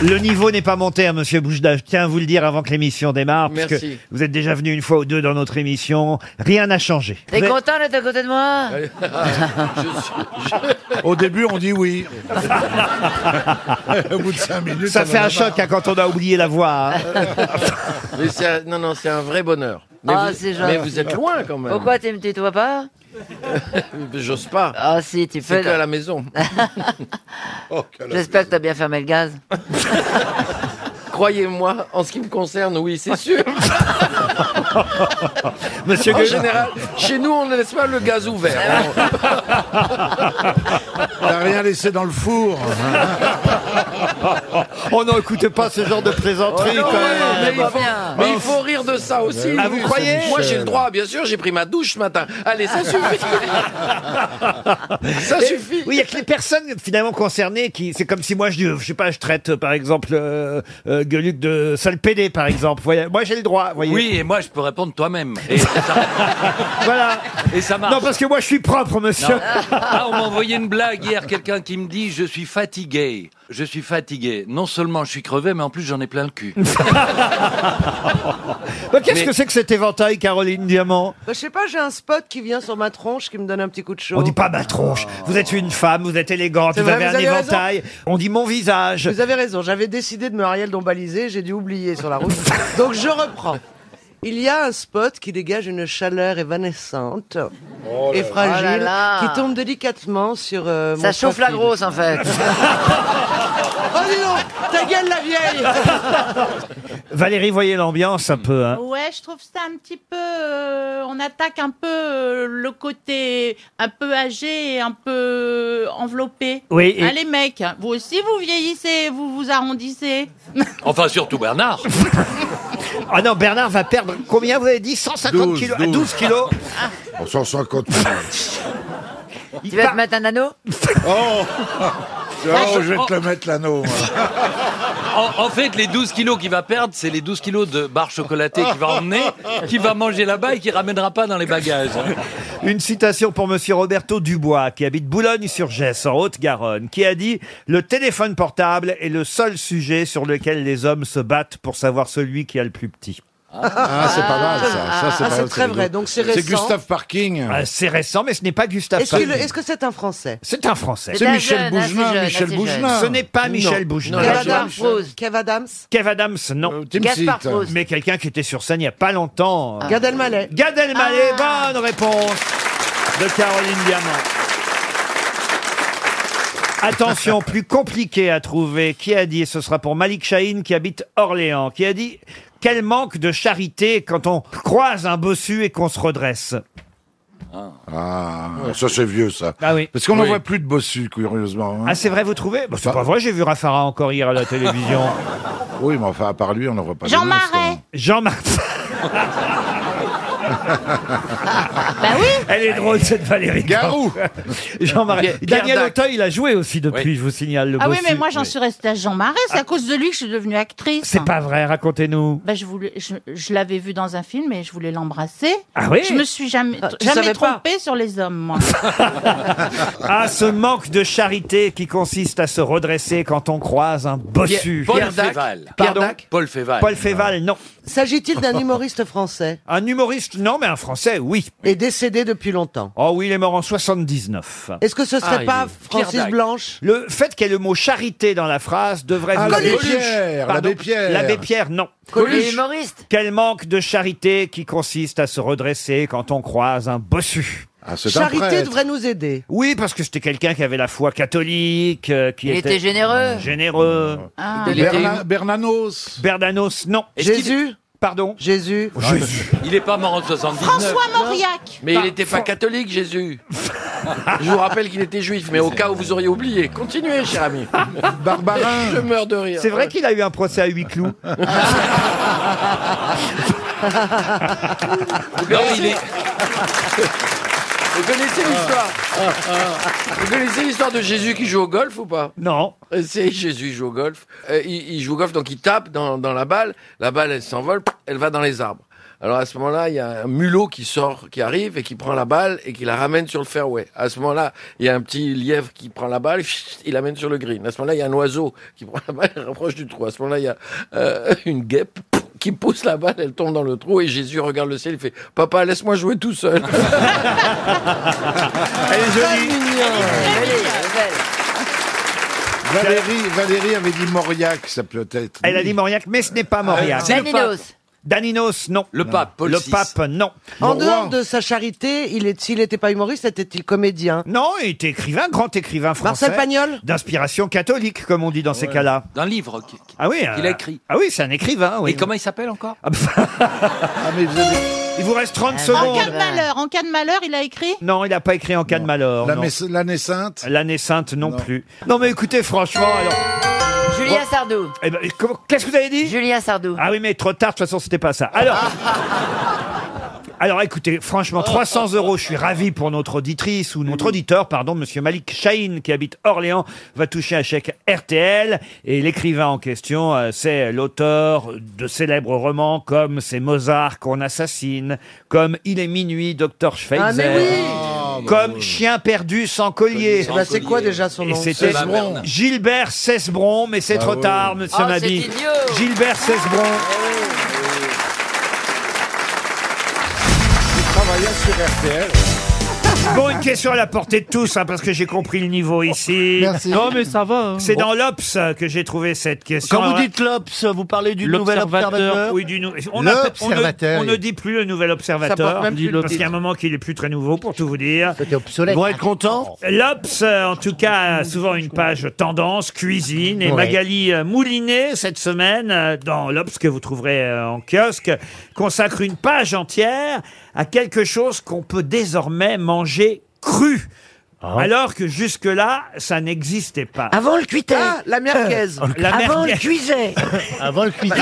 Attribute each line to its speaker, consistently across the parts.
Speaker 1: Le niveau n'est pas monté, à Monsieur Boujda. Je tiens à vous le dire avant que l'émission démarre, parce que
Speaker 2: Merci.
Speaker 1: vous êtes déjà venu une fois ou deux dans notre émission. Rien n'a changé.
Speaker 2: T'es
Speaker 1: Vous êtes-
Speaker 2: content d'être à côté de moi
Speaker 3: Au début, on dit oui. Au bout de 5 minutes,
Speaker 1: Ça
Speaker 3: on
Speaker 1: fait
Speaker 3: en a
Speaker 1: un choc hein, quand on a oublié la voix. hein.
Speaker 4: Mais c'est un- Non, non, c'est un vrai bonheur. Mais,
Speaker 2: Ah,
Speaker 4: vous...
Speaker 2: c'est gentil.
Speaker 4: mais vous êtes loin quand même. Euh,
Speaker 2: Pourquoi tu me tutoies pas
Speaker 4: J'ose pas.
Speaker 2: Ah si, tu
Speaker 4: C'est
Speaker 2: fais.
Speaker 4: qu'à la maison.
Speaker 3: marre. Oh, quelle
Speaker 2: J'espère que t'as bien fermé le gaz.
Speaker 4: Croyez-moi, en ce qui me concerne, oui, c'est sûr.
Speaker 1: Monsieur
Speaker 4: En
Speaker 1: Gueuleux,
Speaker 4: général, chez nous, on ne laisse pas le gaz ouvert.
Speaker 3: T'as rien laissé dans le four.
Speaker 1: on n'écoute Oh pas ce genre de plaisanterie.
Speaker 4: Oh Non,
Speaker 1: quand
Speaker 4: mais-
Speaker 1: même. bah,
Speaker 4: mais, il
Speaker 2: pas
Speaker 4: faut,
Speaker 2: bien.
Speaker 4: mais il faut rire de ça aussi.
Speaker 1: Ah, vous croyez
Speaker 4: Moi, j'ai le droit, bien sûr, j'ai pris ma douche ce matin. Allez, ça
Speaker 5: Ah,
Speaker 4: suffit. ça suffit.
Speaker 1: Oui, il y a que les personnes finalement concernées qui. C'est comme si moi je, je sais pas, je traite euh, par exemple euh, euh, Gueuluc de sale pédé par exemple. Voyez- Moi j'ai le droit. Voyez.
Speaker 5: Oui, et moi je peux répondre toi-même. Et, ça-
Speaker 1: Voilà.
Speaker 5: et ça marche.
Speaker 1: Non parce que moi je suis propre, monsieur.
Speaker 5: Ah, on m'a envoyé une blague hier, quelqu'un qui me dit je suis fatigué. Je suis fatigué. Non seulement je suis crevé, mais en plus j'en ai plein le cul.
Speaker 1: Mais Qu'est-ce
Speaker 5: Mais-
Speaker 1: que c'est que cet éventail, Caroline Diamant
Speaker 6: Bah, je sais pas, j'ai un spot qui vient sur ma tronche qui me donne un petit coup de chaud.
Speaker 1: On dit pas ma tronche. Vous êtes une femme, vous êtes élégante,
Speaker 6: C'est
Speaker 1: vous
Speaker 6: vrai,
Speaker 1: avez
Speaker 6: vous
Speaker 1: un
Speaker 6: avez raison.
Speaker 1: éventail. On dit mon visage.
Speaker 6: Vous avez raison, j'avais décidé de me Ariel dombaliser, j'ai dû oublier sur la route. Donc je reprends. Il y a un spot qui dégage une chaleur évanescente et fragile
Speaker 2: Oh là là.
Speaker 6: qui tombe délicatement sur euh, mon
Speaker 2: Ça chauffe la
Speaker 6: profil.
Speaker 2: grosse en fait.
Speaker 6: Oh dis donc, ta gueule la vieille
Speaker 1: Valérie, voyez l'ambiance un peu. hein.
Speaker 7: Ouais, je trouve ça un petit peu. euh, on attaque un peu euh, le côté un peu âgé et un peu enveloppé.
Speaker 1: Oui, et-
Speaker 7: Hein, les mecs, vous aussi vous vieillissez, vous vous arrondissez.
Speaker 5: Enfin, surtout Bernard.
Speaker 1: Ah non, Bernard va perdre combien vous avez dit 150
Speaker 3: 12,
Speaker 1: kilos.
Speaker 3: 12.
Speaker 1: 12 kilos.
Speaker 3: On s'en sort compte.
Speaker 1: Il
Speaker 2: tu vas
Speaker 1: part-
Speaker 2: te mettre un anneau
Speaker 3: Oh, Oh, je vais te le mettre l'anneau. moi.
Speaker 5: En, en fait, les 12 kilos qu'il va perdre, c'est les 12 kilos de barres chocolatées qu'il va emmener, qu'il va manger là-bas et qu'il ramènera pas dans les bagages.
Speaker 1: Une citation pour Monsieur Roberto Dubois, qui habite Boulogne-sur-Gesse, en Haute-Garonne, qui a dit « Le téléphone portable est le seul sujet sur lequel les hommes se battent pour savoir celui qui a le plus petit.
Speaker 3: Ah, c'est pas mal, ça. ça c'est
Speaker 6: Ah,
Speaker 3: pas
Speaker 6: c'est
Speaker 3: mal,
Speaker 6: très vrai,
Speaker 3: rigolo.
Speaker 6: donc c'est
Speaker 3: C'est
Speaker 6: récent.
Speaker 3: Gustave Parking.
Speaker 1: Ah, C'est récent, mais ce n'est pas Gustave
Speaker 6: Est-ce que
Speaker 1: Parking.
Speaker 6: le- est-ce que c'est un français
Speaker 1: C'est un Français.
Speaker 2: C'est
Speaker 3: C'est
Speaker 2: un
Speaker 3: Michel
Speaker 2: jeune, assez jeune,
Speaker 3: Bougelin, Michel
Speaker 2: assez jeune.
Speaker 3: Bougelin.
Speaker 1: Ce n'est pas Michel
Speaker 4: Non,
Speaker 1: Bougenat.
Speaker 4: là,
Speaker 6: Kev Adams
Speaker 2: George Rose.
Speaker 6: Kev Adams
Speaker 1: Kev Adams, non.
Speaker 3: Euh, Tim
Speaker 2: Gaspard
Speaker 3: Seat.
Speaker 2: Proust.
Speaker 1: Mais quelqu'un qui était sur scène il n'y a pas longtemps.
Speaker 2: Ah.
Speaker 6: Gad Elmaleh
Speaker 1: Gad Elmaleh, bonne réponse de Caroline Diamant. Attention, plus compliqué à trouver. Qui a dit, et ce sera pour Malik Chahine qui habite Orléans, qui a dit Quel manque de charité quand on croise un bossu et qu'on se redresse.
Speaker 3: Ah, ça c'est vieux, ça.
Speaker 1: Ah oui.
Speaker 3: Parce qu'on n'en
Speaker 5: Oui.
Speaker 3: voit plus de bossu, curieusement. hein.
Speaker 1: Ah, c'est vrai, vous trouvez Bah, C'est pas vrai, j'ai vu Raffarin encore hier à la télévision.
Speaker 3: Oui, mais enfin, à part lui, on n'en voit pas.
Speaker 7: Jean
Speaker 3: des masses,
Speaker 7: Marais.
Speaker 3: hein.
Speaker 1: Jean-Marc.
Speaker 7: Bah oui.
Speaker 1: Elle est drôle, cette Valérie.
Speaker 3: Garou
Speaker 1: Jean-Marc.
Speaker 4: Pierre
Speaker 1: Daniel
Speaker 4: Dac.
Speaker 1: Auteuil, il a joué aussi depuis, je vous signale le
Speaker 7: Ah oui,
Speaker 1: bossu.
Speaker 7: mais moi j'en suis restée à Jean Marais. C'est à cause de lui que je suis devenue actrice.
Speaker 1: C'est pas vrai, racontez-nous.
Speaker 7: Bah, je voulais, je, je l'avais vu dans un film et je voulais l'embrasser.
Speaker 1: Ah oui
Speaker 7: Je me suis jamais,
Speaker 6: tu
Speaker 7: jamais
Speaker 6: savais pas
Speaker 7: trompée sur les hommes, moi.
Speaker 1: Ah, ce manque de charité qui consiste à se redresser quand on croise un bossu.
Speaker 5: Paul
Speaker 4: Dac.
Speaker 5: Féval.
Speaker 1: Pardon
Speaker 5: Paul Féval.
Speaker 1: Paul Féval, non. Oh.
Speaker 6: S'agit-il d'un humoriste français
Speaker 1: Un humoriste, non, mais un Français, oui.
Speaker 6: et décédé depuis longtemps
Speaker 1: Oh oui, il est mort en 79.
Speaker 6: Est-ce que ce serait pas
Speaker 5: Ah, il est- Pierre
Speaker 6: Francis
Speaker 5: Dac.
Speaker 6: Blanche
Speaker 1: Le fait qu'il y ait le mot charité dans la phrase devrait
Speaker 3: Ah,
Speaker 1: vous
Speaker 3: l'abbé
Speaker 1: aider.
Speaker 3: Pierre,
Speaker 1: Pardon
Speaker 3: l'abbé Pierre.
Speaker 1: L'abbé Pierre, non.
Speaker 2: Les humoristes
Speaker 1: Quel manque de charité qui consiste à se redresser quand on croise un bossu.
Speaker 3: Ah, c'est un
Speaker 6: Charité
Speaker 3: prêtre.
Speaker 6: devrait nous aider.
Speaker 1: Oui, parce que c'était quelqu'un qui avait la foi catholique, euh, qui
Speaker 2: Il
Speaker 1: était,
Speaker 2: était généreux.
Speaker 1: généreux.
Speaker 7: Ah.
Speaker 4: Il était-
Speaker 3: Berna- Bernanos.
Speaker 1: Bernanos, non.
Speaker 5: Est-ce qu'il-
Speaker 6: Jésus
Speaker 1: Pardon.
Speaker 6: Jésus
Speaker 1: Jésus.
Speaker 5: Il est pas mort en 79.
Speaker 7: François Mauriac.
Speaker 4: Mais il n'était pas catholique, Jésus. Je vous rappelle qu'il était juif, mais au cas où vous auriez oublié, continuez, cher ami.
Speaker 3: Barbarin.
Speaker 4: Je meurs de rire.
Speaker 1: C'est vrai qu'il a eu un procès à huis clous.
Speaker 5: Non, il est-
Speaker 4: Vous connaissez l'histoire Vous connaissez l'histoire de Jésus qui joue au golf ou pas
Speaker 1: Non.
Speaker 4: Euh, C'est Jésus joue au golf. Euh, il, il joue au golf, donc il tape dans, dans la balle. La balle, elle s'envole, elle va dans les arbres. Alors à ce moment-là, il y a un mulot qui sort, qui arrive et qui prend la balle et qui la ramène sur le fairway. À ce moment-là, il y a un petit lièvre qui prend la balle, chut, il l'amène sur le green. À ce moment-là, il y a un oiseau qui prend la balle et rapproche du trou. À ce moment-là, il y a euh, une guêpe qui pousse la balle, elle tombe dans le trou et Jésus regarde le ciel, il fait « Papa, laisse-moi jouer tout seul ».
Speaker 1: Elle est
Speaker 2: Oh,
Speaker 1: jolie.
Speaker 3: Valérie, Valérie avait dit Mauriac, ça peut-être.
Speaker 1: Elle a dit Mauriac, mais ce n'est pas Mauriac.
Speaker 5: C'est le
Speaker 2: Danilos.
Speaker 1: Daninos, non.
Speaker 5: Le pape, Paul
Speaker 1: Le
Speaker 5: VI.
Speaker 1: pape, non.
Speaker 6: En
Speaker 3: Bon,
Speaker 6: dehors
Speaker 3: wow.
Speaker 6: de sa charité, il est- s'il n'était pas humoriste, était-il comédien
Speaker 1: Non, il était écrivain, grand écrivain français.
Speaker 6: Marcel Pagnol
Speaker 1: D'inspiration catholique, comme on dit dans ces cas-là.
Speaker 5: D'un livre. qui- qui-
Speaker 1: Ah oui.
Speaker 5: Il a écrit.
Speaker 1: Ah oui, c'est un écrivain, oui.
Speaker 5: Et comment il s'appelle encore
Speaker 1: Ah, bah,
Speaker 3: Ah, mais vous avez-
Speaker 1: Il vous reste
Speaker 2: Ah,
Speaker 1: 30
Speaker 7: En
Speaker 1: secondes.
Speaker 7: cas de
Speaker 2: Bon.
Speaker 7: malheur, en cas de malheur, il a écrit
Speaker 1: Non, il n'a pas écrit en cas de malheur.
Speaker 3: la
Speaker 1: non.
Speaker 3: messe- L'année sainte
Speaker 1: L'année sainte non, plus. Non mais écoutez, franchement, alors...
Speaker 2: Julien Sardou.
Speaker 1: eh ben, comment- Qu'est-ce que vous avez dit
Speaker 2: Julien Sardou.
Speaker 1: Ah oui, mais trop tard, de toute façon, c'était pas ça. Alors... Alors écoutez, franchement, 300 euros, je suis ravi pour notre auditrice ou notre auditeur, pardon, monsieur Malik Chahine, qui habite Orléans, va toucher un chèque RTL. Et l'écrivain en question, euh, c'est l'auteur de célèbres romans comme C'est Mozart qu'on assassine, comme Il est minuit, Docteur Schweitzer,
Speaker 6: Ah mais oui
Speaker 1: comme Chien bah perdu sans collier.
Speaker 6: Eh ben, C'est quoi déjà son
Speaker 1: Et
Speaker 6: nom
Speaker 1: c'était
Speaker 5: Cela merne.
Speaker 1: Gilbert Cesbron, mais c'est trop
Speaker 3: ouais.
Speaker 1: tard, monsieur
Speaker 2: Oh,
Speaker 6: Ah,
Speaker 2: c'est
Speaker 1: Nabi.
Speaker 2: idiot.
Speaker 1: Gilbert Cesbron.
Speaker 3: qui travaillait sur RTL.
Speaker 1: Bon, une question à la portée de tous, hein, parce que j'ai compris le niveau ici.
Speaker 3: Merci.
Speaker 8: Non, mais ça va. hein.
Speaker 1: C'est dans l'Obs euh, que j'ai trouvé cette question.
Speaker 9: Quand vous
Speaker 1: Alors,
Speaker 9: dites l'Obs, vous parlez du nouvel
Speaker 8: L'Observateur,
Speaker 9: observateur
Speaker 1: oui, du nou- on, appelle- on ne,
Speaker 9: L'Observateur,
Speaker 1: on ne
Speaker 9: oui.
Speaker 1: dit plus le nouvel
Speaker 6: Ça porte
Speaker 1: observateur,
Speaker 6: même plus le
Speaker 1: parce qu'il y a un moment qu'il est plus très nouveau, pour tout vous dire.
Speaker 8: C'était
Speaker 9: Ils
Speaker 8: obsolète.
Speaker 9: vont être contents
Speaker 1: L'Obs, euh, en tout cas, a souvent une page tendance, cuisine. Et
Speaker 9: Ouais.
Speaker 1: Magali euh, Moulinet, cette semaine, euh, dans l'Obs que vous trouverez euh, en kiosque, consacre une page entière à quelque chose qu'on peut désormais manger cru. Alors que jusque-là, ça n'existait pas.
Speaker 9: Ah Avant le Euh, cuiter
Speaker 6: Ah, la merguez
Speaker 3: Euh,
Speaker 1: La merguez-
Speaker 9: cuisait
Speaker 8: Avant le cuisine.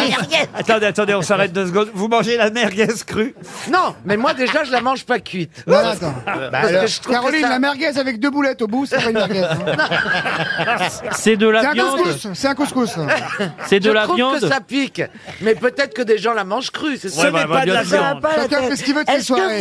Speaker 1: Attendez, attendez, on s'arrête deux secondes. Vous mangez la merguez crue
Speaker 6: Non, mais moi déjà, je la mange pas cuite.
Speaker 10: Non,
Speaker 1: Bah,
Speaker 10: non, Bah, attends.
Speaker 6: Parce que je trouve que
Speaker 10: Caroline,
Speaker 6: ça-
Speaker 10: la merguez avec deux boulettes au bout, c'est pas une merguez. hein.
Speaker 8: C'est de
Speaker 10: C'est
Speaker 8: la
Speaker 10: un
Speaker 8: viande.
Speaker 10: couscous, c'est un couscous.
Speaker 8: C'est de
Speaker 6: je
Speaker 8: la
Speaker 6: trouve que
Speaker 8: viande.
Speaker 6: ça pique. Mais peut-être que des gens la mangent crue, c'est
Speaker 1: Ce
Speaker 6: ça
Speaker 10: bah,
Speaker 1: n'est pas de la viande.
Speaker 10: Chacun fait ce qu'il veut de ses soirées.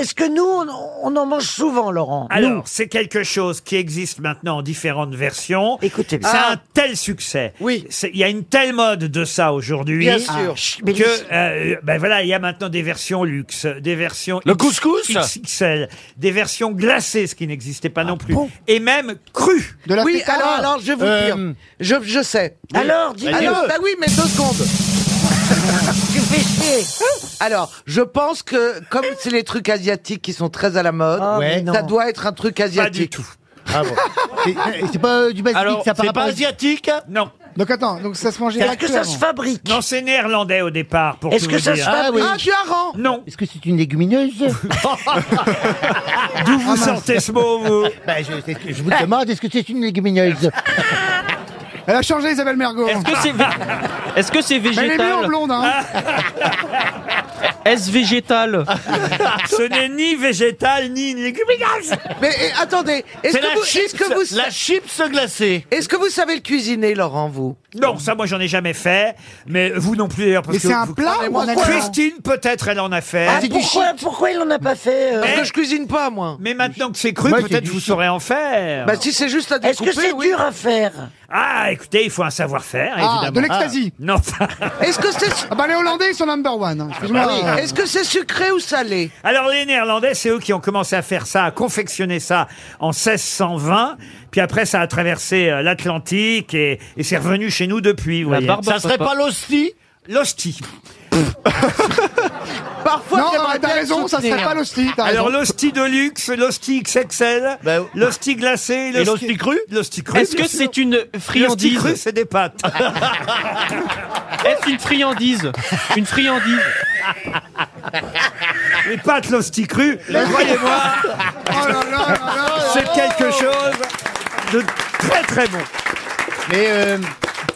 Speaker 9: Est-ce que nous, on, on en mange souvent, Laurent
Speaker 1: Alors, c'est quelque chose qui existe maintenant en différentes versions.
Speaker 9: Écoutez bien.
Speaker 1: C'est
Speaker 6: Ah.
Speaker 1: un tel succès.
Speaker 6: Oui.
Speaker 1: C'est- Il y a une telle mode de ça aujourd'hui.
Speaker 6: Bien sûr.
Speaker 9: mais
Speaker 1: Que, euh, ben voilà, il y a maintenant des versions luxe, des versions
Speaker 5: Le
Speaker 1: X-
Speaker 5: couscous
Speaker 1: XXL, des versions glacées, ce qui n'existait pas non plus, et même crues.
Speaker 10: Ah De la
Speaker 6: Oui,
Speaker 10: pétard.
Speaker 6: alors, alors, je vais vous
Speaker 8: Euh,
Speaker 6: dire. Je, je sais.
Speaker 9: Alors, dis-nous.
Speaker 6: Alors, bah oui, mais deux secondes.
Speaker 9: tu fais chier
Speaker 6: Alors, je pense que comme c'est les trucs asiatiques qui sont très à la mode,
Speaker 9: Ah,
Speaker 8: Ouais.
Speaker 9: mais non.
Speaker 6: ça doit être un truc
Speaker 1: Pas du
Speaker 6: asiatique.
Speaker 1: tout.
Speaker 8: Ah bon. C'est- C'est pas euh, du basique,
Speaker 9: Alors,
Speaker 8: ça par
Speaker 9: c'est
Speaker 8: rapport
Speaker 9: pas
Speaker 8: à-
Speaker 9: asiatique hein
Speaker 1: Non,
Speaker 10: Donc attends, donc ça se mangeait
Speaker 9: Est-ce que ça
Speaker 10: actuellement.
Speaker 9: se fabrique
Speaker 1: non, c'est néerlandais au départ pour
Speaker 9: Est-ce
Speaker 1: tout
Speaker 9: que
Speaker 1: vous
Speaker 9: ça se
Speaker 1: dire.
Speaker 9: fabrique
Speaker 8: Ah oui.
Speaker 6: Ah, du hareng
Speaker 1: Non,
Speaker 8: Est-ce que c'est une légumineuse
Speaker 1: d'où
Speaker 10: Ah,
Speaker 1: vous sortez ce mot vous
Speaker 8: Ben, je, c'est ce que je vous demande, est-ce que c'est une légumineuse
Speaker 10: Elle a changé Isabelle Mergo.
Speaker 8: Est-ce que c'est est -ce c'est
Speaker 10: Mais elle est mieux en
Speaker 8: végétal
Speaker 10: blonde,
Speaker 1: Ah,
Speaker 10: hein.
Speaker 8: Est-ce végétal
Speaker 11: Ah,
Speaker 1: Ce n'est ni végétal ni légumineuse.
Speaker 6: Mais eh, attendez, est-ce
Speaker 9: C'est
Speaker 6: que,
Speaker 9: la
Speaker 6: vous, est-ce
Speaker 9: chips,
Speaker 6: que, vous,
Speaker 9: la chips glacée
Speaker 6: est-ce que vous savez le cuisiner, Laurent, vous
Speaker 1: Non, ça, moi, j'en ai jamais fait. Mais vous non plus, d'ailleurs. parce
Speaker 10: Mais
Speaker 1: que
Speaker 10: c'est un
Speaker 1: vous-
Speaker 10: plat
Speaker 6: Mais
Speaker 10: ou
Speaker 6: moi,
Speaker 10: un aliment
Speaker 1: Christine, peut-être, elle en a fait.
Speaker 9: Ah, pourquoi, pourquoi il en a pas fait euh
Speaker 6: Parce
Speaker 1: Eh.
Speaker 6: que je cuisine pas, moi.
Speaker 1: Mais maintenant que c'est cru,
Speaker 8: Moi, c'est
Speaker 1: peut-être
Speaker 8: du
Speaker 1: vous
Speaker 8: chou.
Speaker 1: saurez en faire.
Speaker 6: Bah si c'est juste à
Speaker 9: Est-ce
Speaker 6: découper,
Speaker 9: que c'est
Speaker 6: oui.
Speaker 9: dur à faire
Speaker 1: Ah, écoutez, il faut un savoir-faire,
Speaker 10: Ah,
Speaker 1: évidemment.
Speaker 10: de l'ecstasy.
Speaker 1: Non,
Speaker 6: Est-ce que c'est, Ah bah
Speaker 10: Ah bah les Hollandais, ils sont number one. hein. Excuse-moi. euh,
Speaker 6: est-ce que c'est sucré ou salé
Speaker 1: Ah, alors les Néerlandais, c'est eux qui ont commencé à faire ça, à confectionner ça en 1620, puis après ça a traversé euh, l'Atlantique et, et c'est revenu chez nous depuis. Vous
Speaker 8: La
Speaker 1: voyez.
Speaker 8: barbe
Speaker 9: Ça serait
Speaker 8: papa.
Speaker 9: pas l'hostie
Speaker 1: L'hostie.
Speaker 6: Parfois,
Speaker 10: Non, euh,
Speaker 6: j'aimerais
Speaker 10: t'as
Speaker 6: bien
Speaker 10: raison, ça serait
Speaker 6: soutenir.
Speaker 10: pas l'hostie, t'as
Speaker 1: Alors
Speaker 10: raison.
Speaker 1: l'hostie de luxe, l'hostie XXL,
Speaker 9: Ben,
Speaker 1: l'hostie glacée,
Speaker 9: l'hostie crue
Speaker 1: L'hostie crue.
Speaker 8: Est-ce
Speaker 1: bien
Speaker 8: que
Speaker 1: sûr.
Speaker 8: c'est une
Speaker 1: L'hostie crue,
Speaker 8: friandise
Speaker 1: c'est des pâtes.
Speaker 8: Est-ce une friandise Une friandise
Speaker 1: Les pâtes, l'hostie crue, croyez-moi,
Speaker 10: Oh là là là là.
Speaker 1: c'est quelque chose de très très bon.
Speaker 8: Mais euh,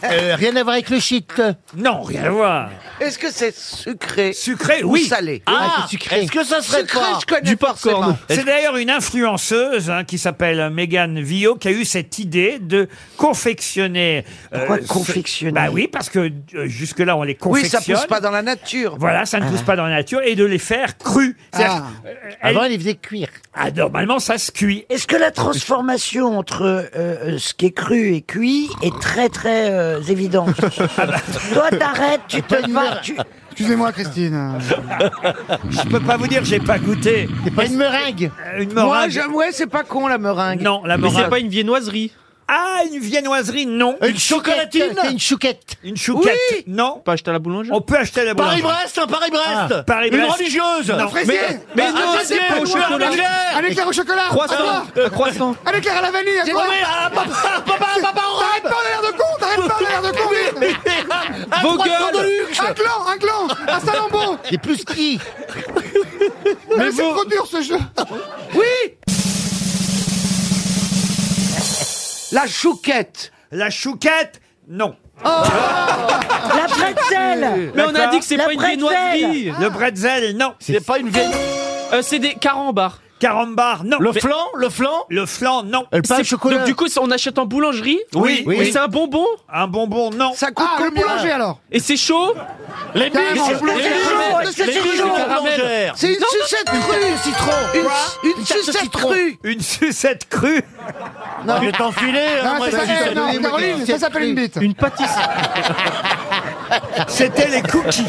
Speaker 8: euh, rien à voir avec le shit.
Speaker 1: Non, rien à voir.
Speaker 6: Est-ce que c'est sucré
Speaker 1: Sucré,
Speaker 6: ou
Speaker 1: oui.
Speaker 6: salé
Speaker 1: Ah,
Speaker 6: Est-ce que ça serait
Speaker 1: Sucré,
Speaker 6: pas
Speaker 1: je connais
Speaker 6: du
Speaker 1: forcément. C'est d'ailleurs une influenceuse hein, qui s'appelle Megan Vio qui a eu cette idée de confectionner. euh,
Speaker 6: Pourquoi
Speaker 1: ce-
Speaker 6: confectionner
Speaker 1: Bah oui, parce que euh, jusque-là on les
Speaker 6: Oui, ça
Speaker 1: confectionne.
Speaker 6: pousse pas dans la nature. Ah.
Speaker 1: Voilà, ça ne pousse pas dans la nature et de les faire crus. C'est-à-dire, euh, elle-
Speaker 3: Avant, il les faisait cuire.
Speaker 1: Ah, normalement, ça se cuit.
Speaker 3: Est-ce que la transformation entre euh, euh, ce qui est cru et cuit est très très euh, évidente Toi, t'arrêtes, tu te vas, tu...
Speaker 10: Excusez-moi, Christine.
Speaker 1: Je peux pas vous dire, j'ai pas goûté.
Speaker 10: C'est pas une meringue.
Speaker 1: Une
Speaker 6: Moi,
Speaker 1: meringue.
Speaker 6: j'aime, ouais, c'est pas con la meringue.
Speaker 1: Non, la meringue.
Speaker 11: pas une viennoiserie.
Speaker 1: Ah, une viennoiserie, non.
Speaker 3: Une chocolatine C'est une chouquette.
Speaker 1: Une chouquette,
Speaker 6: Oui.
Speaker 1: non.
Speaker 11: Pas acheter à la boulangerie.
Speaker 1: On peut acheter à la boulangerie. Ah,
Speaker 3: Paris-Brest, un Paris-Brest
Speaker 1: Paris-Brest.
Speaker 3: Une religieuse
Speaker 1: Non.
Speaker 10: Fraisier
Speaker 11: Mais non, c'est pas au chocolat.
Speaker 10: Un éclair au chocolat à
Speaker 11: Croissant.
Speaker 10: quoi
Speaker 11: Euh, Croissant.
Speaker 10: Un éclair à la vanille à quoi T'arrêtes pas, on a l'air de con T'arrêtes pas, on a l'air de con mais-
Speaker 11: Vogel.
Speaker 10: Un clan, un clan Un salambo
Speaker 3: C'est plus qui
Speaker 10: Mais c'est trop dur ce jeu
Speaker 6: La chouquette.
Speaker 1: La chouquette, non.
Speaker 3: Oh La pretzel
Speaker 11: Mais on a dit que c'est
Speaker 3: La
Speaker 11: pas une
Speaker 3: pretzel.
Speaker 11: viennoiserie.
Speaker 1: Le bretzel, non.
Speaker 3: C'est pas une vieille...
Speaker 11: Euh, c'est des carambars.
Speaker 1: Carambar, non. Le,
Speaker 3: flan Le flan
Speaker 1: flan, non.
Speaker 3: Le pain
Speaker 11: C'est-
Speaker 3: au chocolat
Speaker 11: Donc du coup, c'est- on achète en boulangerie.
Speaker 1: Oui,
Speaker 11: Et c'est un bonbon.
Speaker 1: Un bonbon, non.
Speaker 6: Ça coûte
Speaker 10: Ah, le
Speaker 6: combien
Speaker 10: boulanger alors
Speaker 11: Et c'est chaud.
Speaker 3: Les
Speaker 10: Carrément, le boulanger
Speaker 3: bijoux
Speaker 11: Les bijoux, les caramels.
Speaker 6: C'est une sucette crue citron. Une, une, sucette crue.
Speaker 1: Une sucette crue.
Speaker 3: Non, je vais t'enfiler
Speaker 1: euh,
Speaker 10: Non, ça s'appelle-
Speaker 3: ça
Speaker 10: non, Caroline, ça s'appelle une bite.
Speaker 11: Une pâtisserie.
Speaker 1: C'était les cookies.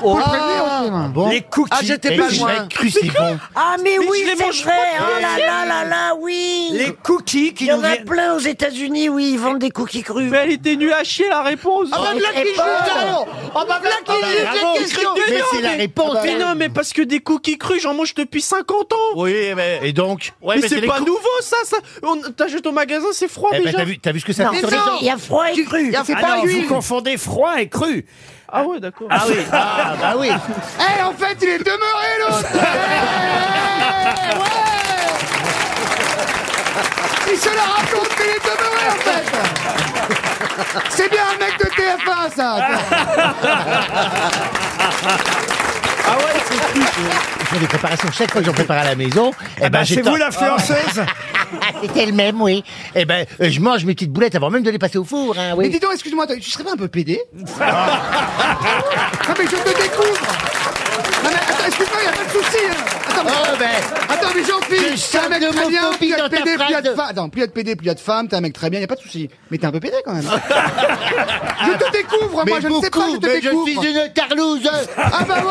Speaker 10: Faut le prévenir aussi, moi.
Speaker 1: Les cookies.
Speaker 6: Ah, j'étais pas loin.
Speaker 3: cru, c'est bon. Ah, mais oui,
Speaker 11: je les mange
Speaker 3: c'est vrai Oh là là là là, oui
Speaker 1: Les cookies qui
Speaker 3: Il y
Speaker 1: nous
Speaker 3: en a
Speaker 1: viennent.
Speaker 3: plein aux États-Unis, oui, ils vendent des cookies crus.
Speaker 11: Mais elle était nulle à chier la réponse.
Speaker 10: Ah,
Speaker 3: bah, voilà qui joue, Dario.
Speaker 6: Oh, bah,
Speaker 3: Ah,
Speaker 6: voilà qui joue cette question.
Speaker 11: Mais Ah, bah, non,
Speaker 3: c'est la réponse.
Speaker 11: Mais non, mais parce que des cookies crus, j'en mange depuis 50 ans.
Speaker 12: Oui, mais.
Speaker 3: Et donc
Speaker 11: mais c'est pas nouveau ça, ça. On t'achète au magasin, c'est froid
Speaker 12: Eh ben,
Speaker 11: déjà.
Speaker 12: t'as vu, t'as vu ce que ça fait sur les
Speaker 10: non.
Speaker 12: gens
Speaker 3: Il y a froid et cru.
Speaker 10: Il y a- C'est
Speaker 1: Ah
Speaker 10: pas
Speaker 1: non, vous
Speaker 10: l'huile
Speaker 1: confondez froid et cru.
Speaker 11: Ah ouais, d'accord.
Speaker 12: Ah oui, ah bah oui.
Speaker 10: Eh, en fait, il est demeuré l'autre Eh, ouais Il se la raconte qu'il est demeuré en fait C'est bien un mec de TF1 ça
Speaker 12: Ah Je fais des préparations chaque fois que j'en prépare à la maison. Eh ben,
Speaker 1: Bah,
Speaker 12: j'ai
Speaker 1: c'est
Speaker 12: tort-
Speaker 1: vous l'influenceuse
Speaker 12: Ah, C'était le même, oui. Eh ben, euh, je mange mes petites boulettes avant même de les passer au four, hein,
Speaker 10: Mais
Speaker 12: oui.
Speaker 10: dis donc, excuse-moi, toi, tu serais pas un peu pédé Non mais je te découvre Non mais attends, excuse-moi, il a pas de souci hein. Attends, mais-
Speaker 12: Oh, ben.
Speaker 10: Attends, mais
Speaker 12: Je
Speaker 10: Jean-Philippe, t'es un
Speaker 12: sens
Speaker 10: mec
Speaker 12: de
Speaker 10: très bien,
Speaker 12: l'homophobie
Speaker 10: plus il y a
Speaker 12: dans
Speaker 10: de
Speaker 12: ta
Speaker 10: PD, plus il y a de
Speaker 12: phrase.
Speaker 10: femmes. Attends, plus il y a de PD, plus il y a de femmes, t'es un mec très bien, il y a pas de souci. Mais t'es un peu pédé quand même. je te découvre, moi, je ne sais pas, je te
Speaker 12: mais
Speaker 10: découvre.
Speaker 12: je suis une tarlouse.
Speaker 10: Ah bah voilà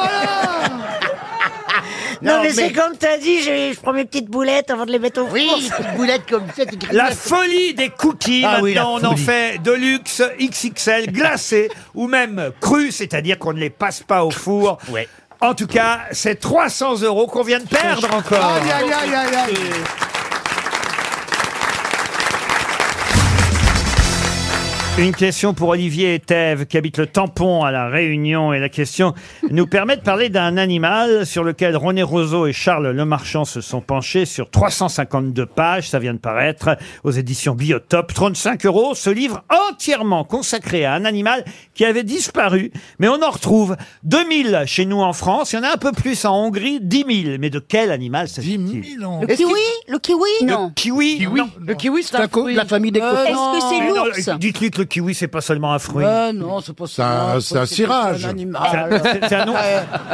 Speaker 3: Non, mais,
Speaker 12: mais-
Speaker 3: c'est comme t'as dit, je, je prends mes petites boulettes avant de les mettre au four.
Speaker 12: Oui, une petite boulette comme ça, tu grignotes.
Speaker 1: La folie des cookies.
Speaker 12: Ah
Speaker 1: Maintenant,
Speaker 12: oui, la
Speaker 1: on en
Speaker 12: folie.
Speaker 1: fait de luxe, XXL, glacé ou même cru, c'est-à-dire qu'on ne les passe pas au four.
Speaker 12: Ouais.
Speaker 1: En tout cas, c'est 300 euros qu'on vient de perdre encore.
Speaker 10: Aïe aïe aïe aïe aïe
Speaker 1: Une question pour Olivier et Thèves qui habitent le tampon à La Réunion. Et la question nous permet de parler d'un animal sur lequel René Roseau et Charles Lemarchand se sont penchés sur 352 pages. Ça vient de paraître aux éditions Biotop. 35 euros, ce livre entièrement consacré à un animal qui avait disparu. Mais on en retrouve 2000 chez nous en France. Il y en a un peu plus en Hongrie, 10 000. Mais de quel animal s'agit-il
Speaker 2: Le kiwi Le kiwi
Speaker 1: Le kiwi, non.
Speaker 6: Le kiwi, c'est un
Speaker 12: co-
Speaker 6: fruit.
Speaker 12: la famille des
Speaker 2: Est-ce que c'est
Speaker 1: Mais non,
Speaker 2: l'ours
Speaker 1: Dites-lui que le kiwi, c'est pas seulement un fruit.
Speaker 2: Euh, Non, c'est pas ça.
Speaker 13: un- c'est un cirage.
Speaker 1: C'est un- c'est- c'est un nom-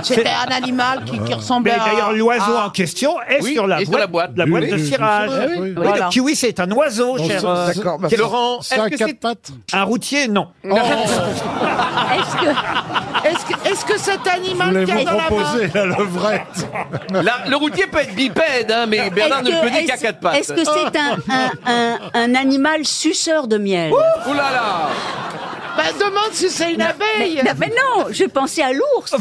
Speaker 14: C'était Euh, un animal qui, qui ressemblait
Speaker 1: Euh. Mais
Speaker 14: à... Ah.
Speaker 1: d'ailleurs, l'oiseau
Speaker 14: à-
Speaker 1: en question est
Speaker 15: Oui,
Speaker 1: sur la,
Speaker 15: et sur
Speaker 1: boîte,
Speaker 15: la boîte.
Speaker 13: Oui,
Speaker 1: de
Speaker 13: oui,
Speaker 1: cirage.
Speaker 13: oui, oui.
Speaker 1: Oui,
Speaker 14: Voilà.
Speaker 1: Le kiwi, c'est un oiseau,
Speaker 13: Bon,
Speaker 1: cher.
Speaker 13: ça-
Speaker 1: euh,
Speaker 13: D'accord, bah,
Speaker 1: quel-
Speaker 13: Laurent, ça a
Speaker 14: que
Speaker 13: quatre
Speaker 14: c'est-
Speaker 13: pattes.
Speaker 1: Un routier, non.
Speaker 2: Est-ce que
Speaker 14: Est-ce que, est-ce que cet animal qui
Speaker 13: Voulez-vous
Speaker 14: a dans la main...
Speaker 13: proposer la levrette
Speaker 15: La- le routier peut être bipède, hein, mais Bernard
Speaker 2: est-ce
Speaker 15: ne
Speaker 2: que-
Speaker 15: peut dire qu'à
Speaker 2: est-ce-
Speaker 15: quatre pattes.
Speaker 2: Est-ce que c'est un, un, un, un animal suceur de miel
Speaker 15: Ouh là là
Speaker 14: Bah, demande si c'est une abeille.
Speaker 2: Non, mais non, je pensais à l'ours.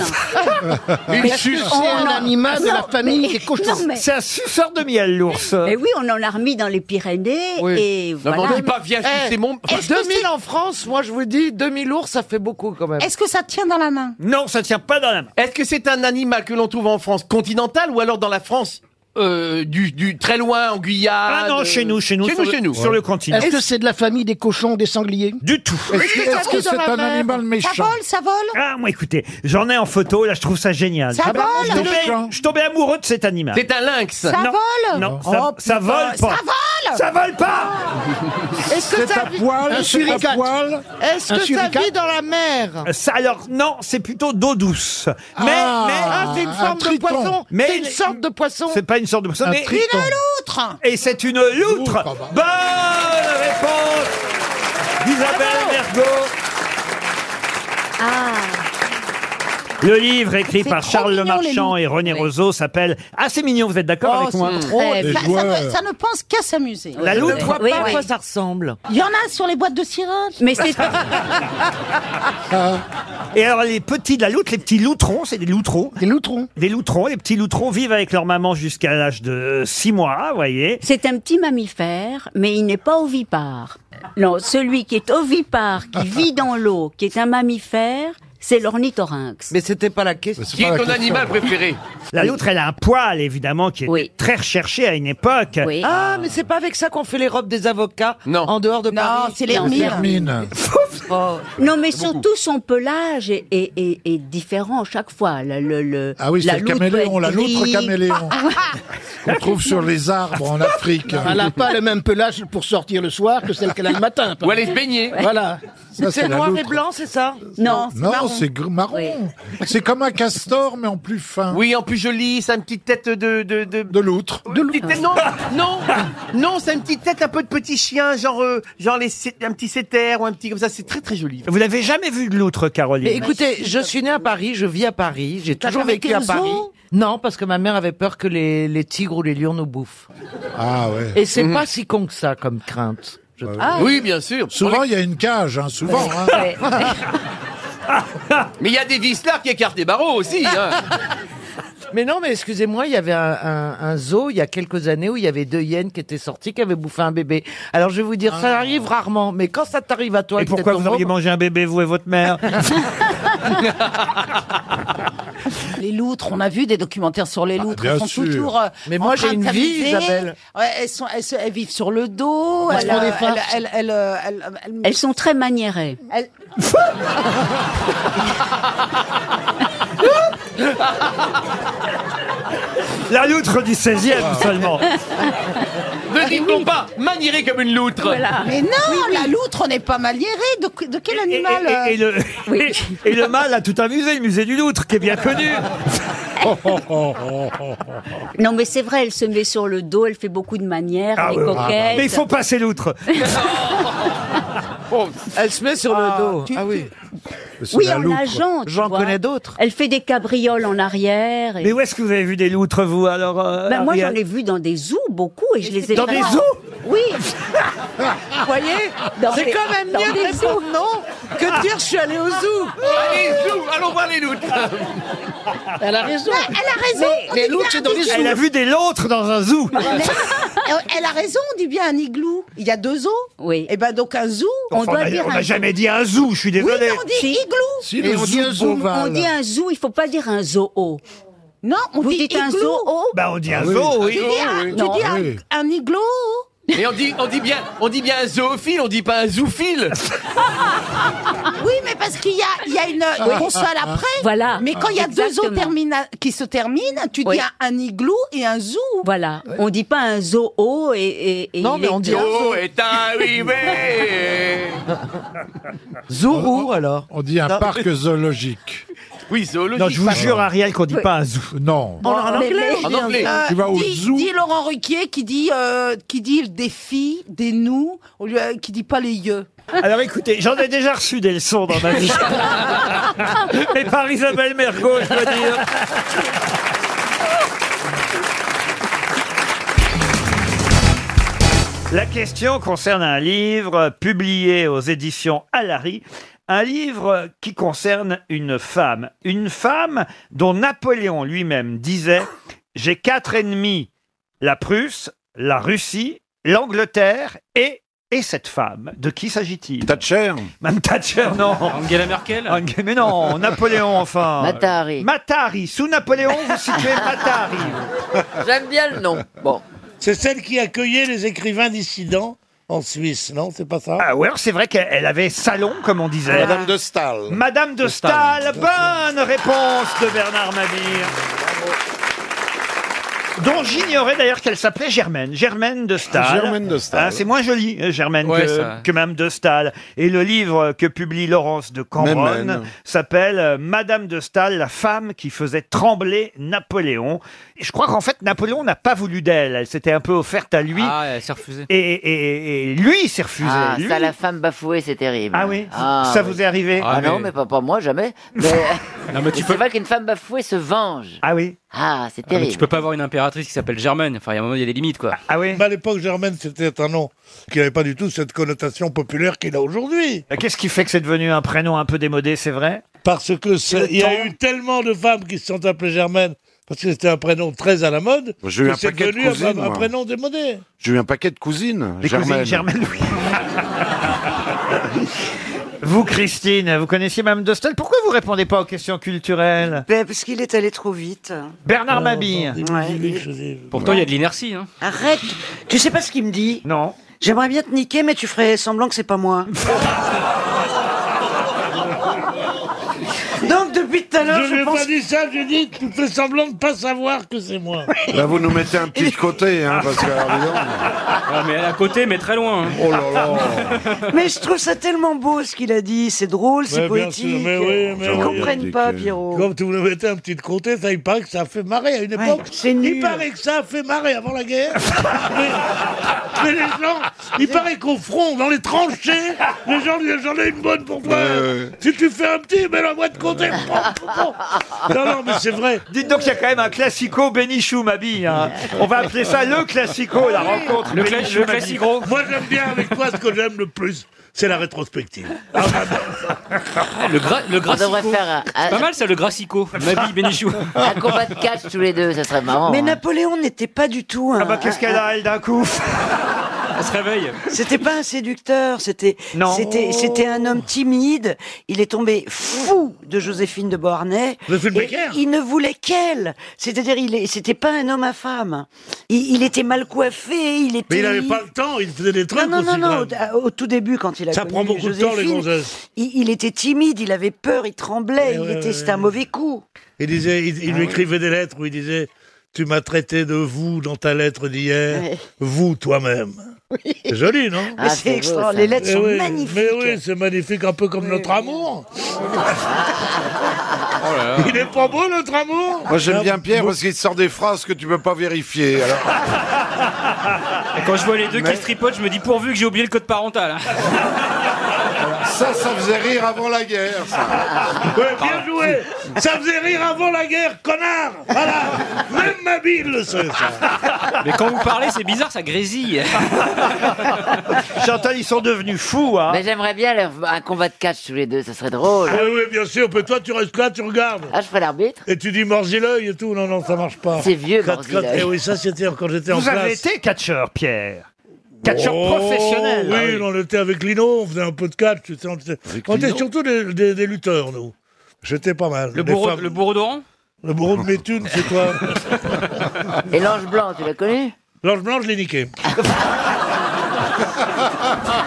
Speaker 12: Une sucée, un animal de la famille des cochons.
Speaker 2: Non, mais,
Speaker 1: C'est un suceur de miel, l'ours.
Speaker 2: mais oui, on en a remis dans les Pyrénées et
Speaker 15: Non, mais on
Speaker 2: voilà.
Speaker 15: dit pas viens
Speaker 6: Eh,
Speaker 15: sucer mon.
Speaker 6: est-ce que 2000 en France, moi je vous dis, 2000 ours, ça fait beaucoup quand même.
Speaker 14: Est-ce que ça tient dans la main
Speaker 1: Non, ça tient pas dans la main.
Speaker 12: Est-ce que c'est un animal que l'on trouve en France continentale ou alors dans la France
Speaker 11: euh, du, du très loin, en Guyane.
Speaker 1: Ah non,
Speaker 11: euh,
Speaker 1: chez nous, chez nous, sur le- sur le continent.
Speaker 16: Est-ce que c'est de la famille des cochons, des sangliers
Speaker 1: Du tout.
Speaker 16: Est-ce que- est-ce que c'est un animal méchant
Speaker 1: ça vole Ah, moi, écoutez, j'en ai en photo, là, je trouve ça génial.
Speaker 10: Ça
Speaker 1: Ah bah,
Speaker 10: vole,
Speaker 1: je tombais-
Speaker 10: le chant.
Speaker 1: Je suis tombé amoureux de cet animal.
Speaker 10: C'est un lynx. Ça
Speaker 1: Non,
Speaker 10: vole
Speaker 1: Non,
Speaker 10: Oh,
Speaker 1: ça,
Speaker 10: putain.
Speaker 1: ça vole pas
Speaker 10: Ça vole
Speaker 1: Ça vole pas
Speaker 10: Est-ce que C'est ça à vit- poil, Un c'est à suricate. poil, Est-ce un que ça suricate vit
Speaker 1: dans la mer Euh, ça, Alors, non, c'est plutôt d'eau douce. Mais,
Speaker 10: Ah,
Speaker 1: mais-
Speaker 10: Ah, c'est une un forme de triton. poisson.
Speaker 1: Mais
Speaker 10: C'est une
Speaker 1: il-
Speaker 10: sorte de poisson.
Speaker 1: C'est pas une sorte de poisson.
Speaker 10: Un
Speaker 1: mais-
Speaker 10: triton. Une
Speaker 1: loutre Et c'est une loutre Bonne réponse d'Isabelle Mergot Le livre écrit
Speaker 10: C'est
Speaker 1: par
Speaker 10: trop
Speaker 1: Charles
Speaker 10: mignon, les
Speaker 1: Lemarchand
Speaker 10: loups.
Speaker 1: et René Rousseau s'appelle Ah, c'est mignon, vous êtes
Speaker 14: Oh,
Speaker 1: d'accord avec moi
Speaker 14: ne pense qu'à s'amuser.
Speaker 1: La loutre. Oui, oui.
Speaker 14: ça ressemble. Il y en a sur les boîtes de sirop. Mais c'est.
Speaker 1: Ah. Et alors les petits de la loutre, les petits loutrons, c'est des loutrons. Des loutrons. Des loutrons, les petits loutrons vivent avec leur maman jusqu'à l'âge de 6 mois, vous voyez.
Speaker 2: C'est un petit mammifère, mais il n'est pas ovipare. Non, celui qui est ovipare, qui vit dans l'eau, qui est un mammifère, c'est l'ornithorynx. Mais c'était pas la question.
Speaker 11: Qui est ton animal préféré
Speaker 1: La loutre, elle a un poil, évidemment, qui est très recherché à une époque.
Speaker 6: Ah, mais c'est pas avec ça qu'on fait les robes des avocats en dehors de Paris
Speaker 2: c'est les hermines. Hermines. Oh. Non, mais surtout son pelage est, est- est- est différent chaque fois. Le, le- le-
Speaker 3: Ah oui, c'est le
Speaker 2: loutre Ah, peut
Speaker 3: caméléon,
Speaker 2: être
Speaker 3: la loutre
Speaker 2: gris.
Speaker 3: caméléon. On trouve sur les arbres en Afrique.
Speaker 16: Elle n'a pas le même pelage pour sortir le soir que celle qu'elle a le matin.
Speaker 3: Ou aller se baigner.
Speaker 16: Voilà.
Speaker 3: Ça, c'est la loutre.
Speaker 6: blanc, c'est ça
Speaker 2: Non,
Speaker 3: Non, c'est gr- marron. C'est comme un castor, mais en plus fin.
Speaker 11: Oui, en plus joli, c'est une petite tête de... De, de...
Speaker 3: loutre.
Speaker 11: De loutre.
Speaker 17: Non, non, non, c'est une petite tête un peu de petit chien, genre, euh, genre les, sé- un petit setter ou un petit comme ça, c'est très très joli.
Speaker 1: Vous l'avez jamais vu de loutre, Caroline
Speaker 6: Mais écoutez, je suis né à Paris, je vis à Paris, j'ai
Speaker 14: T'as
Speaker 6: toujours
Speaker 14: jamais
Speaker 6: vécu
Speaker 14: été
Speaker 6: à
Speaker 14: au zoo
Speaker 6: Paris. Non, parce que ma mère avait peur que les, les tigres ou les lions nous bouffent.
Speaker 3: Ah ouais.
Speaker 6: Et c'est pas si con que ça comme crainte. je trouve.
Speaker 3: Ah.
Speaker 11: Oui, bien sûr.
Speaker 3: Souvent, il y a une cage, hein, souvent. hein.
Speaker 11: Mais il y a des vislards qui écartent des barreaux aussi. hein.
Speaker 6: Mais non, mais excusez-moi, il y avait un, un- un zoo il y a quelques années où il y avait deux hyènes qui étaient sorties, qui avaient bouffé un bébé. Alors je vais vous dire, ça arrive rarement, mais quand ça t'arrive à toi,
Speaker 1: Et
Speaker 6: que t'es
Speaker 1: pourquoi
Speaker 6: ton
Speaker 1: vous auriez
Speaker 6: môme-
Speaker 1: mangé un bébé, vous et votre mère
Speaker 14: Les loutres, on a vu des documentaires sur les loutres.
Speaker 1: bien
Speaker 14: elles sont
Speaker 1: sûr.
Speaker 14: toujours. euh,
Speaker 6: Mais
Speaker 14: en
Speaker 6: moi,
Speaker 14: train
Speaker 6: j'ai
Speaker 14: de
Speaker 6: une vie,
Speaker 14: s'amuser.
Speaker 6: Isabelle.
Speaker 14: Ouais, elles, sont, elles, se- elles vivent sur le dos.
Speaker 2: Elles
Speaker 14: Elles,
Speaker 2: font des
Speaker 14: euh,
Speaker 2: farces.
Speaker 14: elles- elles- elles- elles- elles-
Speaker 2: Elles sont très maniérées.
Speaker 14: elles-
Speaker 1: La loutre du 16e seulement.
Speaker 14: Ah,
Speaker 11: Ne dit-on pas manieré comme une loutre
Speaker 14: Mais non, la loutre, on n'est pas maniérée. De, de quel animal euh,
Speaker 1: Et, et le, et le mâle a tout un musée, le musée du loutre, qui est bien connu. Oh,
Speaker 2: Non, mais c'est vrai, elle se met sur le dos, elle fait beaucoup de manières,
Speaker 1: Ah
Speaker 2: elle
Speaker 1: ouais.
Speaker 2: est coquette.
Speaker 1: Mais il faut passer l'outre.
Speaker 6: Oh, Elle se met sur le dos.
Speaker 2: tu-
Speaker 6: ah oui.
Speaker 2: Oui, en nageant. tu
Speaker 6: J'en
Speaker 2: vois.
Speaker 6: connais d'autres.
Speaker 2: Elle fait des cabrioles en arrière. et-
Speaker 1: Mais où est-ce que vous avez vu des loutres, vous, alors euh,
Speaker 2: Ben, moi,
Speaker 1: Ariel
Speaker 2: j'en ai vu dans des zoos beaucoup et je les ai
Speaker 1: Dans
Speaker 2: vraiment-
Speaker 1: des zoos
Speaker 2: Oui.
Speaker 6: Vous voyez
Speaker 2: Dans
Speaker 6: C'est
Speaker 2: les-
Speaker 6: quand même
Speaker 2: dans
Speaker 6: mieux de
Speaker 2: les
Speaker 6: répondre
Speaker 2: zoos.
Speaker 6: non que de dire je suis allée au zoo.
Speaker 11: Allez, zou, allons voir les loutres.
Speaker 16: Elle a raison.
Speaker 14: Elle a raison. on dit bien un igloo.
Speaker 1: Elle a vu des loutres dans un zoo.
Speaker 2: Bah,
Speaker 14: Euh, Elle a raison, on dit bien un igloo. Il y a deux zoos.
Speaker 2: Oui.
Speaker 14: Et ben donc un zoo, on
Speaker 1: Enfin,
Speaker 14: doit
Speaker 1: on a-
Speaker 14: dire
Speaker 1: on
Speaker 14: un
Speaker 1: n'a
Speaker 14: zoo.
Speaker 1: jamais dit un zoo, je suis
Speaker 14: Oui,
Speaker 1: désolé.
Speaker 14: mais on dit igloo.
Speaker 1: Si, le Et on zoo dit un zoo. boval.
Speaker 2: On dit un zoo, il faut pas dire un zoo.
Speaker 14: Non, on
Speaker 2: Vous
Speaker 14: dit
Speaker 2: dites un
Speaker 14: igloo.
Speaker 2: zoo
Speaker 1: Bah, on dit
Speaker 11: Ah
Speaker 1: un
Speaker 11: oui.
Speaker 1: zoo, oui.
Speaker 14: Tu dis un, tu
Speaker 11: Non.
Speaker 14: dis un-
Speaker 11: Oui.
Speaker 14: un igloo
Speaker 11: Mais on dit, on dit bien, on dit bien un zoophile, on dit pas un zoophile.
Speaker 15: Ah,
Speaker 14: Oui, mais parce qu'il y a, il y a une
Speaker 11: Oui.
Speaker 14: console après.
Speaker 2: Voilà.
Speaker 14: Mais quand il y a deux zoos
Speaker 2: Exactement.
Speaker 14: termina- qui se terminent, tu
Speaker 2: Oui.
Speaker 14: dis un, un igloo et un zoo.
Speaker 2: Voilà. On dit pas un zoo et, et, et
Speaker 14: Non,
Speaker 2: il
Speaker 14: mais
Speaker 2: est
Speaker 14: on dit
Speaker 2: bien.
Speaker 11: L'eau est arrivée.
Speaker 6: Zoo alors
Speaker 3: On dit un
Speaker 11: Non.
Speaker 3: parc zoologique.
Speaker 11: Oui, zoologique.
Speaker 1: Non, je vous jure, Ariel, qu'on dit pas un zoo.
Speaker 3: Non.
Speaker 14: Bon,
Speaker 11: en
Speaker 14: mais-
Speaker 11: anglais,
Speaker 14: mais-
Speaker 11: on dit en anglais.
Speaker 14: euh,
Speaker 3: Tu vas au
Speaker 14: dis,
Speaker 3: zoo.
Speaker 14: Dit Laurent Ruquier qui dit, euh, qui dit des filles, des nous, au lieu- euh, qui dit pas les yeux.
Speaker 1: Alors écoutez, j'en ai déjà reçu des leçons dans ma vie. Et par Isabelle Mergo, je dois dire. La question concerne un livre publié aux éditions Alary. Un livre qui concerne une femme. Une femme dont Napoléon lui-même disait J'ai quatre ennemis la Prusse, la Russie, l'Angleterre et Et cette femme, de qui s'agit-il Thatcher Même Thatcher, non
Speaker 9: Angela Merkel
Speaker 1: Ang- Mais non, Napoléon, enfin
Speaker 18: Matahari.
Speaker 1: Matahari, sous Napoléon, vous situez Matahari
Speaker 18: J'aime bien le nom. Bon.
Speaker 19: C'est celle qui accueillait les écrivains dissidents en Suisse, non C'est pas ça
Speaker 1: Ah ouais, alors c'est vrai qu'elle avait salon, comme on
Speaker 14: Ah.
Speaker 1: disait.
Speaker 19: Madame de
Speaker 1: Stahl. Madame de Stahl, bonne réponse de Bernard Mabir. Dont j'ignorais d'ailleurs qu'elle s'appelait Germaine. Germaine de Stahl.
Speaker 16: Germaine de Stahl.
Speaker 1: Ah, c'est moins joli, euh, Germaine,
Speaker 16: Ouais, ça.
Speaker 1: que, que Madame de Stahl. Et le livre que publie Laurence de Cambronne
Speaker 16: Même.
Speaker 1: s'appelle euh, Madame de Stahl, la femme qui faisait trembler Napoléon. Et je crois qu'en fait, Napoléon n'a pas voulu d'elle. Elle s'était un peu offerte à lui.
Speaker 18: Ah, elle s'est refusée.
Speaker 1: Et, et- et lui, il s'est refusé.
Speaker 18: Ah,
Speaker 1: Lui,
Speaker 18: ça, la femme bafouée, c'est terrible.
Speaker 1: Ah oui Ça vous est arrivé
Speaker 18: Ah,
Speaker 1: Ah,
Speaker 18: non,
Speaker 1: mais-
Speaker 18: mais pas, pas moi, jamais. Mais, mais c'est vrai qu'une femme bafouée se venge.
Speaker 1: Ah oui
Speaker 18: Ah, c'est
Speaker 15: mais
Speaker 18: terrible.
Speaker 15: tu peux pas avoir une impératrice qui s'appelle Germaine. Enfin, il y a un moment, il y a des limites, quoi.
Speaker 1: Ah oui
Speaker 19: À l'époque, Germaine, c'était un nom qui n'avait pas du tout cette connotation populaire qu'il a aujourd'hui.
Speaker 1: Euh, Qu'est-ce qui fait que c'est devenu un prénom un peu démodé, c'est vrai
Speaker 19: Parce que c'est-
Speaker 1: Le
Speaker 19: il y
Speaker 1: temps.
Speaker 19: a eu tellement de femmes qui se sont appelées Germaine parce que c'était un prénom très à la mode.
Speaker 16: J'ai eu
Speaker 19: que
Speaker 16: un
Speaker 19: c'est
Speaker 16: paquet de
Speaker 19: devenu un-
Speaker 16: cousines,
Speaker 19: un,
Speaker 16: moi.
Speaker 19: prénom démodé.
Speaker 16: J'ai eu un paquet de cousines.
Speaker 1: Des cousines germaines, oui. Vous, Christine, vous connaissiez Mme de Staël. Pourquoi vous répondez pas aux questions culturelles
Speaker 3: parce qu'il est allé trop vite.
Speaker 1: Bernard Mabille.
Speaker 15: Pourtant, il y a de l'inertie. Hein.
Speaker 3: Arrête Tu sais pas ce qu'il me dit
Speaker 1: Non.
Speaker 3: J'aimerais bien te niquer, mais tu ferais semblant que c'est pas moi. Donc depuis tout à l'heure,
Speaker 19: Je
Speaker 3: je
Speaker 19: lui ai
Speaker 3: pense-
Speaker 19: pas dit ça, je lui ai dit, tu fais semblant de pas savoir que c'est moi.
Speaker 16: Là, vous nous mettez un petit de côté, hein, parce que. alors, dis donc.
Speaker 15: Ah, mais à côté, mais très loin. Oh là là.
Speaker 3: Mais je trouve ça tellement beau ce qu'il a dit, c'est drôle, c'est
Speaker 19: Ouais, bien
Speaker 3: poétique.
Speaker 19: sûr, mais oui, mais
Speaker 3: Ils
Speaker 19: oui.
Speaker 3: comprennent pas, Pierrot.
Speaker 19: Comme tu nous mettez un petit de côté, ça, il paraît que ça a fait marrer à une
Speaker 3: Ouais,
Speaker 19: époque.
Speaker 3: c'est nul.
Speaker 19: Il paraît que ça a fait marrer avant la guerre. mais, mais les gens, il paraît qu'au front, dans les tranchées, les gens
Speaker 11: Oh,
Speaker 19: disent j'en ai une bonne pour toi. Si Euh. tu fais un petit, mets-la-moi de côté. non, non, mais c'est vrai.
Speaker 1: Dites donc, il y a quand même un classico Bénichou, Mabille. hein. On va appeler ça le classico, la rencontre. Bénichou, Mabille.
Speaker 19: Moi, j'aime bien avec toi ce que j'aime le plus. C'est la rétrospective.
Speaker 15: Le, gra le
Speaker 18: On
Speaker 15: grassico.
Speaker 18: devrait faire un,
Speaker 15: C'est pas mal, ça, le grassico. Mabi Benichou.
Speaker 18: un combat de catch tous les deux, ça serait marrant.
Speaker 3: Mais
Speaker 18: hein.
Speaker 3: Napoléon n'était pas du tout un.
Speaker 18: Ah bah, qu'est-ce
Speaker 1: qu'elle a, elle, d'un coup
Speaker 15: Elle se réveille.
Speaker 3: C'était pas un séducteur, c'était c'était c'était un homme timide. Il est tombé fou de Joséphine de Beauharnais.
Speaker 19: Joséphine
Speaker 3: Et
Speaker 19: Baker.
Speaker 3: Il ne voulait qu'elle. C'est-à-dire, il est- c'était pas un homme à femme. Il, il était mal coiffé, il était.
Speaker 19: Mais il n'avait pas le temps, il faisait des trucs
Speaker 3: Non, non, non,
Speaker 19: aussi,
Speaker 3: non,
Speaker 19: quand même.
Speaker 3: au, au tout début, quand il a
Speaker 19: Ça
Speaker 3: connu
Speaker 19: prend beaucoup de temps, les
Speaker 3: Joséphine,
Speaker 19: gonzesses.
Speaker 3: Il, il était timide, il avait peur, il tremblait,
Speaker 19: Eh
Speaker 3: il
Speaker 19: ouais,
Speaker 3: était,
Speaker 19: ouais,
Speaker 3: c'était un mauvais coup.
Speaker 19: Il, disait, il, il
Speaker 3: Ah
Speaker 19: lui
Speaker 3: ouais.
Speaker 19: écrivait des lettres où il disait Tu m'as traité de vous dans ta lettre d'hier,
Speaker 3: Ouais.
Speaker 19: vous toi-même. C'est joli, non Eh
Speaker 3: Ah, Mais c'est c'est beau, extra- ça. les lettres sont
Speaker 19: oui,
Speaker 3: magnifiques.
Speaker 19: Mais oui, c'est magnifique, un peu comme notre amour.
Speaker 16: Oh
Speaker 3: Ah.
Speaker 16: là là.
Speaker 19: Il est pas beau, notre amour
Speaker 16: Moi j'aime bien Pierre parce qu'il sort des phrases que tu peux pas vérifier. Alors,
Speaker 15: Et quand je vois les deux
Speaker 16: Mais-
Speaker 15: qui se tripotent, je me dis pourvu que j'ai oublié le code parental. hein.
Speaker 16: ça, ça faisait rire avant la guerre. Ça.
Speaker 19: Ouais, bien joué Ça faisait rire avant la guerre, connard Voilà Même ma bille le sait, ça
Speaker 15: Mais quand vous parlez, c'est bizarre, ça grésille.
Speaker 1: Chantal, ils sont devenus fous, hein.
Speaker 18: Mais j'aimerais bien leur- un combat de catch tous les deux, ça serait
Speaker 3: Oh.
Speaker 18: drôle.
Speaker 19: Eh Oui, oui, bien sûr, mais toi, tu restes là, tu regardes
Speaker 18: Ah, je ferais l'arbitre
Speaker 19: Et tu dis mordis l'œil et tout, non, non, ça marche pas.
Speaker 18: C'est vieux,
Speaker 19: Quand-
Speaker 18: mordis
Speaker 19: quand-
Speaker 18: l'œil.
Speaker 19: eh oui, ça, c'était quand j'étais en
Speaker 1: Vous
Speaker 19: classe.
Speaker 1: avez été catcheur, Pierre. Catcheur
Speaker 19: Oh,
Speaker 1: professionnel.
Speaker 19: Oui,
Speaker 1: Ah oui.
Speaker 19: on était avec Lino, on faisait un peu de catch. tu sais, On était, on était
Speaker 1: Lino
Speaker 19: surtout des, des- des lutteurs, nous. J'étais pas mal.
Speaker 15: Le
Speaker 19: Des
Speaker 15: bourreau,
Speaker 19: femmes-
Speaker 15: le bourreau d'Oran
Speaker 19: le bourreau de Méthune, c'est toi.
Speaker 18: Et l'ange blanc, tu l'as connu
Speaker 19: L'ange blanc, je l'ai niqué.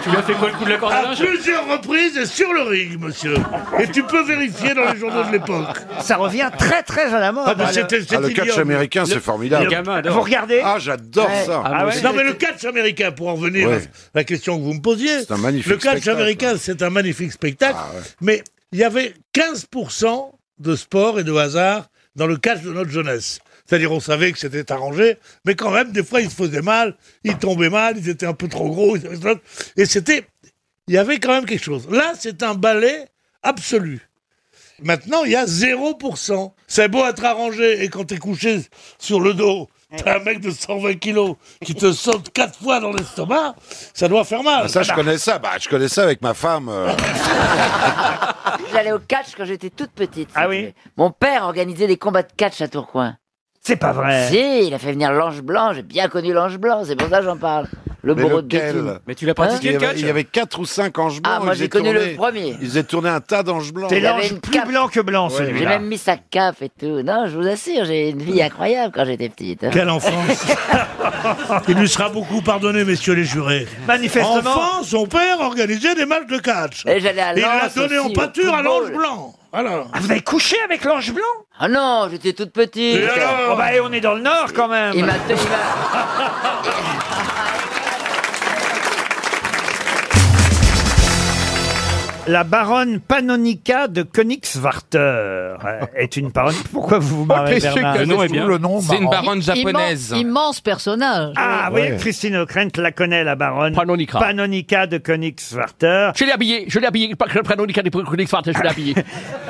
Speaker 15: Tu lui as fait quoi le coup de la corde à
Speaker 19: À
Speaker 15: linge
Speaker 19: plusieurs reprises et sur le ring, monsieur. Et tu peux vérifier dans les journaux de l'époque.
Speaker 1: Ça revient très très à la mode.
Speaker 19: Ah, mais
Speaker 1: Ah,
Speaker 19: c'était-
Speaker 1: le-
Speaker 16: Ah, le catch
Speaker 19: ignoble.
Speaker 16: américain, c'est
Speaker 19: Le-
Speaker 16: formidable.
Speaker 19: le
Speaker 15: gamin adore.
Speaker 1: Vous regardez
Speaker 16: Ah, j'adore
Speaker 1: Ouais.
Speaker 16: ça.
Speaker 1: Ah, Ah moi ouais aussi.
Speaker 19: non, mais le catch américain, pour en revenir
Speaker 16: Ouais.
Speaker 19: à la question que vous me posiez,
Speaker 16: C'est un magnifique
Speaker 19: le catch
Speaker 16: spectacle.
Speaker 19: américain, c'est un magnifique spectacle,
Speaker 16: Ah,
Speaker 19: mais il y avait 15% de sport et de hasard dans le catch de notre jeunesse. C'est-à-dire, on savait que c'était arrangé, mais quand même, des fois, ils se faisaient mal, ils tombaient mal, ils étaient un peu trop gros, ils avaient- et c'était, il y avait quand même quelque chose. Là, c'est un ballet absolu. Maintenant, il y a 0%. C'est beau être arrangé et quand t'es couché sur le dos, t'as un mec de 120 kilos qui te saute quatre fois dans l'estomac, ça doit faire mal.
Speaker 16: Ah, ça, je connais ça. Bah, je connais ça avec ma femme. euh.
Speaker 18: J'allais au catch quand j'étais toute petite. Ah oui Mon père organisait des combats de catch à Tourcoing.
Speaker 1: C'est pas vrai.
Speaker 18: Si, il a fait venir l'ange blanc, j'ai bien connu l'ange blanc, c'est pour ça que j'en parle.
Speaker 15: Le
Speaker 3: Mais
Speaker 15: bourreau de
Speaker 3: lequel
Speaker 15: Détine. Mais tu l'as
Speaker 3: Parce
Speaker 15: pratiqué,
Speaker 3: qu'il
Speaker 15: le
Speaker 3: y avait-
Speaker 15: catch
Speaker 3: Il y avait 4 ou 5 anges blancs.
Speaker 15: Ah, moi,
Speaker 3: ils
Speaker 15: j'ai
Speaker 3: aient
Speaker 15: connu le
Speaker 3: tourné-
Speaker 15: premier.
Speaker 3: Ils avaient tourné un tas d'anges blancs.
Speaker 15: Il avait une cape.
Speaker 1: que blanc,
Speaker 15: J'ai même mis sa cape et tout. Non, je vous assure, j'ai une vie incroyable quand j'étais petite. hein.
Speaker 19: Quelle enfance Il lui sera beaucoup pardonné, messieurs les jurés.
Speaker 15: Manifestement.
Speaker 19: Enfant, son père organisait des matchs de catch.
Speaker 15: Et j'allais à
Speaker 19: il l'a
Speaker 15: Lens
Speaker 19: donné en
Speaker 15: aussi, au
Speaker 19: pâture à l'ange
Speaker 15: football.
Speaker 19: blanc. Alors.
Speaker 1: Ah, Vous avez couché avec l'ange blanc
Speaker 15: Ah non, j'étais toute petite.
Speaker 1: Et alors Oh bah, et on est dans le Nord quand même.
Speaker 15: Il m'a- il m'a-
Speaker 1: La baronne Panonica de Königswarter euh, est une baronne. Pourquoi vous vous marrez,
Speaker 20: Oh, qu'est-ce que
Speaker 1: Bernard
Speaker 20: c'est que Le nom est bien. le nom, C'est une marrant. baronne japonaise.
Speaker 1: Immense, personnage. Ah,
Speaker 20: Ouais.
Speaker 1: oui, Christine O'Krent la connaît, la baronne. Panonica. Panonica de Königswarter.
Speaker 20: Je l'ai habillé, je l'ai habillé, pas que le prénom du cas des chroniques Fanta, je l'ai habillé.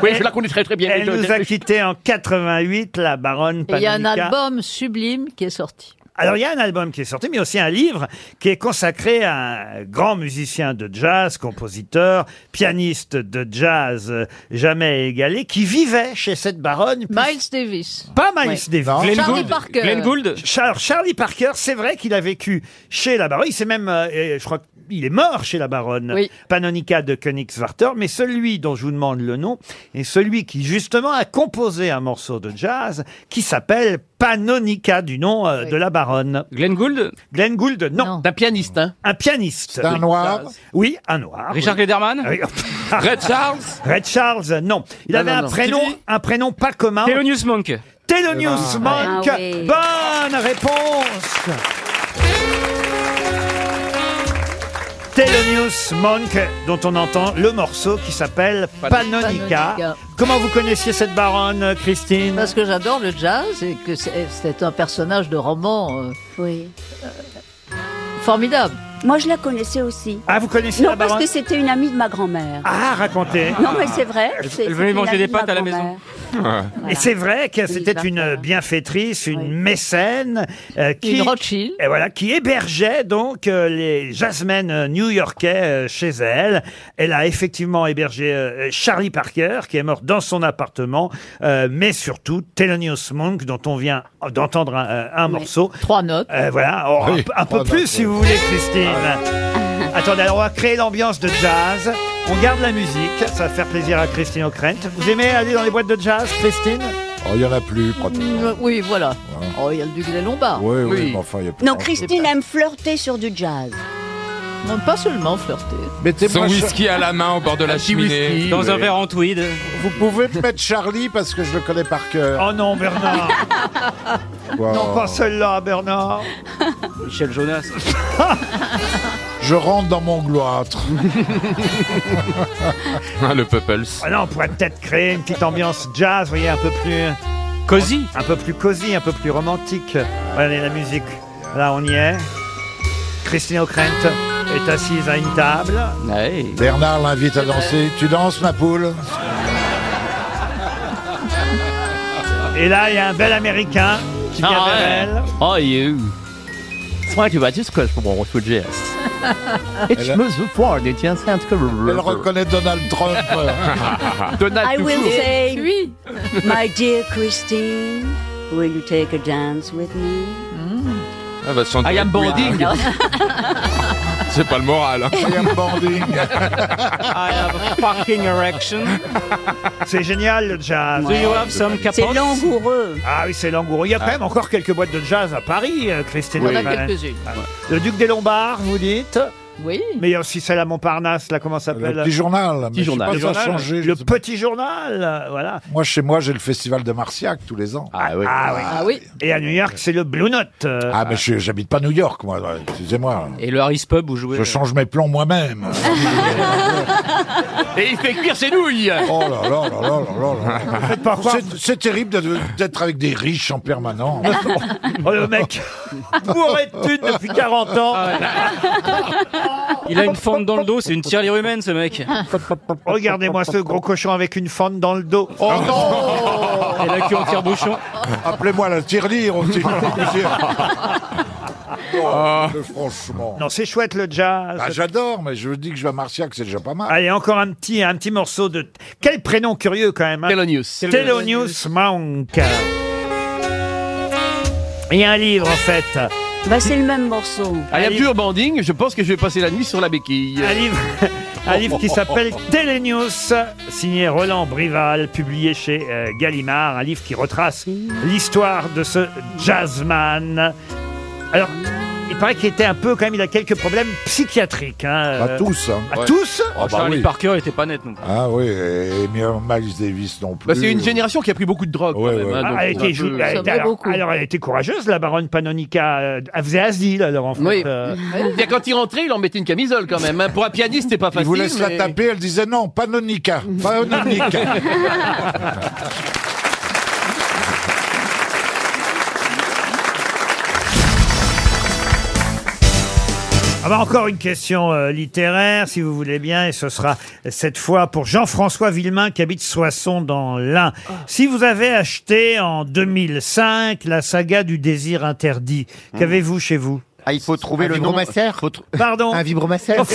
Speaker 20: Oui, je la connais très très bien.
Speaker 1: Elle
Speaker 20: Je-
Speaker 1: nous
Speaker 20: je-
Speaker 1: a quitté en 88, la baronne
Speaker 18: Et il y
Speaker 1: Panonica.
Speaker 18: a un album sublime qui est sorti.
Speaker 1: Alors, il y a un album qui est sorti, mais aussi un livre qui est consacré à un grand musicien de jazz, compositeur, pianiste de jazz euh, jamais égalé, qui vivait chez cette baronne.
Speaker 18: Miles Davis.
Speaker 1: Pas Miles Davis.
Speaker 18: Glenn Charlie Gould. Parker. Glenn Gould.
Speaker 1: Char- Charlie Parker, c'est vrai qu'il a vécu chez la baronne. Il s'est même, euh, euh, je crois qu'il est mort chez la baronne Panonica de Königswarter. Mais celui dont je vous demande le nom est celui qui, justement, a composé un morceau de jazz qui s'appelle Panonica, du nom euh, de la baronne. Glenn Gould Glenn Gould, non. Un pianiste,
Speaker 20: hein.
Speaker 1: Un pianiste.
Speaker 20: C'est un
Speaker 1: Oui.
Speaker 20: noir
Speaker 1: Oui, un noir.
Speaker 20: Richard
Speaker 1: oui. Ah
Speaker 20: Lederman
Speaker 1: Oui.
Speaker 20: Red Charles
Speaker 1: Red Charles, non. Il
Speaker 20: Non,
Speaker 1: avait
Speaker 20: non,
Speaker 1: un
Speaker 20: non.
Speaker 1: prénom,
Speaker 20: Télé-
Speaker 1: un prénom pas commun.
Speaker 20: Thelonious Monk.
Speaker 1: Thelonious
Speaker 20: Ah.
Speaker 1: Monk.
Speaker 20: Ah oui.
Speaker 1: Bonne réponse. Thelonious Monk, dont on entend le morceau qui s'appelle Panonica.
Speaker 18: Panonica.
Speaker 1: Comment vous connaissiez cette baronne, Christine
Speaker 18: Parce que j'adore le jazz et que c'est c'est un personnage de roman euh,
Speaker 2: Oui.
Speaker 18: formidable.
Speaker 2: Moi, je la connaissais aussi.
Speaker 1: Ah, vous connaissez
Speaker 2: non,
Speaker 1: la baronne
Speaker 2: parce que c'était une amie de ma grand-mère.
Speaker 1: Ah, racontez.
Speaker 2: Non, mais c'est vrai.
Speaker 1: Elle-
Speaker 2: c'est-
Speaker 1: elle venait
Speaker 2: c'était une
Speaker 1: manger
Speaker 2: amie
Speaker 1: des
Speaker 2: de ma
Speaker 1: pâtes à la
Speaker 2: grand-mère.
Speaker 1: maison. Et c'est vrai que c'était une bienfaitrice, une mécène, euh, qui,
Speaker 18: Une Rothschild.
Speaker 1: Et voilà, qui hébergeait donc euh, les jazzmen euh, new-yorkais euh, chez elle. Elle a effectivement hébergé euh, Charlie Parker, qui est mort dans son appartement, euh, mais surtout Thelonious Monk, dont on vient d'entendre un, euh, un morceau.
Speaker 18: Trois notes.
Speaker 1: voilà, Oh, un
Speaker 10: Oui,
Speaker 1: peu- un, peu
Speaker 10: trois
Speaker 1: plus
Speaker 10: notes,
Speaker 1: si
Speaker 10: oui.
Speaker 1: vous voulez, Christine. Attendez, alors on va créer l'ambiance de jazz. On garde la musique, ça va faire plaisir à Christine O'Krent. Vous aimez aller dans les boîtes de jazz, Christine
Speaker 20: Oh, il n'y en a plus, pratiquement.
Speaker 18: Mm, Oui, voilà. Oh, il y a le duc des Lombards.
Speaker 20: Oui, oui,
Speaker 18: oui.
Speaker 20: mais enfin, il y a plus
Speaker 2: Non, Christine aime flirter sur du jazz.
Speaker 18: Non, pas seulement flirter.
Speaker 20: Son whisky à la main au bord de la cheminée. dans un verre en tweed.
Speaker 3: Vous pouvez me mettre Charlie parce que je le connais par cœur.
Speaker 1: Oh non, Bernard Non, pas celle-là, Bernard
Speaker 20: Michel Jonas.
Speaker 16: Je rentre dans mon gloître.
Speaker 20: Ah, le Peuples.
Speaker 1: Ah non, on pourrait peut-être créer une petite ambiance jazz, vous voyez, un peu plus... Cosy Un peu plus cosy, un peu plus romantique. Regardez la musique, là on y est. Christine O'Krent est assise à une table.
Speaker 16: Bernard l'invite à danser. Tu danses, ma poule
Speaker 1: Et là, il y a un bel Américain qui vient vers elle.
Speaker 20: Oh, you. Why do I just crush for one with jazz? It
Speaker 16: Elle-
Speaker 20: moves forward, it just has to
Speaker 16: Elle reconnaît Donald Trump.
Speaker 20: Donald
Speaker 2: I will
Speaker 20: Dufour.
Speaker 2: say,
Speaker 18: Oui.
Speaker 2: my dear Christine, will you take a dance with me? Ah,
Speaker 20: Ah, bah, sans I am boarding. C'est pas le moral. Hein.
Speaker 16: I am boarding.
Speaker 20: I have a fucking erection.
Speaker 1: C'est génial le jazz.
Speaker 20: Do you have some capotes C'est
Speaker 1: langoureux. Ah oui, c'est langoureux. Il y a quand
Speaker 20: Ah.
Speaker 1: même encore quelques boîtes de jazz à Paris, euh, Christine.
Speaker 18: Il y en a
Speaker 1: O'Connell.
Speaker 18: quelques-unes.
Speaker 1: Ah. Le Duc des Lombards, vous dites
Speaker 18: Oui.
Speaker 1: Mais il y a aussi celle à Montparnasse, là, comment ça s'appelle
Speaker 16: Le petit journal, mais Petit je sais journal. pas si ça a changé,
Speaker 1: Le petit journal, euh, voilà.
Speaker 16: Moi, chez moi, j'ai le festival de Marciac tous les ans. Ah oui.
Speaker 1: Ah oui. Et à New York, c'est le Blue Note. euh.
Speaker 16: Ah, mais je- j'habite pas New York, moi. Excusez-moi.
Speaker 20: Et le Harris Pub où jouez
Speaker 11: euh,
Speaker 16: Je change mes plans moi-même.
Speaker 11: Ah,
Speaker 20: Et il fait cuire ses nouilles.
Speaker 16: Oh là là là là là là là. C'est- C'est terrible d'être- d'être avec des riches en permanence.
Speaker 1: oh le mec, bourré de thunes depuis 40 ans.
Speaker 11: Ah
Speaker 20: Il a une fente dans le dos, c'est une tirelire humaine ce mec.
Speaker 1: Regardez-moi ce gros cochon avec une fente dans le dos. Oh
Speaker 20: non Et la queue en tire-bouchon.
Speaker 16: Appelez-moi la tirelire aussi. Oh, mais franchement.
Speaker 1: Ah. Non, c'est chouette le jazz.
Speaker 16: Ah, J'adore, mais je dis que je vais à Martiac, c'est déjà pas mal.
Speaker 1: Allez, encore un petit, un petit morceau de... Quel prénom curieux quand même. hein.
Speaker 20: Thelonious.
Speaker 1: Thelonious Monk. Il y a un livre en fait.
Speaker 2: Bah, c'est le même morceau.
Speaker 11: À la pure banding, je pense que je vais passer la nuit sur la béquille.
Speaker 1: Un livre, un livre qui s'appelle Télénews, signé Roland Brival, publié chez euh, Gallimard, un livre qui retrace l'histoire de ce jazzman. Alors, il paraît qu'il était un peu, quand même, il a quelques problèmes psychiatriques. Hein,
Speaker 16: À
Speaker 1: euh,
Speaker 16: tous, hein.
Speaker 1: À
Speaker 16: Ouais.
Speaker 1: tous
Speaker 16: Ah, bah Charlie oui.
Speaker 11: Parker était pas net non plus.
Speaker 16: Ah oui, et Miles Davis non plus.
Speaker 11: Bah, c'est une génération qui a pris beaucoup de drogue. quand même, hein,
Speaker 1: Ah,
Speaker 11: donc
Speaker 1: elle
Speaker 11: c'est un
Speaker 1: était, jou-
Speaker 11: peu-
Speaker 1: elle était- alors, alors, elle était courageuse, la baronne Panonica. euh, Elle faisait asile, alors, en fait.
Speaker 11: Oui.
Speaker 1: euh.
Speaker 11: Bien, quand il rentrait, il en mettait une camisole quand même. hein. Pour un pianiste, c'était pas
Speaker 16: Il
Speaker 11: facile.
Speaker 16: vous laisse
Speaker 11: mais-
Speaker 16: la taper, elle disait non, Panonica, Panonica.
Speaker 1: Ah bah, encore une question euh, littéraire, si vous voulez bien, et ce sera cette fois pour Jean-François Villemain qui habite Soissons dans l'Ain.
Speaker 21: Ah.
Speaker 1: Si vous avez acheté en 2005 la saga du désir interdit,
Speaker 21: Hmm.
Speaker 1: qu'avez-vous chez vous ah, il faut trouver
Speaker 21: le nom.
Speaker 1: Pardon
Speaker 21: Un vibromasseur.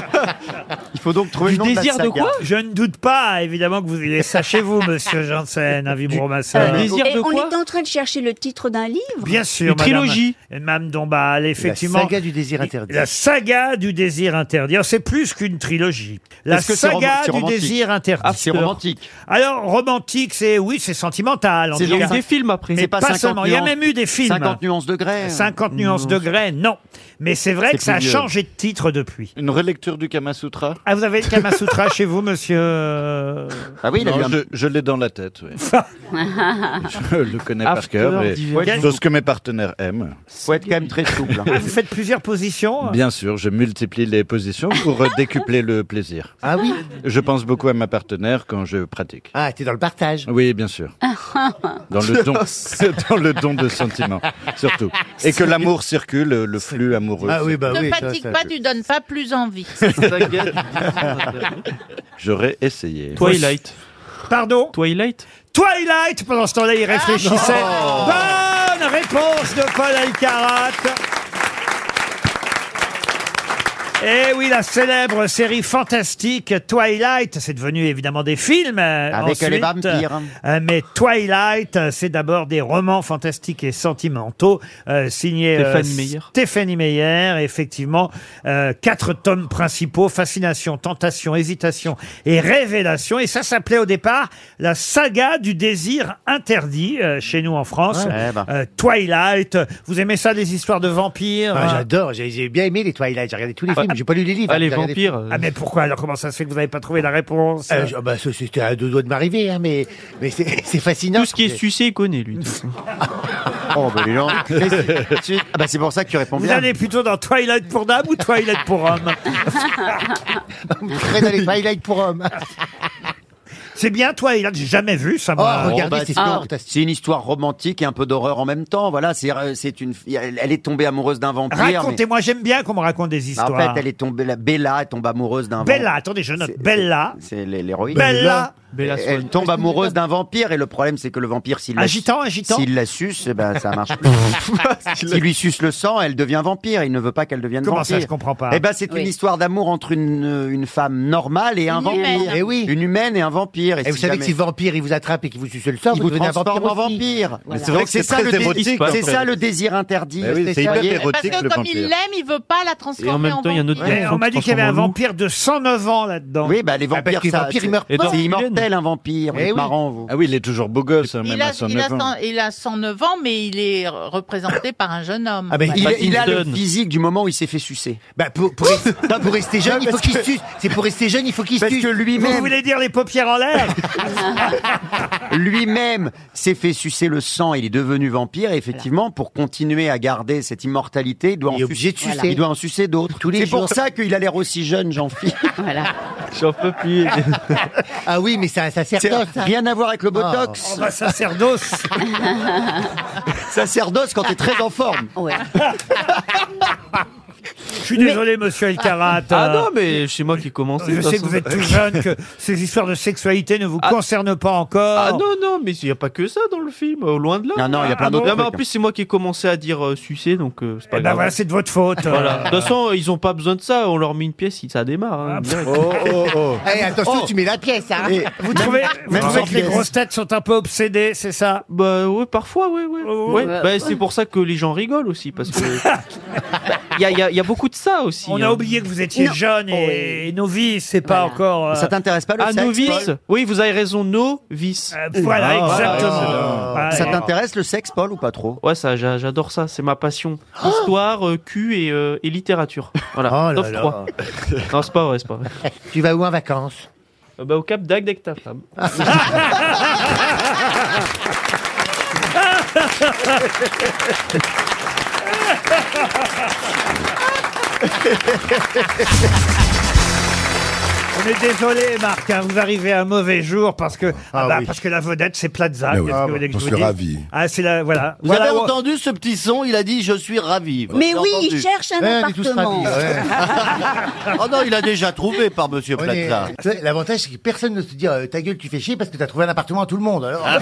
Speaker 1: Il faut donc
Speaker 21: trouver Du le nom de la désir de saga. quoi
Speaker 1: Je ne doute pas, évidemment, que vous ayez ça chez vous, monsieur Janssen, un vibromasseur.
Speaker 2: Et on est en train de chercher le titre d'un livre
Speaker 1: Bien sûr, madame. Et Madame Dombal, effectivement.
Speaker 21: saga du désir interdit.
Speaker 1: La saga du désir interdit. Alors, C'est plus qu'une trilogie. La
Speaker 21: Est-ce que c'est rom-
Speaker 1: saga
Speaker 21: c'est
Speaker 1: du
Speaker 21: romantique
Speaker 1: désir interdit.
Speaker 21: Ah, c'est romantique.
Speaker 1: Alors, romantique, c'est, oui, c'est sentimental. en
Speaker 21: C'est
Speaker 1: tout
Speaker 21: genre
Speaker 1: cas.
Speaker 21: des films, après.
Speaker 1: Mais
Speaker 21: C'est pas
Speaker 1: pas
Speaker 21: 50
Speaker 1: seulement. Il y a
Speaker 21: nuances-
Speaker 1: même eu des films.
Speaker 21: 50 nuances de grey.
Speaker 1: 50 nuances de grès, non. Mais c'est vrai
Speaker 21: C'est
Speaker 1: que ça a
Speaker 21: plus euh, vieux.
Speaker 1: changé de titre depuis.
Speaker 21: Une relecture du Kama Sutra
Speaker 1: Ah, vous avez le Kama Sutra chez vous, monsieur euh,
Speaker 21: Ah oui, il a
Speaker 1: Non,
Speaker 21: eu un-
Speaker 1: je-
Speaker 21: l'ai dans la tête, oui. je le connais
Speaker 1: par After cœur, et- Division. chose
Speaker 21: que mes partenaires aiment. Faut être quand même très souple. hein.
Speaker 1: Ah, vous faites plusieurs positions
Speaker 21: Bien sûr, je multiplie les positions pour euh, décupler le plaisir.
Speaker 1: Ah oui
Speaker 21: Je pense beaucoup à ma partenaire quand je pratique.
Speaker 1: Ah, t'es dans le partage.
Speaker 21: Oui, bien sûr. Dans le don, dans le don de sentiments, surtout. Et que l'amour circule, le flux amoureux.
Speaker 7: ne fatigue pas, tu donnes pas plus envie.
Speaker 21: J'aurais essayé.
Speaker 1: Twilight. Pardon Twilight Twilight Pendant ce temps-là, il réfléchissait. Bonne réponse de Paul Alcarat Eh oui, la célèbre série fantastique Twilight, c'est devenu évidemment des films. euh,
Speaker 21: Avec les
Speaker 1: ensuite.
Speaker 21: vampires.
Speaker 1: Euh, mais Twilight, euh, c'est d'abord des romans fantastiques et sentimentaux euh, signés
Speaker 21: Stéphanie Meyer.
Speaker 1: Stéphanie Meyer, effectivement, euh, quatre tomes principaux fascination, tentation, hésitation et révélation. Et ça s'appelait au départ la saga du désir interdit euh, chez nous en France.
Speaker 21: Ouais, bah.
Speaker 1: Euh, Twilight. Vous aimez ça les histoires de vampires
Speaker 21: Ah,
Speaker 1: hein
Speaker 21: j'adore, j'ai j'ai bien aimé les Twilight, j'ai regardé tous les films, j'ai pas lu les livres. j'ai regardé-
Speaker 1: Ah mais pourquoi alors comment ça se fait que vous n'avez pas trouvé la réponse
Speaker 21: Euh, je- bah, ça, c'était à deux doigts de m'arriver, hein, mais, mais c'est c'est fascinant. Tout ce qui est sucé, il connaît, lui.
Speaker 1: Oh, bah,
Speaker 21: Ah, bah, c'est pour ça que tu réponds
Speaker 1: Vous allez plutôt dans Twilight pour dames ou Twilight pour hommes
Speaker 21: Très dans les Twilight pour hommes.
Speaker 1: C'est Eh bien Twilight, j'ai jamais vu Oh, ça moi.
Speaker 21: Oh,
Speaker 1: ah.
Speaker 21: c'est une histoire romantique et un peu d'horreur en même temps. Voilà, c'est euh, c'est une, elle elle est tombée amoureuse d'un vampire. mais- Bah,
Speaker 1: Racontez-moi, j'aime bien qu'on me raconte des histoires.
Speaker 21: En fait, elle est tombée, la- Bella tombe amoureuse d'un vampire.
Speaker 1: Bella, attendez, je note Bella.
Speaker 21: C'est l'hé- l'héroïne.
Speaker 1: Bella. Bella
Speaker 21: Elle,
Speaker 1: Swan.
Speaker 21: elle tombe amoureuse d'un vampire et le problème c'est que le vampire s'il la
Speaker 1: Un gitan, un gitan
Speaker 21: s'il la suce, eh ben ça marche. plus. s'il lui suce le sang, elle devient vampire. Il ne veut pas qu'elle devienne
Speaker 1: Comment
Speaker 21: vampire.
Speaker 1: ça, je comprends pas. hein.
Speaker 21: Eh ben c'est
Speaker 1: Oui.
Speaker 21: une histoire d'amour entre une, une femme normale et un
Speaker 1: Une
Speaker 21: vampire.
Speaker 1: humaine. Eh
Speaker 21: oui. Une humaine et un vampire.
Speaker 1: Et vous savez que si
Speaker 21: vampire il vous attrape et qu'il vous suce le sang, il vous,
Speaker 1: devenez un
Speaker 21: transforme
Speaker 1: vampire
Speaker 21: en
Speaker 1: aussi.
Speaker 21: vampire.
Speaker 1: Mais c'est
Speaker 21: Donc
Speaker 1: vrai que c'est très
Speaker 21: le dé-
Speaker 1: érotique,
Speaker 21: C'est
Speaker 12: hein,
Speaker 1: quoi.
Speaker 21: ça le désir interdit.
Speaker 1: Mais oui, c'est hyper
Speaker 21: ça.
Speaker 7: Parce que comme il l'aime, il veut pas la transformer vampire.
Speaker 1: Mais on m'a dit qu'il y avait un vampire de 109 ans là-dedans. Ah,
Speaker 21: Oui, bah les vampires,
Speaker 1: parce que les
Speaker 21: ça,
Speaker 1: vampires,
Speaker 21: c'est-
Speaker 1: ils meurent pas.
Speaker 21: C'est immortel un vampire.
Speaker 1: Eh
Speaker 21: Vous êtes
Speaker 1: oui.
Speaker 21: marrant, vous. Ah oui, il est toujours beau gosse,
Speaker 7: Il a, il, a cent- il a 109 ans, mais il est représenté par un jeune homme.
Speaker 21: Ah, il,
Speaker 7: Voilà.
Speaker 21: a- il a le physique du moment où il s'est fait sucer.
Speaker 10: pour, pour, res- non, pour rester jeune, il faut
Speaker 21: parce
Speaker 10: qu'il
Speaker 21: que-
Speaker 10: suce. C'est pour rester jeune, il faut qu'il suce.
Speaker 21: Parce que lui-même-
Speaker 1: Vous voulez dire les paupières en l'air
Speaker 21: Lui-même s'est fait sucer le sang, il est devenu vampire, et effectivement, pour continuer à garder cette immortalité, il doit, en,
Speaker 10: Il est obligé
Speaker 21: sucer,
Speaker 10: de sucer.
Speaker 21: il doit en sucer d'autres.
Speaker 10: les
Speaker 21: C'est pour
Speaker 10: jours.
Speaker 21: ça qu'il a l'air aussi jeune, Jean-Philippe. voilà. J'en peux plus.
Speaker 10: Ah oui, mais c'est un sacerdoce.
Speaker 21: C'est- hein. rien à voir avec le Botox.
Speaker 1: Oh, bah, sacerdoce.
Speaker 21: Sacerdoce quand t'es très en forme.
Speaker 1: Je suis désolé, monsieur Elkarat.
Speaker 11: Ah
Speaker 1: euh,
Speaker 11: non, mais c'est moi qui commence.
Speaker 1: Je sais que vous êtes tout jeune, que ces histoires de sexualité ne vous concernent pas encore.
Speaker 11: Ah non, non, mais il n'y a pas que ça dans le film, euh, loin de là.
Speaker 1: Non, non, il y a plein d'autres
Speaker 11: Non, mais en
Speaker 1: trucs,
Speaker 11: plus, c'est moi qui ai commencé à dire euh, sucer, donc euh, c'est pas
Speaker 1: Ah Eh ben
Speaker 11: grave.
Speaker 1: voilà, c'est de votre faute.
Speaker 11: Voilà. De toute façon, euh, ils n'ont pas besoin de ça, on leur met une pièce, ça démarre.
Speaker 1: Ah
Speaker 11: hein, direct.
Speaker 22: Ah,
Speaker 14: Hey, attention,
Speaker 11: Oh.
Speaker 14: tu mets la pièce, hein.
Speaker 11: Et
Speaker 1: Vous trouvez, Eh, vous
Speaker 11: Même
Speaker 1: trouvez
Speaker 11: sans
Speaker 1: que les
Speaker 11: pièce.
Speaker 1: grosses têtes sont un peu obsédées, c'est ça Oh,
Speaker 11: Bah oui, parfois, oui, oui. Ouais, bah, c'est pour ça que les gens rigolent aussi, parce que. Il y a, il y a- il y a beaucoup de ça aussi. hein.
Speaker 1: On a oublié que vous étiez
Speaker 11: Non.
Speaker 1: jeune et,
Speaker 21: Oh,
Speaker 1: et novice, c'est pas encore. euh,
Speaker 11: Ah, novice Oui, vous avez raison, novice.
Speaker 1: Euh, voilà,
Speaker 11: Ah,
Speaker 1: exactement.
Speaker 11: ouais, c'est
Speaker 23: Ça
Speaker 11: là.
Speaker 23: t'intéresse le sexe, Paul, ou pas trop
Speaker 11: Ouais, ça, j'a- j'adore ça, c'est ma passion. Histoire, euh, cul et, euh, et littérature. Voilà,
Speaker 23: Oh là
Speaker 11: top
Speaker 23: là.
Speaker 11: 3. non, c'est pas vrai, c'est pas vrai.
Speaker 23: Tu vas où en vacances
Speaker 11: Euh, bah, au Cap d'Agde avec ta femme.
Speaker 1: On est désolé, Marc, hein, vous arrivez à un mauvais jour parce que, ah bah, parce que la vedette, c'est Plaza.
Speaker 12: Mais
Speaker 1: qu'est-ce
Speaker 12: oui.
Speaker 1: que
Speaker 12: Ah
Speaker 1: vous voulez que
Speaker 12: bah,
Speaker 1: je
Speaker 12: on
Speaker 1: vous
Speaker 12: se
Speaker 1: dise
Speaker 12: ravit.
Speaker 1: Ah, c'est la. Voilà.
Speaker 12: Vous
Speaker 1: Voilà,
Speaker 12: avez
Speaker 1: on-
Speaker 12: entendu ce petit son Il a dit Je suis ravi. Vous
Speaker 2: Mais
Speaker 12: avez
Speaker 2: oui,
Speaker 12: entendu
Speaker 2: il cherche un
Speaker 12: Ouais, on est tous
Speaker 2: appartement.
Speaker 12: ravis, ouais. oh non, il a déjà trouvé par Monsieur
Speaker 22: On est-
Speaker 12: Plaza.
Speaker 22: Tu sais, L'avantage, c'est que personne ne se dit euh, ta gueule, tu fais chier parce que t'as trouvé un appartement à tout le monde. alors.
Speaker 12: Ah,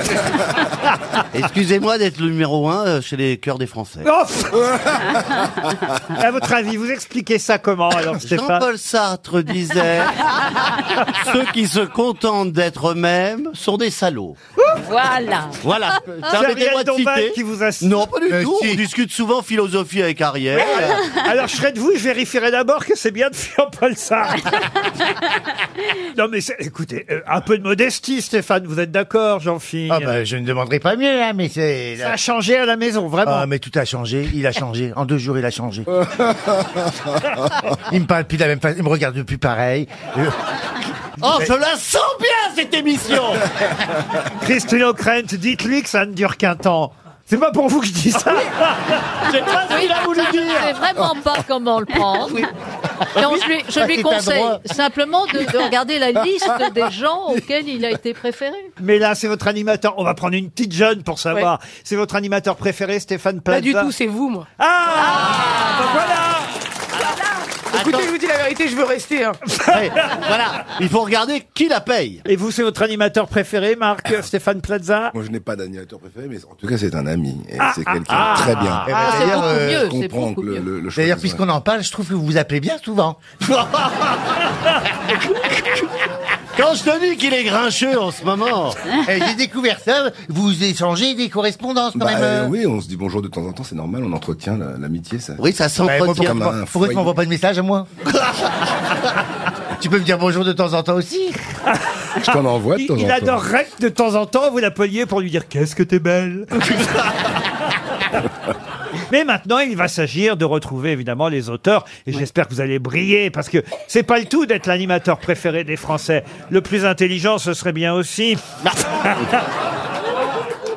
Speaker 12: Excusez-moi d'être le numéro un euh, chez les cœurs des Français.
Speaker 1: Oh à votre avis, vous expliquez ça comment alors, Stéphane
Speaker 12: Jean-Paul Sartre disait Ceux qui se contentent d'être eux-mêmes sont des salauds.
Speaker 2: Voilà.
Speaker 22: Ah.
Speaker 12: Voilà. Permettez-moi
Speaker 1: Ariel
Speaker 12: de
Speaker 1: Dombal
Speaker 12: citer.
Speaker 1: qui vous a
Speaker 12: Non, pas du
Speaker 1: Euh,
Speaker 12: tout.
Speaker 1: si.
Speaker 12: On discute souvent philosophie avec Ariel.
Speaker 1: Alors, je serais de vous, je vérifierai d'abord que c'est bien de Jean-Paul Sartre. non, mais c'est- écoutez, euh, un peu de modestie, Stéphane, vous êtes d'accord, Jean-Philippe
Speaker 22: Ah bah, je ne demanderai pas mieux, hein, mais c'est...
Speaker 1: Ça a changé à la maison, vraiment.
Speaker 22: Ah, mais tout a changé. Il a changé. En deux jours, il a changé. il me parle plus de la même façon. Il me regarde plus pareil. Euh,
Speaker 12: Oh, je la sens bien cette émission
Speaker 1: Christine O'Krent, dites-lui que ça ne dure qu'un temps. C'est pas pour vous que je dis ça.
Speaker 12: J'ai pas ce qu'il a voulu dire.
Speaker 24: C'est vraiment pas comment on le prendre. Non, je lui, je
Speaker 1: Ah,
Speaker 24: lui
Speaker 1: c'est un
Speaker 24: conseille
Speaker 1: droit.
Speaker 24: simplement de, de regarder la liste des gens auxquels il a été préféré.
Speaker 1: Mais là, c'est votre animateur. On va prendre une petite jeune pour savoir. C'est votre animateur préféré, Stéphane Plaza.
Speaker 14: Pas du tout, c'est vous, moi.
Speaker 6: Écoutez, je vous dis la vérité, je veux rester. hein.
Speaker 12: voilà, il faut regarder qui la paye. Ah.
Speaker 1: Et vous, c'est votre animateur préféré, Marc euh, Stéphane Plaza
Speaker 25: Moi, je n'ai pas d'animateur préféré, mais en tout cas, c'est un ami. Et
Speaker 1: Ah,
Speaker 25: c'est
Speaker 1: ah,
Speaker 25: quelqu'un
Speaker 1: ah.
Speaker 25: de très bien.
Speaker 22: Eh ben, Ah, c'est d'ailleurs, beaucoup euh, mieux,
Speaker 25: je
Speaker 22: c'est
Speaker 25: comprends que le, le, le
Speaker 22: D'ailleurs,
Speaker 25: choix-
Speaker 22: puisqu'on en parle, je trouve que vous vous appelez bien souvent.
Speaker 12: Quand je te dis qu'il est grincheux en ce moment.
Speaker 22: Eh, J'ai découvert ça. Vous échangez des correspondances quand
Speaker 25: Bah,
Speaker 22: même.
Speaker 25: euh,
Speaker 22: euh.
Speaker 25: oui, on se dit bonjour de temps en temps, c'est normal, on entretient la- l'amitié. Ça...
Speaker 22: Oui, ça
Speaker 12: Ben,
Speaker 25: Bah, moi,
Speaker 22: s'entretient.
Speaker 25: comme un
Speaker 22: Pourquoi, pourquoi tu
Speaker 25: foyer.
Speaker 22: m'envoies pas de message à moi Tu peux me dire bonjour de temps en temps aussi
Speaker 25: Je t'en envoie de
Speaker 1: Il,
Speaker 25: temps en
Speaker 1: il
Speaker 25: temps.
Speaker 1: adorerait que de temps en temps vous l'appeliez pour lui dire qu'est-ce que t'es belle. Mais maintenant, il va s'agir de retrouver évidemment les auteurs et j'espère que vous allez briller parce que c'est pas le tout d'être l'animateur préféré des Français. Le plus intelligent, ce serait bien aussi.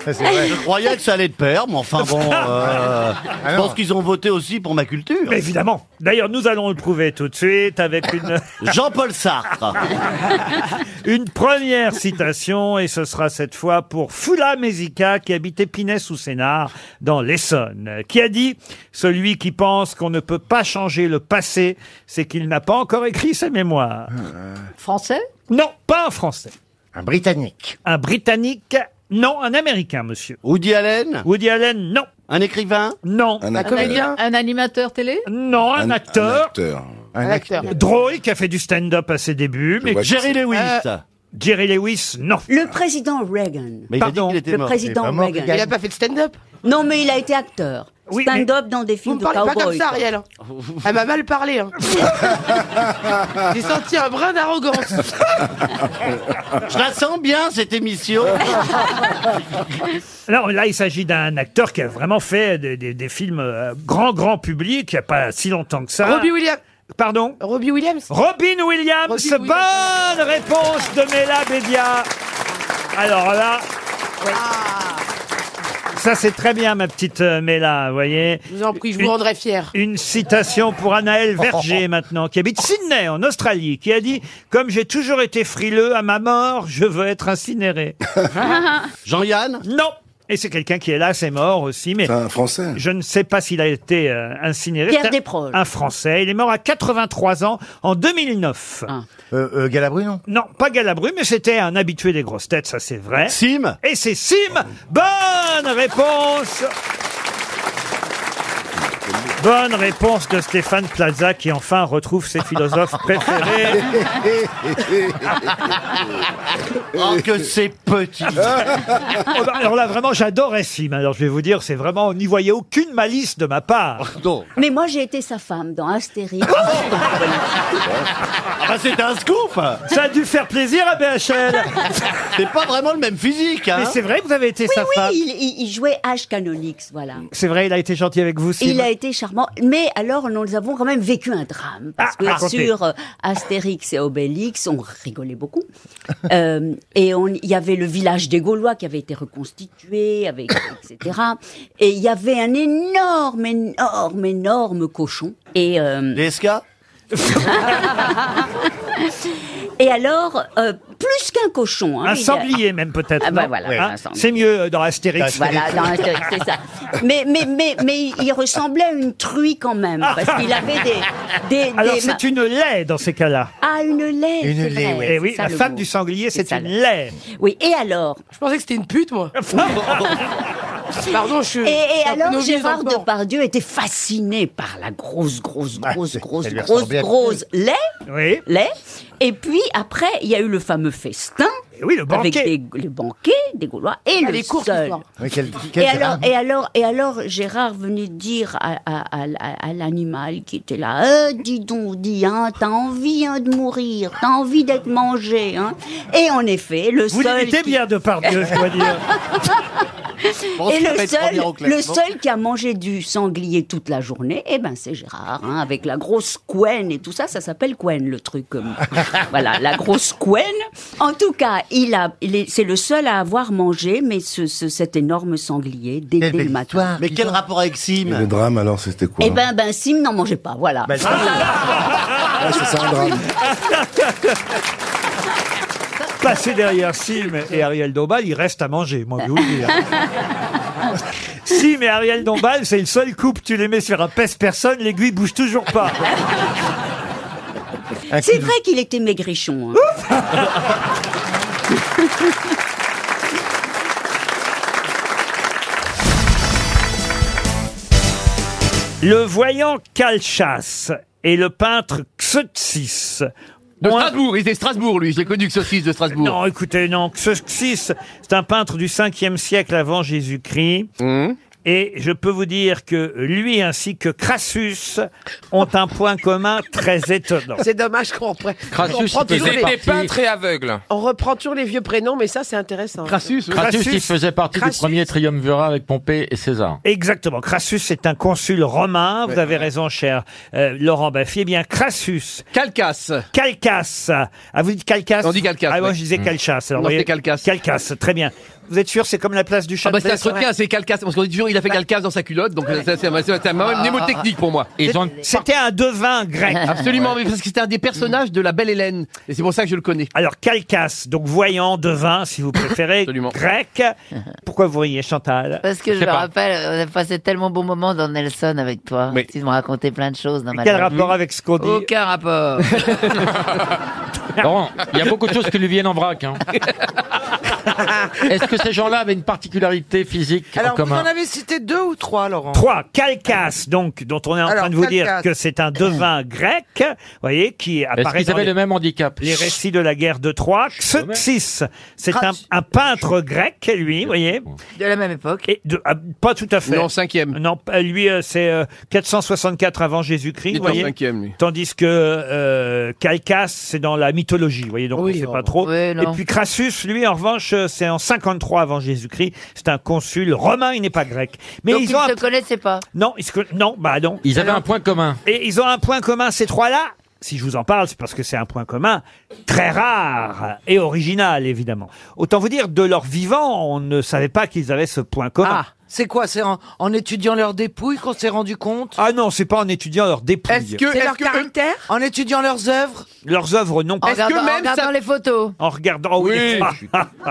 Speaker 12: Je croyais que ça allait de pair, mais enfin bon.
Speaker 25: Ah
Speaker 12: euh, je pense qu'ils ont voté aussi pour ma culture.
Speaker 1: Mais évidemment. D'ailleurs, nous allons le prouver tout de suite avec une.
Speaker 12: Jean-Paul Sartre.
Speaker 1: une première citation, et ce sera cette fois pour Fula Mezica, qui habitait Pinay-sous-Sénard, dans l'Essonne, qui a dit Celui qui pense qu'on ne peut pas changer le passé, c'est qu'il n'a pas encore écrit ses mémoires.
Speaker 24: Français
Speaker 1: Non, pas un Français.
Speaker 22: Ah. Un Britannique.
Speaker 1: Un Britannique Non, un Américain, monsieur.
Speaker 12: Woody Allen
Speaker 1: Woody Allen, non.
Speaker 12: Un écrivain
Speaker 1: Non.
Speaker 25: Un
Speaker 24: Un, ani- un animateur télé
Speaker 1: Non, un, acteur.
Speaker 25: acteur.
Speaker 24: Un acteur.
Speaker 1: Drôle, qui a fait du stand-up à ses débuts. mais
Speaker 25: vois que Jerry
Speaker 2: Lewis. Euh,
Speaker 1: Jerry Lewis, non.
Speaker 2: Le président Reagan.
Speaker 1: Mais il a dit qu'il était
Speaker 2: le
Speaker 1: mort.
Speaker 2: président
Speaker 1: Il est pas mort,
Speaker 2: Reagan.
Speaker 1: Reagan. Il a
Speaker 2: pas fait de stand-up Non, mais il a été acteur.
Speaker 6: Oui,
Speaker 2: stand-up dans des
Speaker 6: Vous
Speaker 2: films
Speaker 6: me
Speaker 2: de
Speaker 6: parlez
Speaker 2: cowboy.
Speaker 6: pas comme ça, Ariel.
Speaker 10: hein.
Speaker 6: Elle m'a mal parlé. hein. J'ai senti un brin d'arrogance.
Speaker 12: Je la sens bien cette émission.
Speaker 1: Non, là, il s'agit d'un acteur qui a vraiment fait des, des- des films euh, grand, grand public, il n'y a pas si longtemps que ça.
Speaker 6: Euh, Robbie Williams.
Speaker 1: Pardon
Speaker 6: Robbie Williams.
Speaker 1: Robin Williams, bonne réponse de Mela Bédia. Alors là, ça c'est très bien, ma petite euh, Mela, vous voyez.
Speaker 6: Je vous en prie, je vous
Speaker 1: Une-
Speaker 6: rendrai fier.
Speaker 1: Une citation pour Anaël Verger maintenant, qui habite Sydney, en Australie, qui a dit « Comme j'ai toujours été frileux, à ma mort, je veux être incinéré. » Jean-Yann Non Et c'est quelqu'un qui, hélas, est mort aussi. Mais un Français. Je ne sais pas s'il a été euh, incinéré.
Speaker 2: Pierre
Speaker 1: C'est un-
Speaker 2: Desproges.
Speaker 1: Un Français. Il est mort à 83 ans en 2009.
Speaker 2: Ah.
Speaker 1: Euh, Galabru, non Non, pas Galabru, mais c'était un habitué des grosses têtes, ça c'est vrai. Sim Et c'est Sim Bonne réponse Bonne réponse de Stéphane Plaza qui enfin retrouve ses philosophes préférés.
Speaker 12: Oh, que c'est petit
Speaker 1: Oh bah, alors là, vraiment, j'adorais Sim. Alors, je vais vous dire, c'est vraiment, on n'y voyait aucune malice de ma part.
Speaker 2: Mais moi, j'ai été sa femme dans Astérix.
Speaker 12: Ah bah c'est un scoop
Speaker 1: Ça a dû faire plaisir à BHL
Speaker 12: C'est pas vraiment le même physique, hein
Speaker 1: Mais c'est vrai que vous avez été
Speaker 2: oui,
Speaker 1: sa
Speaker 2: oui,
Speaker 1: femme.
Speaker 2: il, il- il jouait H. Canonix, voilà.
Speaker 1: C'est vrai, il a été gentil avec vous, Sim.
Speaker 2: Il a été charmant, mais alors nous avons quand même vécu un drame parce
Speaker 1: Ah,
Speaker 2: que
Speaker 1: racontez.
Speaker 2: sur euh, Astérix et Obélix, on rigolait beaucoup Euh, et on- il y avait le village des Gaulois qui avait été reconstitué, avec etc. Et il y avait un énorme, énorme, énorme cochon et euh, et alors euh, plus qu'un cochon, hein,
Speaker 1: Un
Speaker 2: il y a-
Speaker 1: sanglier, même peut-être.
Speaker 2: Ah bah
Speaker 1: non
Speaker 2: voilà,
Speaker 1: Hein
Speaker 2: un sanglier.
Speaker 1: c'est mieux euh, dans Astérix.
Speaker 2: Voilà, dans Astérix, c'est ça. Mais, mais, mais, mais il ressemblait à une truie quand même, parce qu'il avait des... des,
Speaker 1: Alors,
Speaker 2: des ma-
Speaker 1: c'est une laie dans ces cas-là.
Speaker 2: Ah, une laie c'est vrai,
Speaker 1: Eh oui,
Speaker 2: c'est ça
Speaker 1: la
Speaker 2: le
Speaker 1: femme
Speaker 2: mot.
Speaker 1: du sanglier, c'est
Speaker 2: ça,
Speaker 1: une
Speaker 2: le-
Speaker 1: laie.
Speaker 2: Oui, et alors Ah,
Speaker 14: Je pensais que c'était une pute, moi. Pardon, je suis.
Speaker 2: Et, et
Speaker 14: je suis un peu
Speaker 2: alors,
Speaker 14: novice
Speaker 2: Gérard
Speaker 14: encore.
Speaker 2: Depardieu était fasciné par la grosse, grosse,
Speaker 1: Ah,
Speaker 2: grosse, grosse,
Speaker 14: lui
Speaker 2: grosse,
Speaker 14: ressemblait.
Speaker 2: grosse lait.
Speaker 1: Oui.
Speaker 2: lait. Et puis, après, il y a eu le fameux festin.
Speaker 1: Eh oui, le
Speaker 2: Avec
Speaker 1: banquet.
Speaker 2: des, les banquets, des Gaulois. Et
Speaker 14: Ah,
Speaker 2: le
Speaker 14: les courses,
Speaker 2: seul.
Speaker 14: l'histoire.
Speaker 23: Mais quel- quel
Speaker 2: Et alors,
Speaker 23: drame.
Speaker 2: et, alors, et alors, Gérard venait dire à, à- à- à- à l'animal qui était là, Eh, dis donc, dis, hein, t'as envie hein, de mourir, t'as envie d'être mangé. Hein. Et en effet, le
Speaker 1: Vous
Speaker 2: seul...
Speaker 1: l'imitez
Speaker 2: qui-
Speaker 1: bien de par Dieu, je dois dire.
Speaker 2: et
Speaker 1: qu'il va
Speaker 2: le
Speaker 1: être premier au
Speaker 2: seul,
Speaker 1: classement.
Speaker 2: le seul qui a mangé du sanglier toute la journée, eh ben c'est Gérard, hein, avec la grosse couenne et tout ça, ça s'appelle couenne le truc. euh, voilà, la grosse couenne. En tout cas, il a, il est- c'est le seul à avoir mangé, mais ce, ce- cet énorme sanglier dès, dès le matin.
Speaker 23: Mais quel
Speaker 12: rapport avec
Speaker 23: Et
Speaker 12: Sim
Speaker 23: le drame, alors, c'était quoi
Speaker 2: Eh ben, ben Sim n'en mangeait pas, voilà.
Speaker 1: Bah,
Speaker 23: Ouais, Ah, c'est ça, un drame.
Speaker 1: Passer derrière Sim et Ariel Dombal, il reste à manger, moi, je vous le dire. Sim et Ariel Dombal, c'est le seul couple, tu les mets sur un pèse-personne, l'aiguille bouge toujours pas.
Speaker 2: C'est vrai qu'il était maigrichon. hein.
Speaker 1: Le voyant Calchas et le peintre Xeuxis. De Strasbourg, il était Strasbourg, lui. J'ai connu Xeuxis de Strasbourg. Non, écoutez, non. Xeuxis, c'est un peintre du 5e siècle avant Jésus-Christ. Et je peux vous dire que lui ainsi que Crassus ont un point commun très étonnant.
Speaker 4: C'est dommage qu'on reprenne. on, reprend
Speaker 20: Ils
Speaker 4: toujours
Speaker 20: étaient
Speaker 4: les...
Speaker 20: peintres et aveugles.
Speaker 4: on reprend toujours les vieux prénoms, mais ça, c'est intéressant.
Speaker 5: Crassus, il faisait partie du premier triumvirat avec Pompée et César.
Speaker 1: Exactement. Crassus est un consul romain. Vous
Speaker 5: Ouais.
Speaker 1: avez raison, cher euh, Laurent Baffy. Eh bien, Crassus. Calcas. Calcas. Ah, vous dites Calcas On dit Calcas. Ah, moi,
Speaker 8: oui.
Speaker 1: je disais
Speaker 8: Mm.
Speaker 1: Calchas.
Speaker 8: Non, c'est
Speaker 1: Calcas. Calcas. Très bien. Vous êtes sûr, c'est comme la place du
Speaker 8: Ah
Speaker 1: Châtelet
Speaker 8: bah c'est un truc bien, c'est Calcas, parce qu'on dit toujours il
Speaker 4: Bah.
Speaker 8: a fait Calcas dans sa culotte, donc euh, ça, c'est c'est un- c'est un
Speaker 1: Ah,
Speaker 8: mnémotechnique pour moi.
Speaker 11: Ah.
Speaker 1: Et Jean- C'était un devin grec.
Speaker 8: Absolument,
Speaker 1: Ouais.
Speaker 8: mais parce que c'était un des personnages de la Belle Hélène, et c'est pour ça que je le connais.
Speaker 1: Alors Calcas, donc voyant, devin, si vous préférez, grec. Pourquoi vous riez, Chantal
Speaker 18: Parce que je, me rappelle, on a passé tellement bon moment dans Nelson avec toi.
Speaker 1: Oui.
Speaker 18: Tu me racontais plein de choses dans ma Oh.
Speaker 1: Quel
Speaker 18: vie.
Speaker 1: rapport avec ce qu'on dit
Speaker 18: Aucun rapport.
Speaker 5: Laurent, il y a beaucoup de choses qui lui viennent en vrac. hein. Est-ce que ces gens-là avaient une particularité physique en
Speaker 6: Alors, vous
Speaker 5: commun
Speaker 6: en avez cité deux ou trois, Laurent
Speaker 1: Trois, Calcas, donc, dont on est en
Speaker 6: Alors,
Speaker 1: train de vous dire
Speaker 6: Calcas.
Speaker 1: que c'est un devin grec, vous voyez, qui
Speaker 5: Est-ce
Speaker 1: apparaît
Speaker 5: qu'ils
Speaker 1: dans
Speaker 5: avaient
Speaker 1: les,
Speaker 5: le même handicap
Speaker 1: les récits de la guerre de Troie. Xeuxis, c'est un, un peintre grec, lui, vous voyez.
Speaker 18: De la même époque.
Speaker 1: Et de- ah, pas tout à fait.
Speaker 8: Non, cinquième.
Speaker 1: Non, pas- lui, euh, c'est euh, 464 avant Jésus-Christ,
Speaker 8: Il est
Speaker 1: vous
Speaker 8: en
Speaker 1: voyez.
Speaker 8: cinquième, lui.
Speaker 1: Tandis que euh, Calcas, c'est dans la mythologie, vous voyez, donc on sait
Speaker 18: oh,
Speaker 1: pas trop. Et puis Crassus, lui, en revanche, euh, c'est en 53 avant Jésus-Christ. C'est un consul romain, il n'est pas grec. Mais
Speaker 18: Donc
Speaker 1: ils
Speaker 18: ils
Speaker 1: ont
Speaker 18: ne
Speaker 1: un
Speaker 18: se connaissaient pas.
Speaker 1: non, ils se con- non, bah non.
Speaker 5: Ils avaient un point commun.
Speaker 1: Et ils ont un point commun, ces trois-là si je vous en parle, c'est parce que c'est un point commun très rare et original, évidemment. Autant vous dire, de leur vivant, on ne savait pas qu'ils avaient ce point commun.
Speaker 15: Ah.
Speaker 6: C'est quoi C'est en, en étudiant leurs dépouilles qu'on s'est rendu compte
Speaker 1: Ah non, c'est pas en étudiant leurs
Speaker 15: Eh,
Speaker 1: dépouilles.
Speaker 6: C'est leur caractère En étudiant leurs œuvres
Speaker 1: Leurs œuvres non.
Speaker 6: En Est-ce regardant- que même en regardant ça- les
Speaker 1: photos. En regardant oh oui.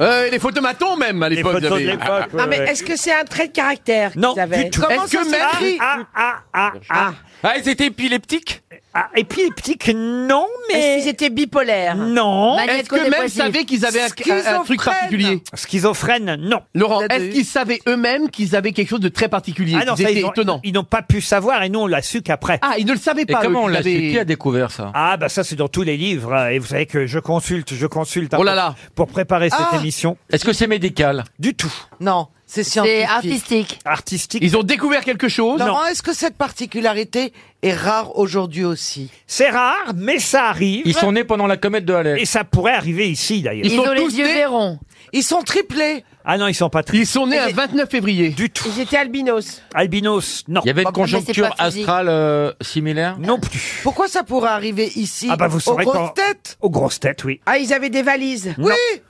Speaker 15: Euh, les photomatons même à l'époque.
Speaker 1: photos de
Speaker 15: j'avais-
Speaker 1: l'époque,
Speaker 26: Non, Ah, mais est-ce que c'est un trait de caractère
Speaker 1: Ah, Non,
Speaker 26: qu'ils avaient
Speaker 1: du tout.
Speaker 26: Comment
Speaker 1: Est-ce que
Speaker 26: ça
Speaker 1: même-
Speaker 26: s'écrit
Speaker 1: Ah, ah, ah, ah.
Speaker 15: Ah, ils étaient épileptiques
Speaker 1: ah, Épileptiques, non, Ah, mais...
Speaker 26: Est-ce qu'ils étaient bipolaires
Speaker 1: Non.
Speaker 2: Bah,
Speaker 15: Est-ce que même savaient qu'ils avaient un- un, un truc particulier
Speaker 1: Schizophrène, non.
Speaker 15: Laurent, est-ce qu'ils savaient eux-mêmes qu'ils avaient quelque chose de très particulier
Speaker 1: Ah non,
Speaker 15: Ils
Speaker 1: ça,
Speaker 15: étaient
Speaker 1: ils ont-
Speaker 15: étonnants.
Speaker 1: Ils n'ont pas pu savoir et nous on l'a su qu'après.
Speaker 15: Ah, ils ne le savaient
Speaker 10: Et
Speaker 15: pas.
Speaker 10: comment
Speaker 15: eux,
Speaker 10: on
Speaker 15: qu'ils
Speaker 10: l'a su
Speaker 15: avaient-
Speaker 10: Qui a découvert ça
Speaker 1: Ah bah ça c'est dans tous les livres hein, et vous savez que je consulte, je consulte hein,
Speaker 10: Oh là
Speaker 1: pour-
Speaker 10: là.
Speaker 1: pour préparer
Speaker 6: Ah.
Speaker 1: cette émission.
Speaker 10: Est-ce que c'est médical
Speaker 1: Du tout.
Speaker 6: Non, c'est scientifique.
Speaker 1: Artistique.
Speaker 15: Ils ont découvert quelque chose
Speaker 6: Laurent, est-ce que cette particularité est rare aujourd'hui aussi
Speaker 1: C'est rare, mais ça arrive.
Speaker 10: Ils sont nés pendant la comète de Halley.
Speaker 1: Et ça pourrait arriver ici d'ailleurs.
Speaker 10: Ils Ils ont ont les
Speaker 6: tous yeux nés-
Speaker 1: verrons.
Speaker 6: Ils sont triplés.
Speaker 1: Ah non, ils sont pas
Speaker 15: Ils sont nés un 29 février.
Speaker 1: Du tout.
Speaker 26: Ils étaient albinos.
Speaker 1: Albinos, non.
Speaker 10: Il y avait une
Speaker 6: Bah, mais c'est
Speaker 10: conjoncture
Speaker 6: pas physique.
Speaker 10: astrale euh, similaire
Speaker 1: Non plus.
Speaker 6: Pourquoi ça pourrait arriver ici
Speaker 1: Ah bah vous saurez
Speaker 6: Aux grosses
Speaker 1: quand-
Speaker 6: têtes
Speaker 1: Aux grosses têtes, oui.
Speaker 26: Ah, ils avaient des valises.
Speaker 1: Non.
Speaker 6: Oui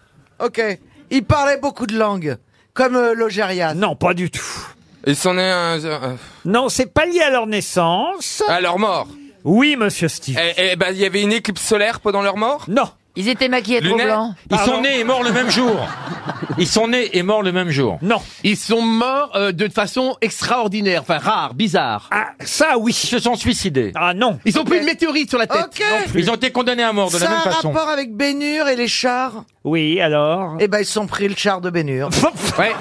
Speaker 6: Ok. Ils parlaient beaucoup de langues, comme euh, Logérias.
Speaker 1: Non, pas du tout.
Speaker 20: Ils sont nés un- euh,
Speaker 1: Non, c'est pas lié à leur naissance.
Speaker 20: à leur mort.
Speaker 1: Oui, monsieur Steve.
Speaker 20: Eh, eh ben, il y avait une éclipse solaire pendant leur mort
Speaker 1: Non.
Speaker 18: Ils étaient maquillés trop
Speaker 20: Lunettes
Speaker 18: blancs.
Speaker 10: Ils
Speaker 1: Pardon
Speaker 10: sont nés et morts le même jour. Ils sont nés et morts le même jour.
Speaker 1: Non.
Speaker 15: Ils sont morts euh, de façon extraordinaire, enfin rare, bizarre.
Speaker 1: Ah, ça
Speaker 10: Ils
Speaker 1: oui.
Speaker 10: se sont suicidés.
Speaker 1: Ah non.
Speaker 15: Ils ont pris une météorite sur la tête.
Speaker 6: Ok
Speaker 10: Ils ont été condamnés à mort de
Speaker 6: Ça
Speaker 10: la
Speaker 6: a un
Speaker 10: même façon.
Speaker 6: rapport avec Bénur et les chars
Speaker 1: Oui, alors.
Speaker 6: Eh ben, ils se sont pris le char de Bénur.
Speaker 15: Ouais.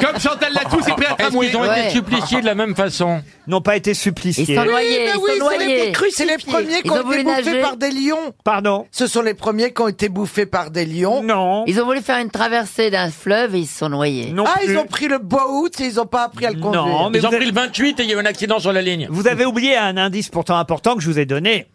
Speaker 15: Comme Chantal Latou s'est pris à
Speaker 10: Est-ce
Speaker 15: tramway.
Speaker 10: qu'ils ont
Speaker 18: Ouais.
Speaker 10: été suppliciés de la même façon
Speaker 1: N'ont pas été suppliciés.
Speaker 18: Ils sont noyés,
Speaker 6: mais
Speaker 18: ils
Speaker 6: oui,
Speaker 18: sont
Speaker 6: c'est les-
Speaker 18: noyés.
Speaker 6: C'est les premiers qui
Speaker 18: Ils
Speaker 6: ont
Speaker 18: ont
Speaker 6: été
Speaker 18: voulu
Speaker 6: bouffés
Speaker 18: nager.
Speaker 6: par des lions.
Speaker 1: Pardon.
Speaker 6: Ce sont les premiers qui ont été bouffés par des lions.
Speaker 1: Non.
Speaker 18: Ils ont voulu faire une traversée d'un fleuve et ils se sont noyés.
Speaker 1: Non
Speaker 6: ah,
Speaker 1: plus.
Speaker 6: ils ont pris le bois août et ils ont pas appris à le
Speaker 1: Non,
Speaker 6: conduire.
Speaker 1: mais
Speaker 10: Ils ont
Speaker 1: vous
Speaker 10: pris le 28 et il y a eu un accident sur la ligne.
Speaker 1: Vous avez oublié un indice pourtant important que je vous ai donné.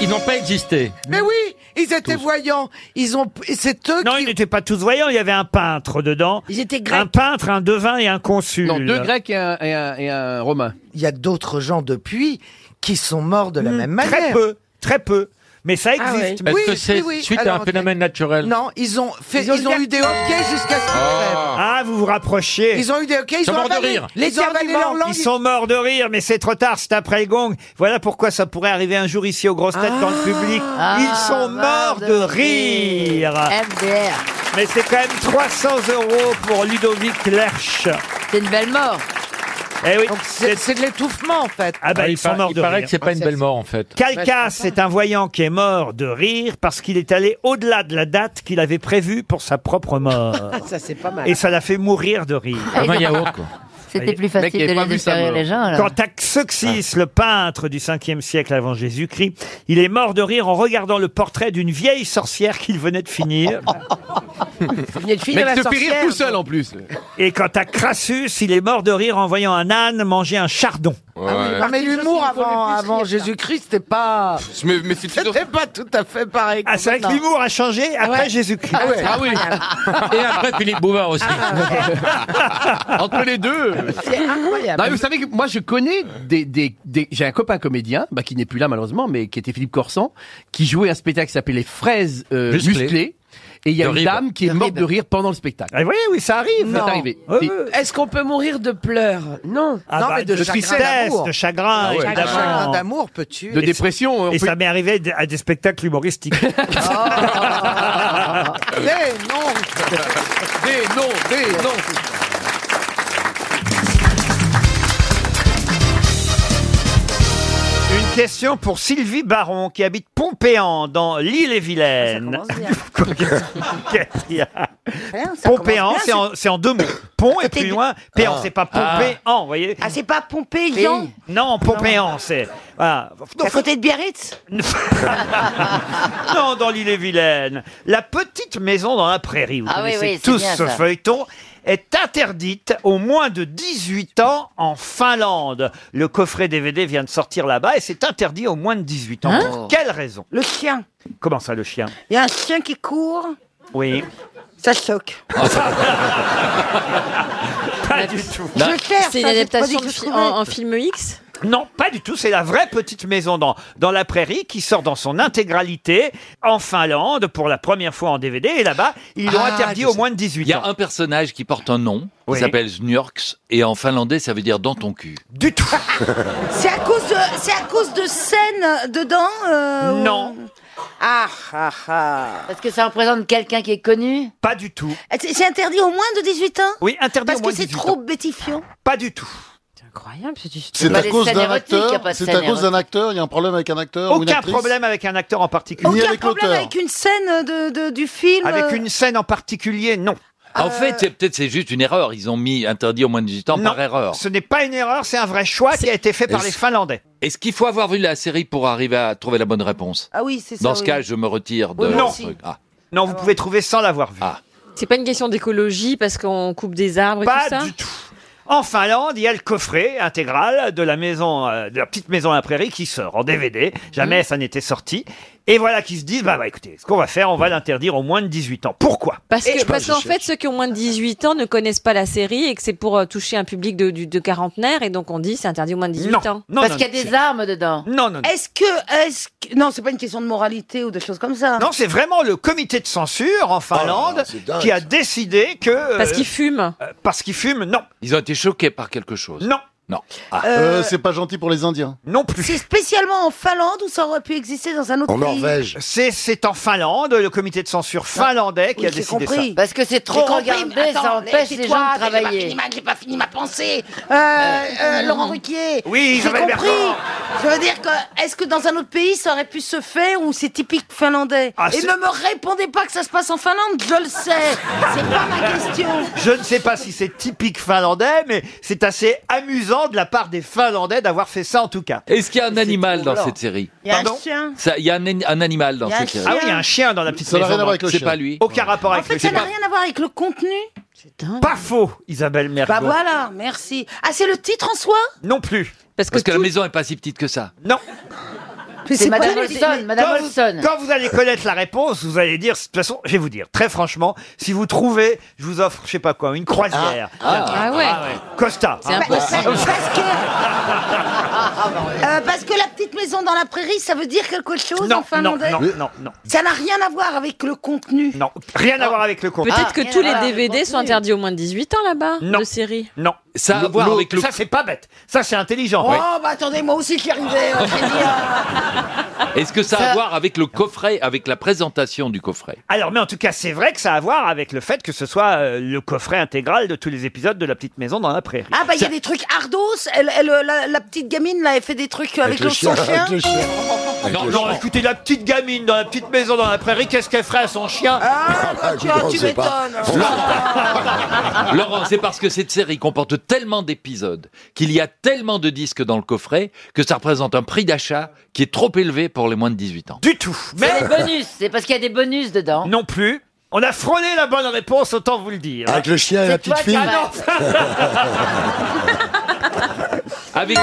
Speaker 10: Ils n'ont pas existé.
Speaker 6: Mais oui, ils étaient voyants. Ils ont, et c'est eux
Speaker 1: Non,
Speaker 6: qui.
Speaker 1: ils n'étaient pas tous voyants. Il y avait un peintre dedans.
Speaker 26: Ils étaient
Speaker 1: Un
Speaker 26: grecs.
Speaker 1: peintre, un devin et un consul.
Speaker 15: Non, deux Grecs et un, et un- et un Romain.
Speaker 6: Il y a d'autres gens depuis qui sont morts de la même manière.
Speaker 1: Hmm. Très peu, très peu. Mais ça
Speaker 26: Ah ouais.
Speaker 1: existe.
Speaker 10: Est-ce
Speaker 6: Oui,
Speaker 10: que c'est
Speaker 6: oui, oui.
Speaker 10: suite
Speaker 6: Alors,
Speaker 10: à un phénomène naturel
Speaker 6: Non, ils ont fait, ils ont, eu des hoquets jusqu'à ce qu'ils crèvent.
Speaker 1: Ah, vous vous rapprochez.
Speaker 6: Ils ont eu des hoquets, ils
Speaker 10: sont
Speaker 6: ont
Speaker 10: morts de
Speaker 6: avalé,
Speaker 10: rire.
Speaker 6: les ils ont avalé leur langue.
Speaker 1: Ils sont morts de rire, mais c'est trop tard, c'est après le gong. Voilà pourquoi ça pourrait arriver un jour ici aux grosses têtes dans
Speaker 6: Ah.
Speaker 1: le public. Ils sont morts de rire.
Speaker 18: MDR.
Speaker 1: Mais c'est quand même 300 euros pour Ludovic Lerch.
Speaker 18: C'est une belle mort.
Speaker 1: Eh oui.
Speaker 6: Donc c'est c'est de l'étouffement en fait.
Speaker 1: Ah bah,
Speaker 10: Ah,
Speaker 1: ils
Speaker 10: il
Speaker 1: sont
Speaker 10: par-
Speaker 1: morts
Speaker 10: il
Speaker 1: de
Speaker 10: paraît
Speaker 1: rire.
Speaker 10: que c'est
Speaker 6: Ah,
Speaker 10: pas une belle mort en
Speaker 6: Bah,
Speaker 10: fait.
Speaker 1: Calcas, c'est un voyant qui est mort de rire parce qu'il est allé au-delà de la date qu'il avait prévue pour sa propre mort.
Speaker 26: Ça, c'est pas mal.
Speaker 1: Et ça l'a fait mourir de rire.
Speaker 15: Ah, ben,
Speaker 10: Comme un yaourt quoi.
Speaker 1: Voyez,
Speaker 18: C'était plus
Speaker 15: mec, il
Speaker 18: facile
Speaker 15: avait
Speaker 18: de
Speaker 15: pas
Speaker 18: les
Speaker 15: vu ça, Ah.
Speaker 18: espérer,
Speaker 15: moi.
Speaker 18: les gens. alors.
Speaker 1: Quant à Xeuxis, le peintre du 5e siècle avant Jésus-Christ, il est mort de rire en regardant le portrait d'une vieille sorcière qu'il venait de finir.
Speaker 26: Vous venez de finir
Speaker 15: Mais
Speaker 26: la
Speaker 15: il se fait rire
Speaker 26: sorcière.
Speaker 15: tout seul en plus.
Speaker 1: Et quant à Crassus, il est mort de rire en voyant un âne manger un chardon.
Speaker 18: Ah
Speaker 20: Ouais.
Speaker 6: Non mais l'humour avant, avant Jésus-Christ, c'était pas,
Speaker 20: Je me méfie toujours.
Speaker 6: c'était pas tout à fait pareil.
Speaker 1: Ah, c'est vrai que
Speaker 6: maintenant.
Speaker 1: l'humour a changé après Jésus-Christ.
Speaker 15: Ah oui.
Speaker 10: Et après Philippe Bouvard aussi.
Speaker 6: Ah
Speaker 15: Entre les deux.
Speaker 26: C'est
Speaker 15: Non, mais
Speaker 26: incroyable.
Speaker 15: vous savez que moi je connais des, des, des- j'ai un copain comédien bah, qui n'est plus là malheureusement mais qui était Philippe Corsan qui jouait un spectacle qui s'appelait Les fraises euh, musclées.
Speaker 10: Musclées.
Speaker 15: et il y a
Speaker 10: De
Speaker 15: une
Speaker 10: rire.
Speaker 15: dame qui est morte de rire pendant le spectacle.
Speaker 1: Ah, vous voyez, oui, ça arrive.
Speaker 15: C'est arrivé.
Speaker 1: Ouais,
Speaker 15: Et-
Speaker 1: ouais.
Speaker 26: Est-ce qu'on peut mourir de pleurs Non.
Speaker 1: Ah
Speaker 6: Non,
Speaker 1: bah,
Speaker 6: mais de chagrin
Speaker 1: tristesse,
Speaker 6: d'amour.
Speaker 1: de chagrin,
Speaker 15: Ah ouais.
Speaker 6: Un
Speaker 1: évidemment.
Speaker 6: chagrin d'amour peut tuer.
Speaker 15: de dépression. hein, on
Speaker 1: Et
Speaker 15: peut-
Speaker 1: ça m'est arrivé à des spectacles humoristiques.
Speaker 6: Des noms,
Speaker 15: Des noms, des noms.
Speaker 1: Une question pour Sylvie Baron, qui habite Pompéan, dans l'île-et-Vilaine. Qu'est-ce qu'il y a Pompéan, c'est en, c'est en deux mots. Pont et plus loin, Péan, c'est pas Pompéan, vous voyez
Speaker 14: Ah, c'est pas Pompéian
Speaker 1: Non, Pompéan, c'est... voilà. Non,
Speaker 14: À côté de Biarritz
Speaker 1: non, dans l'île-et-Vilaine. La petite maison dans la prairie, vous
Speaker 18: Ah oui,
Speaker 1: connaissez
Speaker 18: oui, c'est
Speaker 1: tous
Speaker 18: bien,
Speaker 1: ce
Speaker 18: ça.
Speaker 1: feuilleton, est interdite aux moins de 18 ans en Finlande. Le coffret DVD vient de sortir là-bas et c'est interdit aux moins de 18 ans.
Speaker 18: Hein
Speaker 1: Pour quelle raison
Speaker 14: Le chien.
Speaker 1: Comment ça, le chien
Speaker 14: Il y a un chien qui court,
Speaker 1: Oui.
Speaker 14: ça choque.
Speaker 18: Ah.
Speaker 1: Pas du tout.
Speaker 14: Je cherche,
Speaker 7: C'est une
Speaker 14: hein, j'ai pas dit
Speaker 7: adaptation
Speaker 14: que
Speaker 7: de
Speaker 14: je
Speaker 7: fi-
Speaker 14: trouvais.
Speaker 7: en, en film X
Speaker 1: Non, pas du tout. C'est la vraie petite maison dans, dans la prairie qui sort dans son intégralité en Finlande pour la première fois en DVD. Et là-bas, ils l'ont
Speaker 9: Ah,
Speaker 1: interdit
Speaker 9: je
Speaker 1: au
Speaker 9: sais.
Speaker 1: moins de 18 ans.
Speaker 9: Il y a un personnage qui porte un nom,
Speaker 1: Oui.
Speaker 9: qui s'appelle Njörks, et en finlandais, ça veut dire dans ton cul.
Speaker 1: Du tout
Speaker 14: C'est à cause de, c'est à cause de scènes dedans euh, ou-
Speaker 1: Non.
Speaker 14: Ah, ah, ah. Parce que ça représente quelqu'un qui est connu
Speaker 1: Pas du tout.
Speaker 14: C'est c'est interdit au moins de 18 ans
Speaker 1: Oui, interdit
Speaker 14: Parce
Speaker 1: au moins
Speaker 14: que
Speaker 1: de
Speaker 14: c'est
Speaker 1: 18
Speaker 14: trop
Speaker 1: ans.
Speaker 14: bétifiant
Speaker 1: Pas du tout.
Speaker 14: Incroyable, c'est
Speaker 1: C'est à cause d'un acteur, c'est à cause d'un
Speaker 14: acteur, il y a un problème avec un acteur
Speaker 1: Aucun problème avec un acteur en particulier.
Speaker 14: Aucun problème avec une scène de, de- du film
Speaker 1: Avec
Speaker 14: euh,
Speaker 1: une scène en particulier, non. Euh,
Speaker 9: En fait, c'est peut-être c'est juste une erreur. Ils ont mis interdit au moins de 18 ans par erreur.
Speaker 1: Ce n'est pas une erreur, c'est un vrai choix qui a été fait par
Speaker 9: Est-ce-
Speaker 1: les Finlandais.
Speaker 9: Est-ce qu'il faut avoir vu la série pour arriver à trouver la bonne réponse
Speaker 14: Ah oui, c'est ça.
Speaker 9: Dans ce
Speaker 14: oui.
Speaker 9: cas, je me retire de
Speaker 1: Oui, moi
Speaker 9: ce
Speaker 1: aussi.
Speaker 9: truc. Ah.
Speaker 1: Non, vous pouvez trouver sans l'avoir vu.
Speaker 6: C'est pas une question d'écologie parce qu'on coupe des arbres et tout ça
Speaker 1: Pas Ah, du tout. En Finlande, il y a le coffret intégral de la maison, euh, de la petite maison à la prairie qui sort en DVD.
Speaker 9: Mhm.
Speaker 1: Jamais ça n'était sorti. Et voilà qu'ils se disent, bah, bah, écoutez, ce qu'on va faire, on va l'interdire aux moins de 18 ans. Pourquoi
Speaker 6: Parce
Speaker 1: Et-
Speaker 6: que- parce qu'en fait, ceux qui ont moins de 18 ans ne connaissent pas la série et que c'est pour euh, toucher un public de, du- de quarantenaire et donc on dit c'est interdit aux moins de 18
Speaker 1: Non,
Speaker 6: ans.
Speaker 1: non, Parce non, qu'il y a non, des c'est-
Speaker 14: armes dedans.
Speaker 1: Non, non, non.
Speaker 14: Est-ce que, est-ce que- non, c'est pas une question de moralité ou de choses comme ça.
Speaker 1: Non, c'est vraiment le comité de
Speaker 9: Oh
Speaker 1: censure en Finlande
Speaker 9: dingue,
Speaker 1: qui a décidé que... euh,
Speaker 6: Parce qu'ils fument.
Speaker 1: Parce qu'ils fument, non.
Speaker 9: Ils ont été choqués par quelque chose.
Speaker 1: Non.
Speaker 9: Non. Ah.
Speaker 27: Euh, c'est pas gentil pour les Indiens.
Speaker 1: Non plus.
Speaker 14: C'est spécialement en Finlande ou ça aurait pu exister dans un autre pays
Speaker 1: C'est, c'est en Finlande, le comité de censure
Speaker 27: Ah.
Speaker 1: finlandais qui
Speaker 14: Oui,
Speaker 1: a
Speaker 14: j'ai
Speaker 1: décidé
Speaker 14: compris.
Speaker 1: ça.
Speaker 27: Bah,
Speaker 14: Parce que c'est trop
Speaker 28: J'ai compris,
Speaker 14: regardé,
Speaker 28: mais attends,
Speaker 14: ça empêche les
Speaker 28: tais-toi,
Speaker 14: gens de
Speaker 28: j'ai pas
Speaker 14: travailler.
Speaker 28: fini ma- J'ai pas fini ma pensée.
Speaker 14: Euh, euh, Laurent Ruquier.
Speaker 28: Oui,
Speaker 14: j'ai
Speaker 28: Isabelle
Speaker 14: compris.
Speaker 28: Bertrand.
Speaker 14: Je veux dire que est-ce que dans un autre pays ça aurait pu se faire ou c'est typique finlandais
Speaker 1: Ah,
Speaker 14: Et
Speaker 1: c'est-
Speaker 14: ne me répondez pas que ça se passe en Finlande, je le sais. c'est pas ma question.
Speaker 1: Je ne sais pas si c'est typique finlandais, mais c'est assez amusant de la part des Finlandais d'avoir fait ça en tout cas.
Speaker 9: Est-ce qu'il y a un animal dans
Speaker 1: troublant.
Speaker 9: cette série
Speaker 1: Il y a un
Speaker 9: Pardon
Speaker 1: chien.
Speaker 9: Ça, Il y a un, un animal dans
Speaker 14: Il y a un
Speaker 9: cette série.
Speaker 14: chien. Ah oui, il y a un
Speaker 1: chien dans la petite
Speaker 9: série.
Speaker 1: maison, donc
Speaker 9: C'est pas lui.
Speaker 1: Aucun rapport
Speaker 14: En
Speaker 1: avec
Speaker 14: fait,
Speaker 1: le
Speaker 14: ça n'a
Speaker 1: chien.
Speaker 14: rien à voir avec le contenu.
Speaker 1: Pas faux, Isabelle Mergo.
Speaker 14: Bah voilà, merci. Ah, c'est le titre en soi
Speaker 1: Non plus.
Speaker 9: Parce que, la maison est pas si petite que ça.
Speaker 1: Non.
Speaker 14: C'est
Speaker 1: pas-
Speaker 14: Madame Olson, Madame
Speaker 1: quand vous-
Speaker 14: Olson.
Speaker 1: Quand vous allez connaître la réponse, vous allez dire, de toute façon, je vais vous dire, très franchement, si vous trouvez, je vous offre, je sais pas quoi, une croisière.
Speaker 14: Ah.
Speaker 1: Tiens.
Speaker 14: Ah ouais.
Speaker 1: Costa. Ah.
Speaker 14: Bah, parce- parce que- Euh, parce que la petite maison dans la prairie, ça veut dire quelque chose en
Speaker 1: Non, non,
Speaker 14: finlandais
Speaker 1: non, non, non.
Speaker 14: Ça n'a rien à voir avec le contenu. Ah,
Speaker 1: Non, rien à voir avec le contenu.
Speaker 6: Ah. Peut-être que tous les DVD sont interdits aux moins de 18 ans là-bas, de série.
Speaker 1: Non.
Speaker 9: Ça a à
Speaker 1: L'eau-
Speaker 9: voir
Speaker 1: l'eau-
Speaker 9: avec le-
Speaker 1: Ça, c'est pas bête. Ça, c'est
Speaker 9: Ah,
Speaker 1: intelligent.
Speaker 14: Oh, bah attendez, moi aussi j'y arrivais. euh, j'ai dit, euh,
Speaker 9: Ah. Est-ce que ça a à voir avec le coffret, avec la présentation du coffret
Speaker 1: Alors, mais en tout cas, c'est vrai que ça a à voir avec le fait que ce soit euh, le coffret intégral de tous les épisodes de La Petite Maison dans la Prairie.
Speaker 14: Ah bah il y a des trucs ardos, elle, elle, la, la petite gamine là, elle fait des trucs avec, le son chien.
Speaker 1: Non, non, écoutez, la petite gamine dans la petite maison dans la prairie, qu'est-ce qu'elle ferait à son chien Ah,
Speaker 14: tiens, tu Je sais pas.
Speaker 9: Laurent, c'est parce que cette série comporte tellement d'épisodes, qu'il y a tellement de disques dans le coffret, que ça représente un prix d'achat qui est trop élevé pour les moins de 18 ans.
Speaker 1: Du tout
Speaker 9: Mais-
Speaker 18: C'est des bonus, c'est parce qu'il y a des bonus dedans.
Speaker 1: Non plus. On a frôlé la bonne réponse, autant vous le dire.
Speaker 18: Avec le chien et C'est la petite toi, fille.
Speaker 9: Avec qui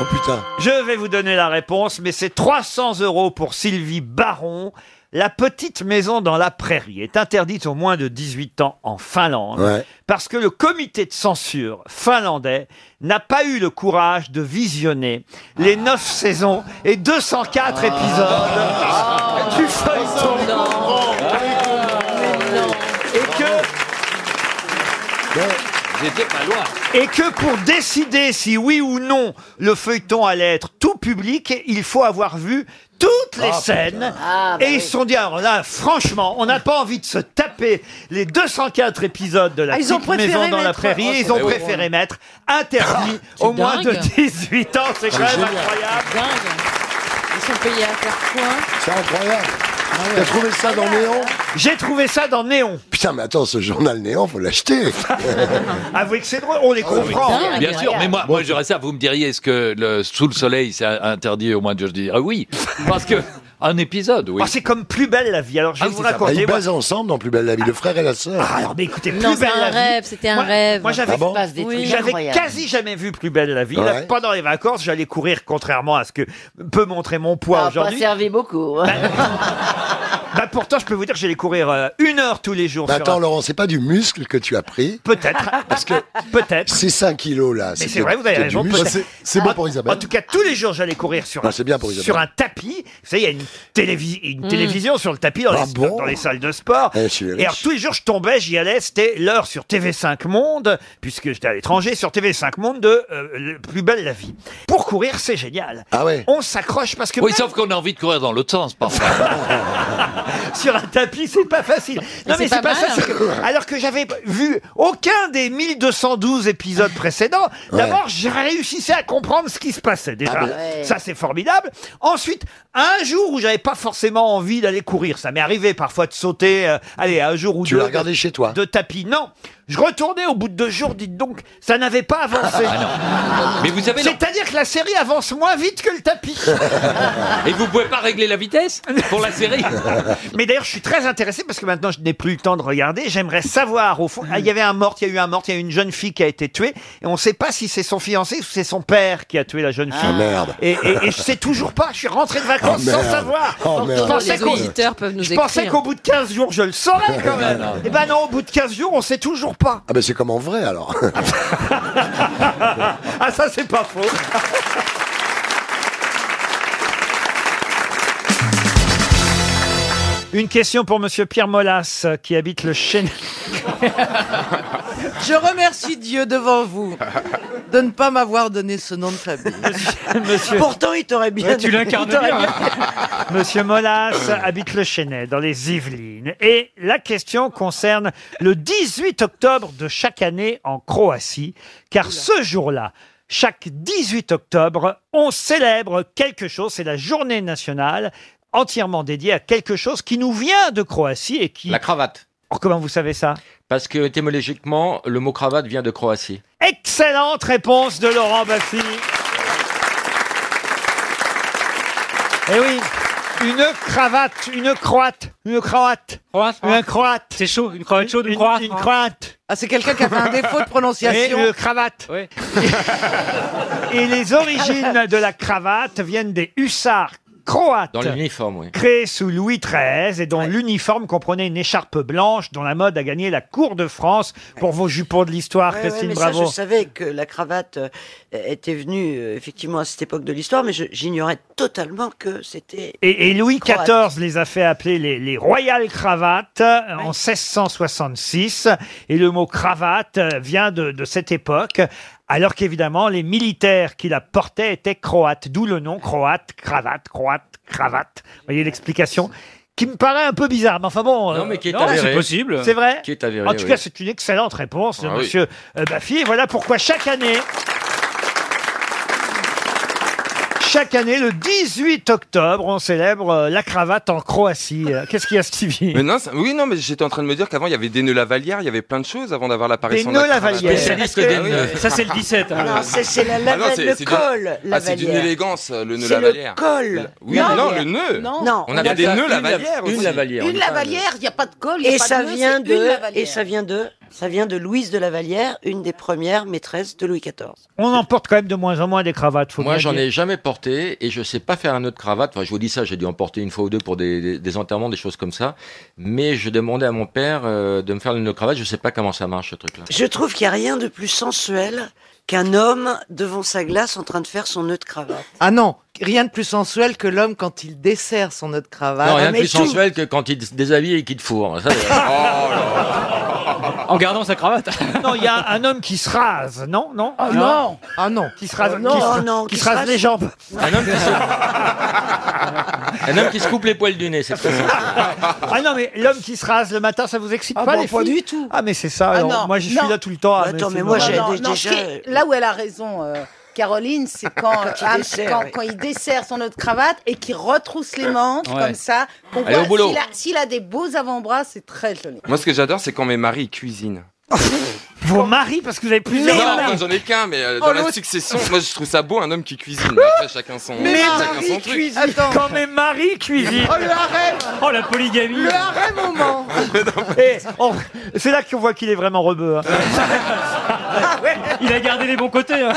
Speaker 1: Oh putain. Je vais vous donner la réponse, mais c'est 300 euros pour Sylvie Baron. La petite maison dans la prairie est interdite aux moins de 18 ans en Finlande
Speaker 16: Ouais.
Speaker 1: parce que le comité de censure finlandais n'a pas eu le courage de visionner les 9 saisons et 204
Speaker 18: Ah.
Speaker 1: épisodes du feuilleton. Et que
Speaker 9: J'étais pas loin.
Speaker 1: Et que pour décider si oui ou non le feuilleton allait être tout public, il faut avoir vu toutes les
Speaker 9: Ah,
Speaker 1: scènes.
Speaker 9: putain. Ah, bah
Speaker 1: et ils
Speaker 9: oui.
Speaker 1: se sont dit, alors là, franchement, on n'a pas envie de se taper les 204 épisodes de la
Speaker 14: Ah, ils ont
Speaker 1: petite
Speaker 14: préféré
Speaker 1: maison dans la
Speaker 14: mettre-
Speaker 1: prairie.
Speaker 14: Oh,
Speaker 1: ils
Speaker 14: c'est
Speaker 1: ont
Speaker 14: drôle.
Speaker 1: préféré mettre interdit
Speaker 14: C'est
Speaker 1: au moins de
Speaker 14: dingue.
Speaker 1: 18 ans. C'est quand même incroyable.
Speaker 6: Ils sont payés à faire quoi
Speaker 16: C'est incroyable. T'as trouvé ça dans Néon
Speaker 1: J'ai trouvé ça dans Néon.
Speaker 16: Putain, mais attends, ce journal Néon, faut l'acheter. Ah,
Speaker 1: Avouez que c'est drôle, on les comprend.
Speaker 9: Bien sûr, mais moi, moi j'aurais ça. Vous me diriez, est-ce que le, sous le soleil, c'est interdit au moins de... Je dirais oui, parce que un épisode, oui.
Speaker 1: Ah, c'est comme plus belle la vie. Alors je vais vous raconter.
Speaker 16: Ils
Speaker 1: moi-
Speaker 16: basent ensemble dans Plus Belle la Vie, le frère et la sœur.
Speaker 1: Ah, alors, mais écoutez, plus
Speaker 6: Non,
Speaker 1: belle
Speaker 6: c'était
Speaker 1: la
Speaker 6: un
Speaker 1: vie.
Speaker 6: rêve, c'était un
Speaker 1: Moi-
Speaker 6: rêve.
Speaker 1: Moi,
Speaker 18: Ah
Speaker 23: Ah
Speaker 1: j'avais, Oui. j'avais
Speaker 6: incroyables.
Speaker 1: quasi jamais vu plus belle la vie. Là,
Speaker 16: Ouais.
Speaker 1: pendant les vacances, j'allais
Speaker 6: Ah,
Speaker 1: courir, contrairement à ce que peut montrer mon poids
Speaker 18: Ça a pas
Speaker 1: aujourd'hui.
Speaker 6: Bah,
Speaker 18: servi beaucoup. hein.
Speaker 1: Bah, pourtant, je peux vous dire que j'allais courir euh, une heure tous les jours.
Speaker 23: Mais
Speaker 1: sur
Speaker 23: Ben, Bah, attends,
Speaker 1: un-
Speaker 23: Laurent, c'est pas du muscle que tu as pris
Speaker 1: Peut-être.
Speaker 23: Parce que
Speaker 1: peut-être.
Speaker 23: Ces 5 kilos là.
Speaker 1: Mais
Speaker 23: c'était-
Speaker 1: c'est vrai, vous avez
Speaker 23: c'était du
Speaker 1: raison.
Speaker 23: muscle. Ah,
Speaker 1: peut-être.
Speaker 23: C'est- C'est bon
Speaker 12: Ah.
Speaker 1: En-
Speaker 23: pour Isabelle.
Speaker 1: En tout cas, tous les jours, j'allais courir sur
Speaker 23: Ah,
Speaker 1: un,
Speaker 23: c'est bien pour Isabelle.
Speaker 1: sur un tapis. Vous savez, il y a une, télévi- une
Speaker 23: Mm.
Speaker 1: télévision sur le tapis dans,
Speaker 23: Ah
Speaker 1: les,
Speaker 23: bon
Speaker 1: dans les salles de sport.
Speaker 23: Eh, je suis riche.
Speaker 1: Et alors, tous les jours, je tombais, j'y allais. C'était l'heure sur TV5 Monde, puisque j'étais à l'étranger, sur TV5 Monde de euh, Le Plus Belle la Vie. Pour courir, c'est génial. Ah ouais On s'accroche parce que
Speaker 9: Oui,
Speaker 1: même
Speaker 9: sauf qu'on a envie de courir dans l'autre sens parfois.
Speaker 1: sur un tapis, c'est pas facile. Non,
Speaker 9: C'est
Speaker 1: mais c'est
Speaker 9: pas
Speaker 1: pas,
Speaker 9: mal,
Speaker 1: facile.
Speaker 9: hein.
Speaker 1: Alors que j'avais vu aucun des 1212 épisodes précédents, d'abord, je réussissais à comprendre ce qui se passait déjà.
Speaker 3: Ah ben.
Speaker 1: Ça, c'est formidable. Ensuite, un jour où j'avais pas forcément envie d'aller courir, ça m'est arrivé parfois de sauter, euh, allez, un jour ou deux.
Speaker 23: l'as regardé
Speaker 1: de-
Speaker 23: chez toi
Speaker 1: De tapis. Non. Je retournais au bout de deux jours, dites donc, ça n'avait pas avancé.
Speaker 9: Mais vous savez,
Speaker 1: C'est-à-dire que la série avance moins vite que le tapis.
Speaker 9: Et vous pouvez pas régler la vitesse pour la série
Speaker 1: Mais d'ailleurs, je suis très intéressé parce que maintenant, je n'ai plus le temps de regarder. J'aimerais savoir, au fond, Ah, il y avait un mort, il y a eu un mort, il y a eu une jeune fille qui a été tuée. Et on ne sait pas si c'est son fiancé ou si c'est son père qui a tué la jeune fille.
Speaker 23: Ah, merde.
Speaker 1: Et, et- et je sais toujours pas. Je suis rentré de vacances
Speaker 23: Oh,
Speaker 1: sans
Speaker 23: merde.
Speaker 1: savoir.
Speaker 23: Oh, merde.
Speaker 1: Je pensais
Speaker 15: Les
Speaker 1: qu'au-
Speaker 15: auditeurs peuvent nous
Speaker 1: Je pensais
Speaker 15: écrire.
Speaker 1: qu'au bout de 15 jours, je le saurais quand même.
Speaker 23: Ah, Non, non.
Speaker 1: Et ben non, au bout de 15 jours, on sait toujours pas.
Speaker 23: Ah ben c'est comme en vrai alors.
Speaker 1: ah ça c'est pas faux. Une question pour Monsieur Pierre Molas euh, qui habite le Chêne.
Speaker 6: Je remercie Dieu devant vous de ne pas m'avoir donné ce nom de famille.
Speaker 1: Monsieur-
Speaker 6: Pourtant, il t'aurait bien.
Speaker 1: Ouais, tu l'incarnes
Speaker 6: il t'aurait
Speaker 1: bien. Monsieur Molas habite le Chênay dans les Yvelines et la question concerne le 18 octobre de chaque année en Croatie car ce jour-là chaque 18 octobre, on célèbre quelque chose, c'est la journée nationale entièrement dédiée à quelque chose qui nous vient de Croatie et qui... Oh,
Speaker 5: La cravate.
Speaker 1: Comment vous savez ça
Speaker 5: Parce que étymologiquement, le mot cravate vient de Croatie.
Speaker 1: Excellente réponse de Laurent Baffy. Eh oui, une cravate, une croate, une croate. Une croate. C'est chaud, une croate chaude, une, croate. Une croate.
Speaker 6: Ah, c'est quelqu'un qui a fait un défaut de prononciation.
Speaker 1: Et une cravate. Et les origines de la cravate viennent des hussards croates.
Speaker 5: Dans l'uniforme, oui.
Speaker 1: Créé sous Louis XIII et dont l'uniforme comprenait une écharpe blanche dont la mode a gagné la cour de France pour vos jupons de l'histoire,
Speaker 3: Ouais, ouais,
Speaker 1: Ah, Christine
Speaker 3: mais
Speaker 1: Bravo.
Speaker 3: Ça, je savais que la cravate euh, était venue euh, effectivement à cette époque de l'histoire, mais je- j'ignorais totalement que c'était.
Speaker 1: Et, et Louis
Speaker 3: croate.
Speaker 1: XIV les a fait appeler les, les royales cravates euh, en 1666. Et le mot cravate euh, vient de, de cette époque. Alors qu'évidemment, les militaires qui la portaient étaient croates. D'où le nom croate, cravate, croate, cravate. Vous voyez l'explication qui me paraît un peu bizarre, mais enfin bon. euh,
Speaker 5: Non, mais qui est avéré.
Speaker 1: c'est possible. C'est vrai.
Speaker 5: Qui est avéré,
Speaker 1: En tout
Speaker 5: oui.
Speaker 1: cas, c'est une excellente réponse, de
Speaker 5: Ah oui.
Speaker 1: Monsieur euh, Baffy. Et voilà pourquoi chaque année. Chaque année, le 18 octobre, on célèbre euh, la cravate en Croatie. Euh, Qu'est-ce qu'il y a, Stevie
Speaker 20: Mais non, ça- oui, non, mais j'étais en train de me dire qu'avant, il y avait des nœuds lavalières, il y avait plein de choses avant d'avoir l'apparition de la
Speaker 1: nœuds
Speaker 20: cravate.
Speaker 1: lavalières. Spécialiste
Speaker 20: Ah
Speaker 1: des
Speaker 20: oui.
Speaker 1: nœuds. Ça, c'est le 17, hein.
Speaker 3: Non, ça, c'est la
Speaker 20: Ah non,
Speaker 3: lava-
Speaker 20: c'est-
Speaker 3: le
Speaker 20: c'est du-
Speaker 3: col,
Speaker 20: Ah, c'est d'une
Speaker 3: lavalière.
Speaker 20: élégance, le nœud
Speaker 3: C'est le
Speaker 20: lavalière.
Speaker 3: col.
Speaker 20: Le- Oui,
Speaker 3: Non,
Speaker 20: non,
Speaker 3: mais-
Speaker 20: le nœud.
Speaker 3: Non. Non.
Speaker 20: On
Speaker 3: On
Speaker 20: a
Speaker 3: appelle
Speaker 20: des
Speaker 3: ça
Speaker 20: nœuds
Speaker 3: une
Speaker 20: lavalières aussi.
Speaker 5: Une lavalière.
Speaker 3: Une lavalière, il n'y a pas de col, il n'y Et a pas ça de nœud, vient c'est une de lavalière. et ça vient de ça vient de Louise de Lavalière, une des premières maîtresses de Louis XIV.
Speaker 1: On en porte quand même de moins en moins des cravates. Faut
Speaker 5: Moi,
Speaker 1: bien
Speaker 5: j'en
Speaker 1: dire.
Speaker 5: ai jamais porté et je sais pas faire un nœud de cravate. Enfin, je vous dis ça, j'ai dû en porter une fois ou deux pour des, des- des enterrements, des choses comme ça. Mais je demandais à mon père euh, de me faire le nœud de cravate. Je sais pas comment ça marche, ce truc-là.
Speaker 3: Je trouve qu'il n'y a rien de plus sensuel qu'un homme devant sa glace en train de faire son nœud de cravate.
Speaker 6: Ah non, rien de plus sensuel que l'homme quand il dessert son nœud de cravate. Ah,
Speaker 5: non, rien de plus sensuel que quand il se déshabille et qu'il te fourre. Ça, c'est-
Speaker 15: Oh,
Speaker 1: En gardant sa cravate. Non, il y a un homme qui se rase, non Non
Speaker 6: Ah non.
Speaker 1: Ah non Qui se rase,
Speaker 6: Oh non,
Speaker 1: qui se-
Speaker 6: oh non,
Speaker 1: qui se rase les jambes.
Speaker 5: un, homme qui se... un homme qui se coupe les poils du nez, c'est très simple.
Speaker 1: Ah non, mais l'homme qui se rase le matin, ça vous excite
Speaker 3: Ah
Speaker 1: pas
Speaker 3: bon,
Speaker 1: les
Speaker 3: pas
Speaker 1: filles
Speaker 3: du tout.
Speaker 1: Ah mais c'est ça, alors.
Speaker 3: non,
Speaker 1: moi je suis
Speaker 3: non.
Speaker 1: là tout le temps.
Speaker 3: Bah,
Speaker 1: ah,
Speaker 3: attends,
Speaker 1: c'est
Speaker 3: mais moi,
Speaker 1: normal.
Speaker 3: j'ai-
Speaker 1: Ah,
Speaker 3: des-
Speaker 1: non.
Speaker 3: déjà- euh,
Speaker 7: ce qui est- là où elle a raison, euh, Caroline, c'est quand,
Speaker 3: Quand il
Speaker 7: ah,
Speaker 3: dessert,
Speaker 7: quand-
Speaker 3: oui.
Speaker 7: quand il dessert son autre cravate et qu'il retrousse les manches
Speaker 20: Ouais.
Speaker 7: comme ça. qu'on
Speaker 20: Allez, au
Speaker 7: voit
Speaker 20: boulot.
Speaker 7: S'il a, s'il a des beaux avant-bras, c'est très joli.
Speaker 20: Moi, ce que j'adore, c'est quand mes maris cuisinent.
Speaker 1: Vos maris, parce que vous avez plusieurs
Speaker 20: non,
Speaker 1: maris.
Speaker 20: enfin, j'en ai qu'un, mais euh,
Speaker 1: Oh,
Speaker 20: dans la
Speaker 1: l'autre.
Speaker 20: succession, moi, je trouve ça beau un homme qui cuisine. Mais Après, chacun son,
Speaker 1: Mes
Speaker 20: chacun
Speaker 1: maris
Speaker 20: son truc.
Speaker 1: cuisinent. Quand mes maris cuisinent.
Speaker 20: Oh, le
Speaker 1: harem Oh, la polygamie
Speaker 20: Le
Speaker 1: harem Eh, moment C'est là qu'on voit qu'il est vraiment rebeu. hein.
Speaker 10: Il a gardé les bons côtés. hein.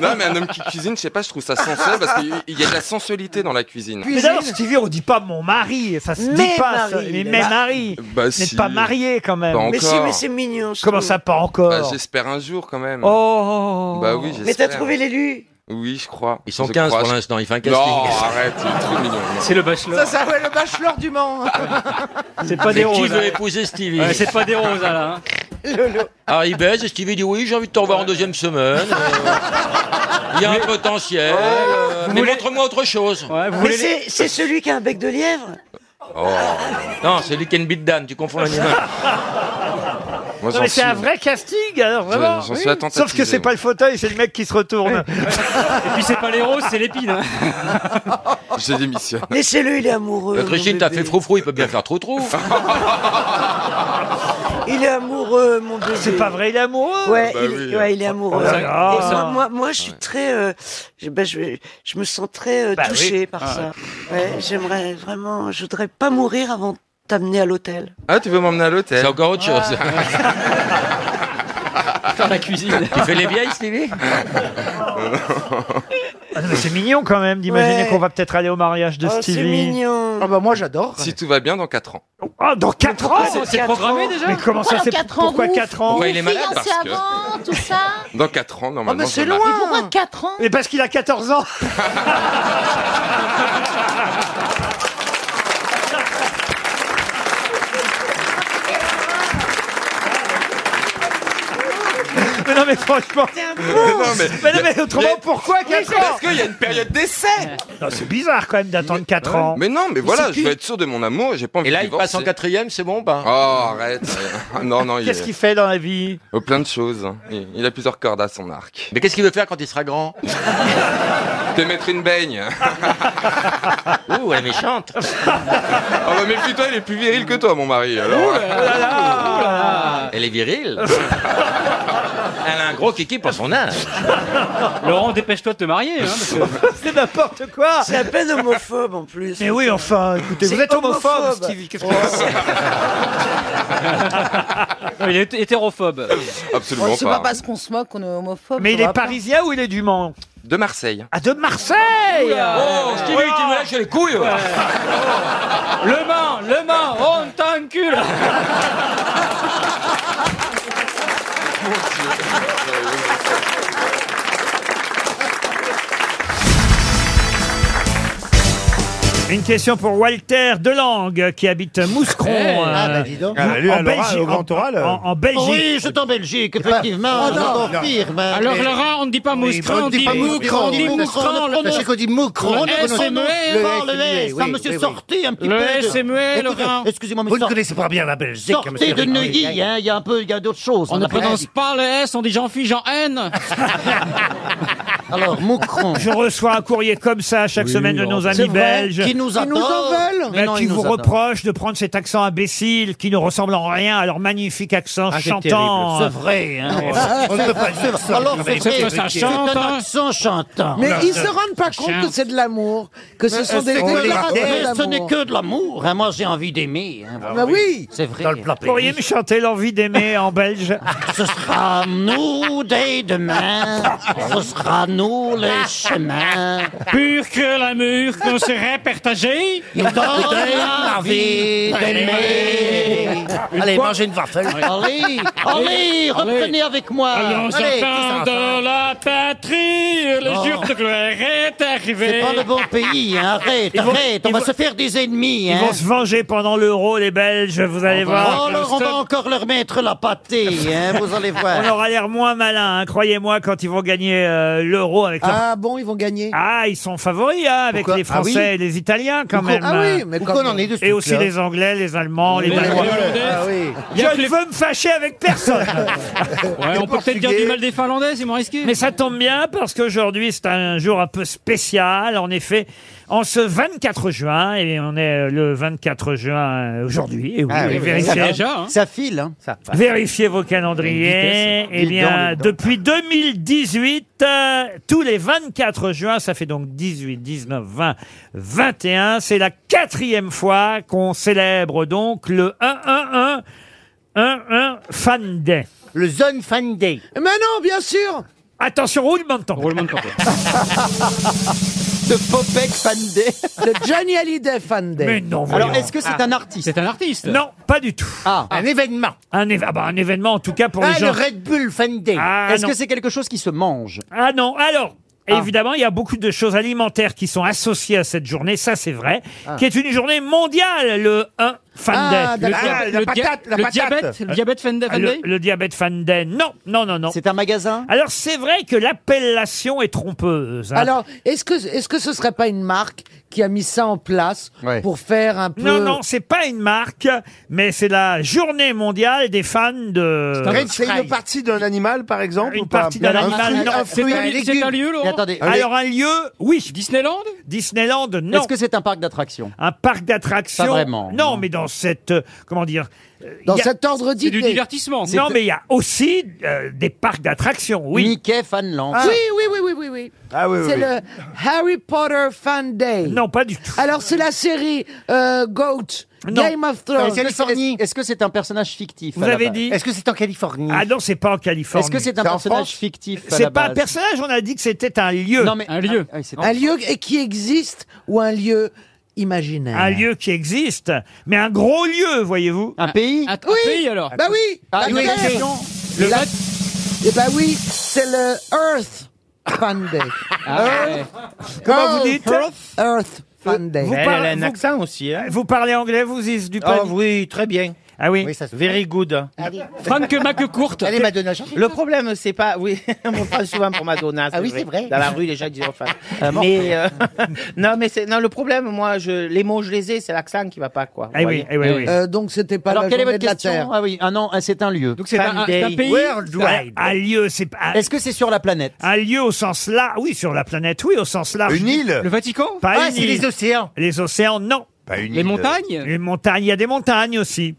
Speaker 20: Non, mais un homme qui cuisine, je sais pas, je trouve ça sensuel parce qu'il y a de la sensualité dans la cuisine.
Speaker 1: Mais d'ailleurs, Stevie, on dit pas mon mari, ça se dit
Speaker 20: Mes
Speaker 1: pas. ça.
Speaker 20: maris,
Speaker 1: mais
Speaker 20: mais
Speaker 1: mes
Speaker 20: bah-
Speaker 1: maris.
Speaker 20: Bah,
Speaker 1: Vous
Speaker 20: si.
Speaker 1: n'êtes pas marié quand même.
Speaker 20: Pas Mais si, encore. mais c'est
Speaker 3: mignon. je
Speaker 1: Comment
Speaker 3: trouve.
Speaker 1: ça, pas encore
Speaker 20: Bah, j'espère un jour quand même.
Speaker 1: Oh
Speaker 20: Bah oui, j'espère.
Speaker 3: Mais t'as trouvé l'élu
Speaker 20: Oui, je crois. Ils
Speaker 5: sont 15 pour l'instant, il fait un casting.
Speaker 20: Non, arrête, il est trop mignon.
Speaker 10: C'est le bachelor.
Speaker 4: Ça, ça, ouais, le bachelor du Mans.
Speaker 10: C'est pas des
Speaker 5: Mais Qui
Speaker 10: roses.
Speaker 5: veut
Speaker 10: hein.
Speaker 5: épouser Stevie
Speaker 10: Ouais, c'est pas des roses, là. hein.
Speaker 5: Alors il baise et Stevie dit oui, j'ai envie de te revoir en deuxième semaine. euh, Il y a un potentiel. euh, mais montre-moi autre chose.
Speaker 3: Mais c'est c'est celui qui a un bec de lièvre
Speaker 5: Oh. Non, c'est Luke and Beat Dan, tu confonds l'animal.
Speaker 1: Non, mais c'est un vrai casting, alors vraiment.
Speaker 5: J'en suis à tentativer,
Speaker 1: Sauf que c'est
Speaker 5: moi.
Speaker 1: pas le fauteuil, c'est le mec qui se retourne.
Speaker 10: Et puis c'est pas les roses, c'est l'épine. hein.
Speaker 20: Je démissionne.
Speaker 3: Laissez-le, il est amoureux.
Speaker 5: La
Speaker 3: mon
Speaker 5: Euh, Christine t'a
Speaker 3: bébé.
Speaker 5: fait froufrou, il peut bien faire trop-trop.
Speaker 3: Il est amoureux, mon bébé.
Speaker 1: C'est pas vrai, il est amoureux
Speaker 3: Ouais,
Speaker 5: Bah
Speaker 3: il,
Speaker 5: oui.
Speaker 3: ouais, il est amoureux.
Speaker 5: Ah,
Speaker 3: Et
Speaker 5: ah.
Speaker 3: moi, moi, moi, je suis très. euh, je, bah, je, je me sens très euh,
Speaker 1: Bah oui.
Speaker 3: touchée par
Speaker 1: Ah.
Speaker 3: ça. Ouais, J'aimerais vraiment. Je voudrais pas mourir avant de t'amener à l'hôtel.
Speaker 20: Ah, tu veux m'emmener à l'hôtel
Speaker 5: C'est encore autre chose.
Speaker 10: Faire la cuisine.
Speaker 5: Tu fais les vieilles, Stevie
Speaker 1: Ah non, mais c'est mignon quand même d'imaginer
Speaker 3: Ouais.
Speaker 1: qu'on va peut-être aller au mariage de
Speaker 3: Oh, c'est
Speaker 1: Stevie.
Speaker 3: mignon.
Speaker 6: Ah bah moi j'adore.
Speaker 20: Si tout va bien, dans 4 ans.
Speaker 1: Ah, dans 4 ans
Speaker 10: C'est- C'est programmé déjà
Speaker 1: Mais comment ça,
Speaker 17: Pourquoi
Speaker 1: c'est
Speaker 17: dans quatre ans,
Speaker 1: pourquoi
Speaker 17: vous
Speaker 1: 4 ans
Speaker 20: Ouais, il est malade
Speaker 17: Fiancé
Speaker 20: parce que-
Speaker 17: avant, tout ça.
Speaker 20: Dans 4 ans,
Speaker 1: Oh, Ah,
Speaker 20: normalement. je me marie.
Speaker 17: Mais pourquoi 4 ans
Speaker 1: Mais parce qu'il a 14 ans Mais non mais franchement
Speaker 20: Non, mais-
Speaker 1: Mais non mais autrement pourquoi 4 ans
Speaker 20: Parce qu'il y a une période d'essai
Speaker 1: Non, C'est bizarre quand même d'attendre 4 ans
Speaker 20: Mais non, mais
Speaker 1: c'est
Speaker 20: voilà,
Speaker 1: qui
Speaker 20: je veux être sûr de mon amour, j'ai pas envie
Speaker 5: Et là,
Speaker 20: de
Speaker 5: il passe en
Speaker 20: divorcer.
Speaker 5: quatrième, c'est bon ou pas
Speaker 20: Oh, arrête. Ah, non, non, il
Speaker 1: Qu'est-ce
Speaker 20: est-
Speaker 1: qu'il fait dans la vie
Speaker 20: Oh, plein de choses. Il il a plusieurs cordes à son arc.
Speaker 5: Mais qu'est-ce qu'il veut faire quand il sera grand
Speaker 20: Te mettre une baigne.
Speaker 5: Ouh, elle est méchante.
Speaker 20: Ah bah, mais putain, il est plus viril que toi, mon mari. Alors,
Speaker 5: Elle est virile. Elle a un gros kiki pour son âge.
Speaker 10: Laurent, dépêche-toi de te marier. hein, parce que-
Speaker 1: C'est n'importe quoi
Speaker 3: C'est à peine homophobe en plus.
Speaker 1: Mais oui enfin écoutez
Speaker 3: C'est
Speaker 1: vous êtes homophobe
Speaker 3: homophobe.
Speaker 1: Stevie qu'est-ce que c'est
Speaker 10: Non, Il est hétérophobe.
Speaker 20: absolument
Speaker 17: C'est pas
Speaker 20: Oh, pas.
Speaker 17: parce qu'on se moque qu'on est homophobe.
Speaker 1: Mais
Speaker 17: ça
Speaker 1: il est
Speaker 17: va pas.
Speaker 1: parisien ou il est du Mans
Speaker 20: De Marseille.
Speaker 1: Ah de Marseille
Speaker 5: Oh, Stevie, tu me lâches les couilles.
Speaker 10: Le Mans, le Mans, on t'encule.
Speaker 1: Une question pour Walter Delangue qui habite Mouscron. euh,
Speaker 12: Ah, bah, dis donc.
Speaker 1: en
Speaker 12: Ah, bah, lui, à l'oral,
Speaker 1: Belgique-
Speaker 12: au grand
Speaker 1: en-
Speaker 12: oral, euh.
Speaker 1: en- en Belgique.
Speaker 12: Oui, c'est en Belgique, effectivement. Oh, non. on confirme.
Speaker 10: Alors
Speaker 12: Mais-
Speaker 10: Laurent, on ne dit pas
Speaker 12: Oui, ben,
Speaker 10: mouscron,
Speaker 12: on
Speaker 10: on dit
Speaker 12: pas
Speaker 10: moucron,
Speaker 12: Moucron,
Speaker 10: on dit mouscron. le-
Speaker 12: Parce qu'on dit Moucron.
Speaker 10: le
Speaker 21: E,
Speaker 10: S E, est muet,
Speaker 12: E, Le
Speaker 10: par
Speaker 12: S est muet, ça, oui, monsieur, oui, oui. sortez un petit
Speaker 10: Le
Speaker 12: peu.
Speaker 10: S
Speaker 12: de-
Speaker 10: est muet,
Speaker 12: Écoutez,
Speaker 10: Laurent.
Speaker 12: Excusez-moi, mais
Speaker 16: Vous ne
Speaker 12: sor-
Speaker 16: connaissez pas bien la Belgique, hein,
Speaker 12: sortez
Speaker 16: monsieur
Speaker 12: de
Speaker 16: Rigaud.
Speaker 12: Neuilly, hein, il y a un peu, il y a d'autres choses.
Speaker 10: On
Speaker 12: en
Speaker 10: ne
Speaker 12: Afrique.
Speaker 10: prononce pas le S, on dit Jean-Philippe Jean-N.
Speaker 12: Alors, Moucron.
Speaker 1: Je reçois un courrier comme ça chaque semaine de nos amis
Speaker 12: oh, bah, C'est vrai,
Speaker 1: belges.
Speaker 12: Qui nous adore.
Speaker 1: Bah,
Speaker 12: Mais non,
Speaker 1: qui
Speaker 12: ils nous
Speaker 1: vous
Speaker 12: adorent.
Speaker 1: reproche de prendre cet accent imbécile qui ne ressemble en rien à leur magnifique accent
Speaker 12: Ah, c'est
Speaker 1: chantant.
Speaker 12: terrible. C'est vrai. Hein.
Speaker 25: On ne peut pas dire ça.
Speaker 12: Alors,
Speaker 25: Non,
Speaker 12: c'est
Speaker 25: mais
Speaker 12: vrai,
Speaker 10: que
Speaker 12: c'est
Speaker 10: ça chante,
Speaker 12: un
Speaker 10: hein.
Speaker 12: accent
Speaker 6: Ah,
Speaker 12: chantant.
Speaker 4: Mais ils se rendent pas compte que c'est de l'amour, que ce sont des
Speaker 12: Mais euh,
Speaker 4: déclarations
Speaker 12: ce n'est
Speaker 4: d'amour.
Speaker 12: que de l'amour. hein. Moi, j'ai envie d'aimer. hein,
Speaker 1: Ah
Speaker 12: voilà.
Speaker 4: Bah oui.
Speaker 12: C'est vrai.
Speaker 25: Dans le plat
Speaker 1: Pourriez
Speaker 25: pays.
Speaker 1: me chanter l'envie d'aimer en belge
Speaker 12: Ce sera nous dès demain. Ce sera nous les chemins.
Speaker 10: Pur que l'amour qu'on
Speaker 12: Hein,
Speaker 10: serait partagé.
Speaker 12: Qui donnent envie d'aimer.
Speaker 25: Allez, mangez une waffle.
Speaker 12: Allez, allez, revenez avec moi.
Speaker 10: Allons
Speaker 12: Allez,
Speaker 10: enfants de la patrie, le
Speaker 12: Oh.
Speaker 10: jour de gloire est
Speaker 12: c'est
Speaker 10: arrivé.
Speaker 12: pas le bon pays, hein. arrête,
Speaker 1: Ils vont-
Speaker 12: arrête, on
Speaker 1: ils
Speaker 12: va
Speaker 1: vont-
Speaker 12: se faire des ennemis.
Speaker 1: Ils
Speaker 12: hein.
Speaker 1: vont se venger pendant l'euro, les Belges, vous allez
Speaker 12: Oh,
Speaker 1: voir.
Speaker 12: alors on va encore leur mettre la pâtée, hein, vous allez
Speaker 1: On
Speaker 12: voir.
Speaker 1: aura l'air moins malin, hein, croyez-moi, quand ils vont gagner euh, l'euro avec leur
Speaker 4: Ah bon, ils vont gagner.
Speaker 1: Ah, ils sont favoris hein, avec
Speaker 4: Pourquoi
Speaker 1: les Français
Speaker 4: Ah oui
Speaker 1: et les Italiens quand même.
Speaker 4: Ah oui, mais
Speaker 12: Pourquoi
Speaker 4: comme-
Speaker 12: on en est de ce
Speaker 1: Et aussi
Speaker 12: truc-là
Speaker 1: les Anglais, les Allemands, les
Speaker 10: Les
Speaker 1: Danois.
Speaker 10: Hollandais.
Speaker 4: Ah oui.
Speaker 1: Je
Speaker 10: Y a que
Speaker 1: ne
Speaker 10: les-
Speaker 1: veux me fâcher avec personne.
Speaker 10: Ouais, on peut peut-être dire du mal des Finlandais, c'est moins risqué.
Speaker 1: Mais ça tombe bien parce qu'aujourd'hui, c'est un jour un peu spécial. En effet, en ce 24 juin, et on est le 24 juin euh, aujourd'hui, et oui,
Speaker 6: Ah oui,
Speaker 1: oui,
Speaker 6: oui,
Speaker 1: vérifiez,
Speaker 10: Déjà, hein.
Speaker 6: Ça file, hein. Ça.
Speaker 1: vérifiez vos calendriers.
Speaker 6: Une vitesse.
Speaker 1: Eh
Speaker 6: Dis donc,
Speaker 1: bien,
Speaker 6: dis donc.
Speaker 1: depuis 2018, euh, tous les 24 juin, ça fait donc 18, 19, 20, 21, c'est la quatrième fois qu'on célèbre donc le 1-1-1. Un, un fan day. Le zone fan day. Eh Mais non, bien sûr Attention, roulement de tambour. Roulement de
Speaker 21: De Popek Fandé. De Johnny Hallyday Fandé.
Speaker 1: Mais non,
Speaker 21: Alors,
Speaker 1: voyons.
Speaker 21: est-ce que c'est
Speaker 12: Ah.
Speaker 21: un artiste C'est un artiste.
Speaker 1: Non, pas du tout. Ah.
Speaker 21: Un événement.
Speaker 1: Un, éve- ah bah, un événement, en tout cas, pour
Speaker 21: Ah,
Speaker 1: les gens... Ah,
Speaker 21: le Red
Speaker 1: Bull Fan Day.
Speaker 21: Est-ce que c'est
Speaker 1: quelque chose qui se mange Ah non, alors... Évidemment, il y a beaucoup de choses alimentaires qui sont associées à cette journée, ça c'est vrai,
Speaker 15: Ah.
Speaker 1: qui est une journée mondiale, le 1 Fan
Speaker 15: Ah,
Speaker 1: Day.
Speaker 15: d'accord. Ah, la patate, la patate. Le diabète Fan Day, Fan
Speaker 1: Euh, Le-
Speaker 15: Day
Speaker 1: le diabète Fan Day, non, non, non, non. C'est un magasin Alors c'est vrai que l'appellation est trompeuse. hein.
Speaker 6: Alors, est-ce que, est-ce que ce serait pas une marque qui a mis ça en place pour faire un peu...
Speaker 1: Non, non, c'est pas une marque, mais c'est la journée mondiale des fans de...
Speaker 12: C'est une partie d'un animal, par exemple
Speaker 1: Une partie d'un animal, non.
Speaker 12: Laurent
Speaker 1: Alors un lieu, oui. Disneyland Disneyland, non.
Speaker 21: Est-ce que c'est un parc d'attractions
Speaker 1: Un parc d'attractions
Speaker 21: Pas vraiment,
Speaker 1: Non, mais dans cette... euh, comment dire euh,
Speaker 21: Dans
Speaker 1: il y a-
Speaker 21: cet ordre d'idées. C'est du divertissement.
Speaker 1: Non,
Speaker 21: C'est-
Speaker 1: mais il y a aussi euh, des parcs d'attractions, oui.
Speaker 21: Mickey Fanland.
Speaker 6: Oui, oui, oui, oui, oui, Ah. oui.
Speaker 1: Ah oui, oui,
Speaker 6: c'est
Speaker 1: oui.
Speaker 6: le Harry Potter Fan Day.
Speaker 1: Non, pas du tout.
Speaker 6: Alors, c'est la série euh, GOAT, Game of Thrones.
Speaker 21: Est-ce que c'est un personnage fictif
Speaker 1: Euh, Vous avez dit
Speaker 21: Est-ce que c'est en Californie
Speaker 1: Ah non, c'est pas en Californie.
Speaker 21: Est-ce que c'est un personnage fictif à
Speaker 1: C'est
Speaker 21: la
Speaker 1: pas un
Speaker 21: base
Speaker 1: personnage, on a dit que c'était un lieu.
Speaker 21: Non, mais- Un lieu. Ah, oui, c'est-
Speaker 6: Un lieu qui existe ou un lieu imaginaire
Speaker 21: Ah.
Speaker 1: Un lieu qui existe, mais un gros lieu, voyez-vous. Un pays
Speaker 6: un Oui. pays, alors Bah oui, Ah, la une Terre. exception. Le La- vote. Eh ben oui, c'est le Earth Fan Day.
Speaker 21: Ah,
Speaker 1: Ah Comment
Speaker 6: Oh,
Speaker 1: vous dites
Speaker 6: Earth, Earth Fan Day.
Speaker 1: Vous parlez- vous-
Speaker 12: aussi.
Speaker 1: Vous parlez anglais, vous, Is
Speaker 21: Oh,
Speaker 1: du
Speaker 12: Ah
Speaker 1: Pan
Speaker 12: oui, très bien.
Speaker 1: Ah oui,
Speaker 12: Very good.
Speaker 1: Franck
Speaker 12: courte. Allez, Madonna, Le problème, c'est pas. Oui, on parle souvent pour Madonna.
Speaker 29: Ah oui, c'est vrai.
Speaker 12: Dans la rue, les gens disent enfin. mais. euh, non, mais c'est. Non, le problème, moi, je, les mots, je les ai, c'est l'accent qui va pas, quoi. vous voyez.
Speaker 6: Euh, donc c'était pas
Speaker 12: eh Alors,
Speaker 6: la
Speaker 12: quelle est
Speaker 6: journée
Speaker 12: votre
Speaker 6: de la
Speaker 12: question
Speaker 6: Terre.
Speaker 21: Ah oui, ah non, c'est un lieu.
Speaker 12: Donc c'est un- un- c'est un pays Worldwide.
Speaker 1: Un lieu, c'est pas.
Speaker 21: Est-ce que c'est sur la planète
Speaker 1: Un lieu au sens là, oui, sur la planète, oui, au sens large.
Speaker 12: Une île Le Vatican
Speaker 1: Pas
Speaker 12: Ah,
Speaker 1: une
Speaker 12: c'est
Speaker 1: île.
Speaker 12: les océans.
Speaker 1: Les océans, non.
Speaker 12: Les île. montagnes
Speaker 1: Les montagnes, il y a des montagnes aussi.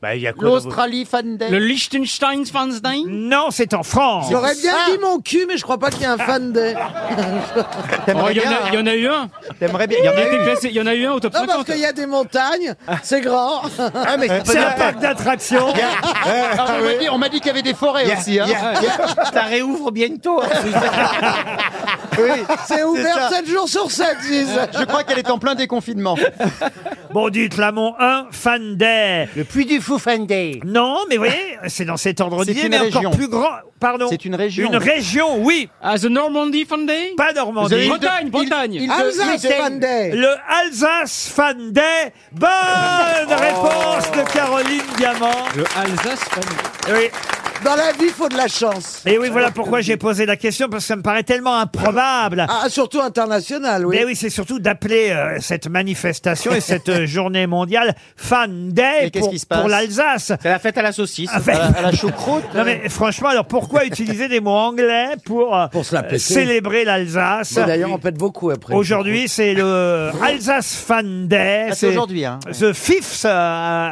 Speaker 1: Bah,
Speaker 21: Il y a,
Speaker 12: quoi
Speaker 21: L'Australie Fan Day.
Speaker 1: Liechtenstein Fansdain Non, c'est en France.
Speaker 6: J'aurais bien
Speaker 12: Ah.
Speaker 6: dit mon cul, mais je crois pas qu'il y ait un Fan Day.
Speaker 12: Oh, il y en a- Eh il y en a eu un. T'aimerais bien. Il y en a été classé- il y en a eu un au top
Speaker 6: Non, parce
Speaker 12: 50.
Speaker 6: qu'il y a des montagnes, c'est grand. Ah,
Speaker 12: mais c'est pas C'est un grave. parc
Speaker 1: d'attractions.
Speaker 21: Alors, on m'a dit- on m'a dit qu'il y avait des forêts
Speaker 12: Il y a-
Speaker 21: aussi. hein.
Speaker 12: il y a- il y a- Ça réouvre bientôt. hein.
Speaker 6: c'est ouvert 7 jours sur 7,
Speaker 21: Je crois qu'elle est en plein déconfinement.
Speaker 1: Bon, dites là, mon 1 Fan Day.
Speaker 21: Le Puy du Fou Fan Day.
Speaker 1: Non, mais vous voyez, c'est dans cet ordre
Speaker 21: C'est
Speaker 1: d'idée,
Speaker 21: une
Speaker 1: mais
Speaker 21: région.
Speaker 1: encore plus grand. Pardon.
Speaker 21: C'est une région.
Speaker 1: Une région, oui.
Speaker 12: Ah, the Normandy Fan Day
Speaker 1: Pas Normandie.
Speaker 12: The- Bretagne, il- Bretagne. il- il-
Speaker 6: Alsace
Speaker 1: Le-
Speaker 6: Fan Day.
Speaker 1: Le Alsace Fan Day. Bonne réponse de Caroline Diamant. Le Alsace Fan Day.
Speaker 6: Dans la vie, il faut de la chance.
Speaker 1: Et oui, voilà pourquoi j'ai posé la question, parce que ça me paraît tellement improbable.
Speaker 6: Ah, surtout international, oui.
Speaker 1: Mais oui, c'est surtout d'appeler euh, cette manifestation et cette euh, journée mondiale Fan Day
Speaker 21: Et qu'est-ce
Speaker 1: pour,
Speaker 21: qui se passe
Speaker 1: pour l'Alsace.
Speaker 12: C'est la fête à la saucisse.
Speaker 1: Ah, ben-
Speaker 21: À la- à la choucroute,
Speaker 1: Non
Speaker 21: euh.
Speaker 1: mais franchement, alors pourquoi utiliser des mots anglais pour, euh, euh,
Speaker 6: péter.
Speaker 1: célébrer l'Alsace
Speaker 6: Mais D'ailleurs, on pète beaucoup après.
Speaker 1: Aujourd'hui, c'est le Alsace Fan Day.
Speaker 21: Ah, c'est aujourd'hui, hein.
Speaker 1: The Fifth euh,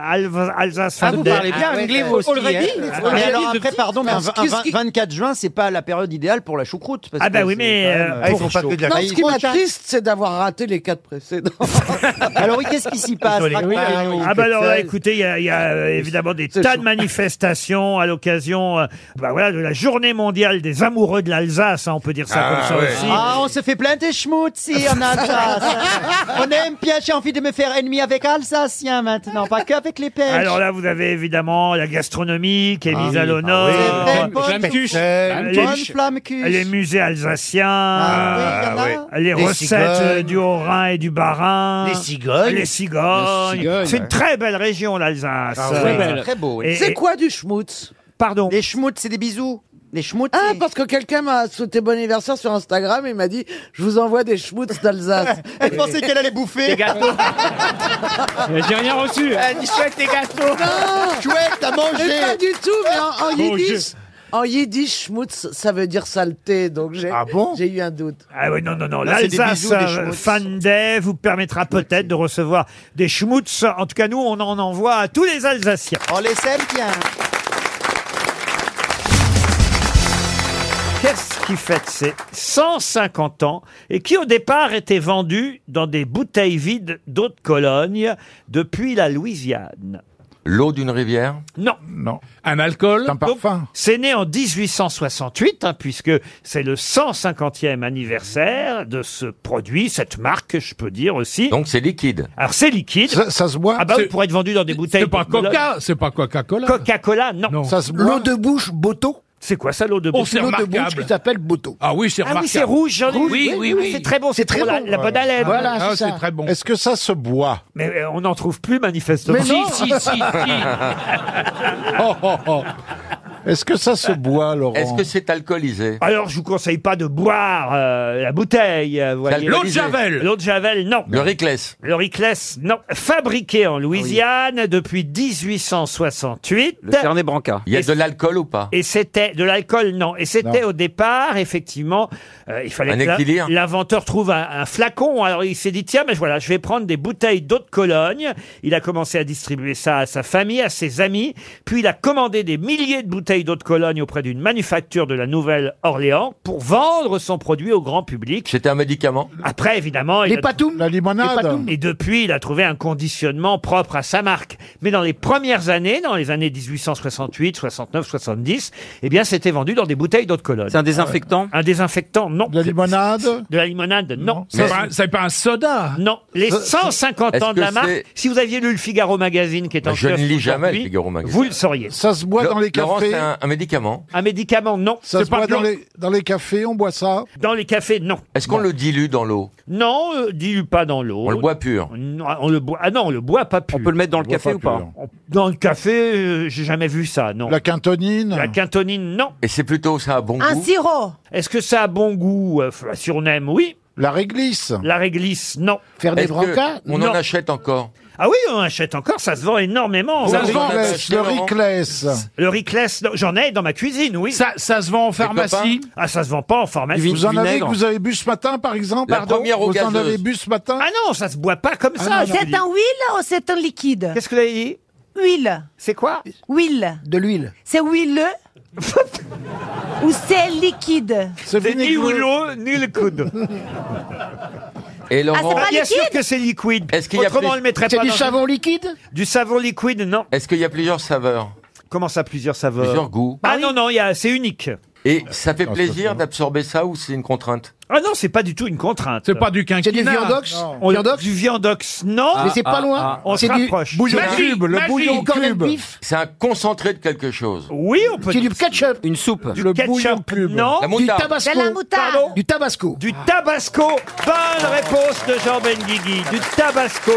Speaker 1: Al- Alsace Fan
Speaker 21: Ah, vous
Speaker 1: Day.
Speaker 21: parlez bien anglais, vous aussi, Already hein. Ah, mais alors après, pardon, mais un
Speaker 1: Parce
Speaker 21: vingt- un
Speaker 1: qu'est-ce
Speaker 21: vingt-
Speaker 1: qui-
Speaker 21: 24 juin, c'est pas la période idéale pour la choucroute. parce
Speaker 1: Ah bah
Speaker 21: que
Speaker 1: oui,
Speaker 21: c'est
Speaker 1: mais,
Speaker 21: quand même,
Speaker 1: euh,
Speaker 21: euh,
Speaker 1: pour-
Speaker 21: il faut pas que de la-
Speaker 6: Non,
Speaker 21: Il
Speaker 6: ce qui
Speaker 21: faut-
Speaker 6: m'attriste, c'est d'avoir raté les quatre précédents.
Speaker 21: Alors oui, qu'est-ce qui s'y passe Raconte-nous.
Speaker 1: Ah bah alors là, écoutez, il y a, il y a, euh, évidemment des tas de manifestations à l'occasion euh, bah voilà, de la journée mondiale des amoureux de l'Alsace, hein, on peut dire ça
Speaker 21: Ah,
Speaker 1: comme ça
Speaker 21: ouais.
Speaker 1: aussi.
Speaker 21: Ah, on se fait plein de schmutz ici en Alsace. on aime bien, j'ai envie de me faire ennemi avec Alsaciens maintenant, pas qu'avec les pêches.
Speaker 1: Alors là, vous avez évidemment la gastronomie qui est mise
Speaker 21: Ah
Speaker 1: à
Speaker 21: oui.
Speaker 1: l'honneur.
Speaker 21: Ah oui. Les bonnes- Flammekuche.
Speaker 1: Euh,
Speaker 21: Bonne
Speaker 1: les-
Speaker 21: Flammekuche.
Speaker 1: Les musées alsaciens.
Speaker 21: Ah oui, il y en a.
Speaker 1: euh, Les
Speaker 21: Les
Speaker 1: recettes euh,
Speaker 21: cigognes.
Speaker 1: du Haut-Rhin et du Bas-Rhin.
Speaker 21: Les cigognes.
Speaker 1: Les
Speaker 21: Les
Speaker 1: cigognes.
Speaker 21: cigognes,
Speaker 1: C'est une
Speaker 21: ouais.
Speaker 1: très belle région, l'Alsace.
Speaker 21: Ah ouais, c'est très beau, oui. C'est
Speaker 6: quoi du schmutz
Speaker 1: Pardon
Speaker 6: Les schmutz, c'est des bisous. Les schmutz. Ah, parce que quelqu'un m'a souhaité bon anniversaire sur Instagram et il m'a dit Je vous envoie des schmutz d'Alsace.
Speaker 21: Elle pensait qu'elle allait bouffer. Des gâteaux.
Speaker 12: J'ai rien reçu. chouette, tes gâteaux.
Speaker 6: Non
Speaker 21: Chouette, t'as mangé.
Speaker 6: Mais Pas du tout, mais en, en
Speaker 1: Mangé.
Speaker 6: yiddish. En yiddish, schmutz, ça veut dire saleté, donc j'ai j'ai eu un doute.
Speaker 1: Ah oui, non, non, non.
Speaker 6: Là, c'est des
Speaker 1: L'Alsace
Speaker 6: bisous, des
Speaker 1: euh,
Speaker 6: schmutz.
Speaker 1: Fan Day vous permettra peut-être de recevoir des schmutz. En tout cas, nous, on en envoie à tous les Alsaciens.
Speaker 21: On les aime bien.
Speaker 1: Qu'est-ce qui fête ses 150 ans et qui au départ était vendu dans des bouteilles vides d'eau de Cologne depuis la Louisiane
Speaker 5: L'eau d'une rivière
Speaker 1: Non.
Speaker 5: Non.
Speaker 1: Un alcool Un parfum C'est né en 1868, hein, puisque c'est le 150e anniversaire de ce produit, cette marque, je peux dire aussi.
Speaker 5: Donc c'est liquide.
Speaker 1: Alors c'est liquide. Ça, se boit Ah bah oui, pour être vendu dans des bouteilles.
Speaker 20: C'est pas
Speaker 1: de Boulogne.
Speaker 20: Coca, c'est pas Coca-Cola.
Speaker 1: Coca-Cola, non.
Speaker 20: L'eau
Speaker 1: de bouche, Boto C'est quoi ça, l'eau de
Speaker 20: Oh,
Speaker 1: bouche
Speaker 20: c'est
Speaker 1: L'eau de bouche
Speaker 20: remarquable.
Speaker 1: qui
Speaker 20: s'appelle
Speaker 1: Boto.
Speaker 20: Ah oui, c'est
Speaker 1: Ah oui,
Speaker 20: remarquable.
Speaker 1: c'est rouge, j'en ai-
Speaker 20: Oui, oui, oui.
Speaker 1: C'est très bon, c'est pour la, la bonne haleine.
Speaker 20: Voilà, c'est très bon.
Speaker 1: Est-ce que ça se boit Mais euh, on n'en trouve plus, manifestement.
Speaker 20: Mais Si, non. Oh. si, si, si.
Speaker 1: Oh, Est-ce que ça se boit, Laurent
Speaker 5: Est-ce que c'est alcoolisé
Speaker 10: Ah,
Speaker 1: Alors, je vous conseille pas de boire euh, la bouteille. euh, voyez.
Speaker 5: L'eau de Javel.
Speaker 1: L'eau de Javel, non.
Speaker 5: Le Ah Ricless.
Speaker 1: Le Ricless, non. Fabriqué en Louisiane depuis 1868. Le Cerné Branca.
Speaker 5: Il y a de l'alcool ou pas
Speaker 1: Et c'était de l'alcool, non. Et c'était au départ, effectivement, euh, il fallait
Speaker 5: Un
Speaker 1: que la-
Speaker 5: équilibre.
Speaker 1: l'inventeur trouve un, un flacon. Alors il s'est dit tiens, mais voilà, je vais prendre des bouteilles d'eau de Cologne. Il a commencé à distribuer ça à sa famille, à ses amis. Puis il a commandé des milliers de bouteilles d'eau de Cologne auprès d'une manufacture de la Nouvelle-Orléans pour vendre son produit au grand public.
Speaker 5: C'était un médicament.
Speaker 1: Après, évidemment, Oh, il
Speaker 5: Les
Speaker 1: a-
Speaker 5: patoums La
Speaker 16: Ah,
Speaker 5: limonade Les patoums
Speaker 1: Et depuis, il a trouvé un conditionnement propre à sa marque. Mais dans les premières années, dans les années 1868, 69, 70, eh bien, c'était vendu dans des bouteilles d'eau de Cologne. C'est un
Speaker 2: désinfectant
Speaker 1: Un désinfectant, non. De la limonade De la limonade, non.
Speaker 20: C'est pas- c'est pas un soda.
Speaker 1: Non, les
Speaker 20: Ça,
Speaker 1: 150
Speaker 20: est-ce
Speaker 1: ans de la
Speaker 20: que
Speaker 1: marque,
Speaker 20: c'est-
Speaker 1: si vous aviez lu le Figaro Magazine qui est en
Speaker 5: Bah, Je ne
Speaker 1: kiosque
Speaker 5: lis jamais
Speaker 1: aujourd'hui,
Speaker 5: le Figaro Magazine.
Speaker 1: Vous le sauriez. Ça se
Speaker 5: Le- Laurent, c'est un, un médicament.
Speaker 1: Un médicament, non.
Speaker 5: Ça se boit dans les-
Speaker 1: cafés, on boit ça Dans les cafés, non.
Speaker 5: Est-ce qu'on
Speaker 1: Non.
Speaker 5: le dilue dans l'eau
Speaker 1: Non, euh, dilue pas dans l'eau.
Speaker 5: On le boit pur.
Speaker 1: Non, on le boit. Ah non, on le boit pas pur. On peut le mettre dans
Speaker 5: le café boit pas ou pur.
Speaker 1: Dans le café, euh, j'ai jamais vu ça, non. La quintonine La quintonine, non.
Speaker 5: Et c'est plutôt ça a bon goût.
Speaker 1: sirop Est-ce que ça a bon goût Euh, f- Si on aime, oui. La réglisse La réglisse, non. Faire
Speaker 5: Est-ce que On en achète encore.
Speaker 1: Ah oui, on achète encore, ça se vend énormément.
Speaker 5: Ça se vend, Le
Speaker 16: Ah,
Speaker 5: Ricless, le Laurent.
Speaker 1: Ricless. Le Ricless, non, j'en ai dans ma cuisine, oui. Ça, se vend en
Speaker 5: pharmacie
Speaker 1: Ah, ça se vend pas en pharmacie.
Speaker 2: Vous en avez que vous avez bu ce matin, par exemple Pardon Vous en avez bu ce matin
Speaker 1: Ah non, ça se boit pas comme ça. je vous
Speaker 14: C'est
Speaker 1: dis.
Speaker 14: un huile ou c'est un liquide
Speaker 1: Qu'est-ce que vous avez dit
Speaker 14: Huile.
Speaker 1: C'est quoi
Speaker 14: Huile.
Speaker 1: De l'huile.
Speaker 14: C'est huileux ou c'est liquide
Speaker 1: C'est ni l'eau, ni le coude.
Speaker 5: Et Laurent,
Speaker 1: Ah, bien sûr que c'est liquide.
Speaker 5: Est-ce qu'il y a
Speaker 1: Autrement,
Speaker 5: plus-
Speaker 1: on le mettrait
Speaker 5: C'est
Speaker 1: pas
Speaker 5: du
Speaker 1: dans-
Speaker 5: savon
Speaker 1: liquide Du savon liquide, non.
Speaker 5: est-ce qu'il y a plusieurs saveurs
Speaker 1: Comment ça, plusieurs saveurs
Speaker 5: Plusieurs goûts.
Speaker 1: Ah non, non, il y a- c'est unique.
Speaker 5: Et ça fait plaisir d'absorber ça ou c'est une contrainte
Speaker 1: Ah non, c'est pas du tout une contrainte.
Speaker 20: C'est pas du quinquennat. C'est du viandox Non.
Speaker 1: On- Du viandox, non. Ah,
Speaker 20: Mais c'est pas loin.
Speaker 1: On
Speaker 20: C'est
Speaker 1: se
Speaker 20: du
Speaker 1: rapproche.
Speaker 20: bouillon Magie, cube, le magie, bouillon corned cube. beef.
Speaker 5: C'est un concentré de quelque chose.
Speaker 1: Oui, on peut.
Speaker 2: C'est du ketchup. Une soupe.
Speaker 1: Du ketchup, non.
Speaker 5: La
Speaker 2: Du
Speaker 5: moutarde.
Speaker 2: tabasco.
Speaker 5: De la moutarde.
Speaker 1: Pardon
Speaker 2: Du tabasco.
Speaker 1: Du tabasco. Bonne réponse de Jean Benguigui. Du tabasco.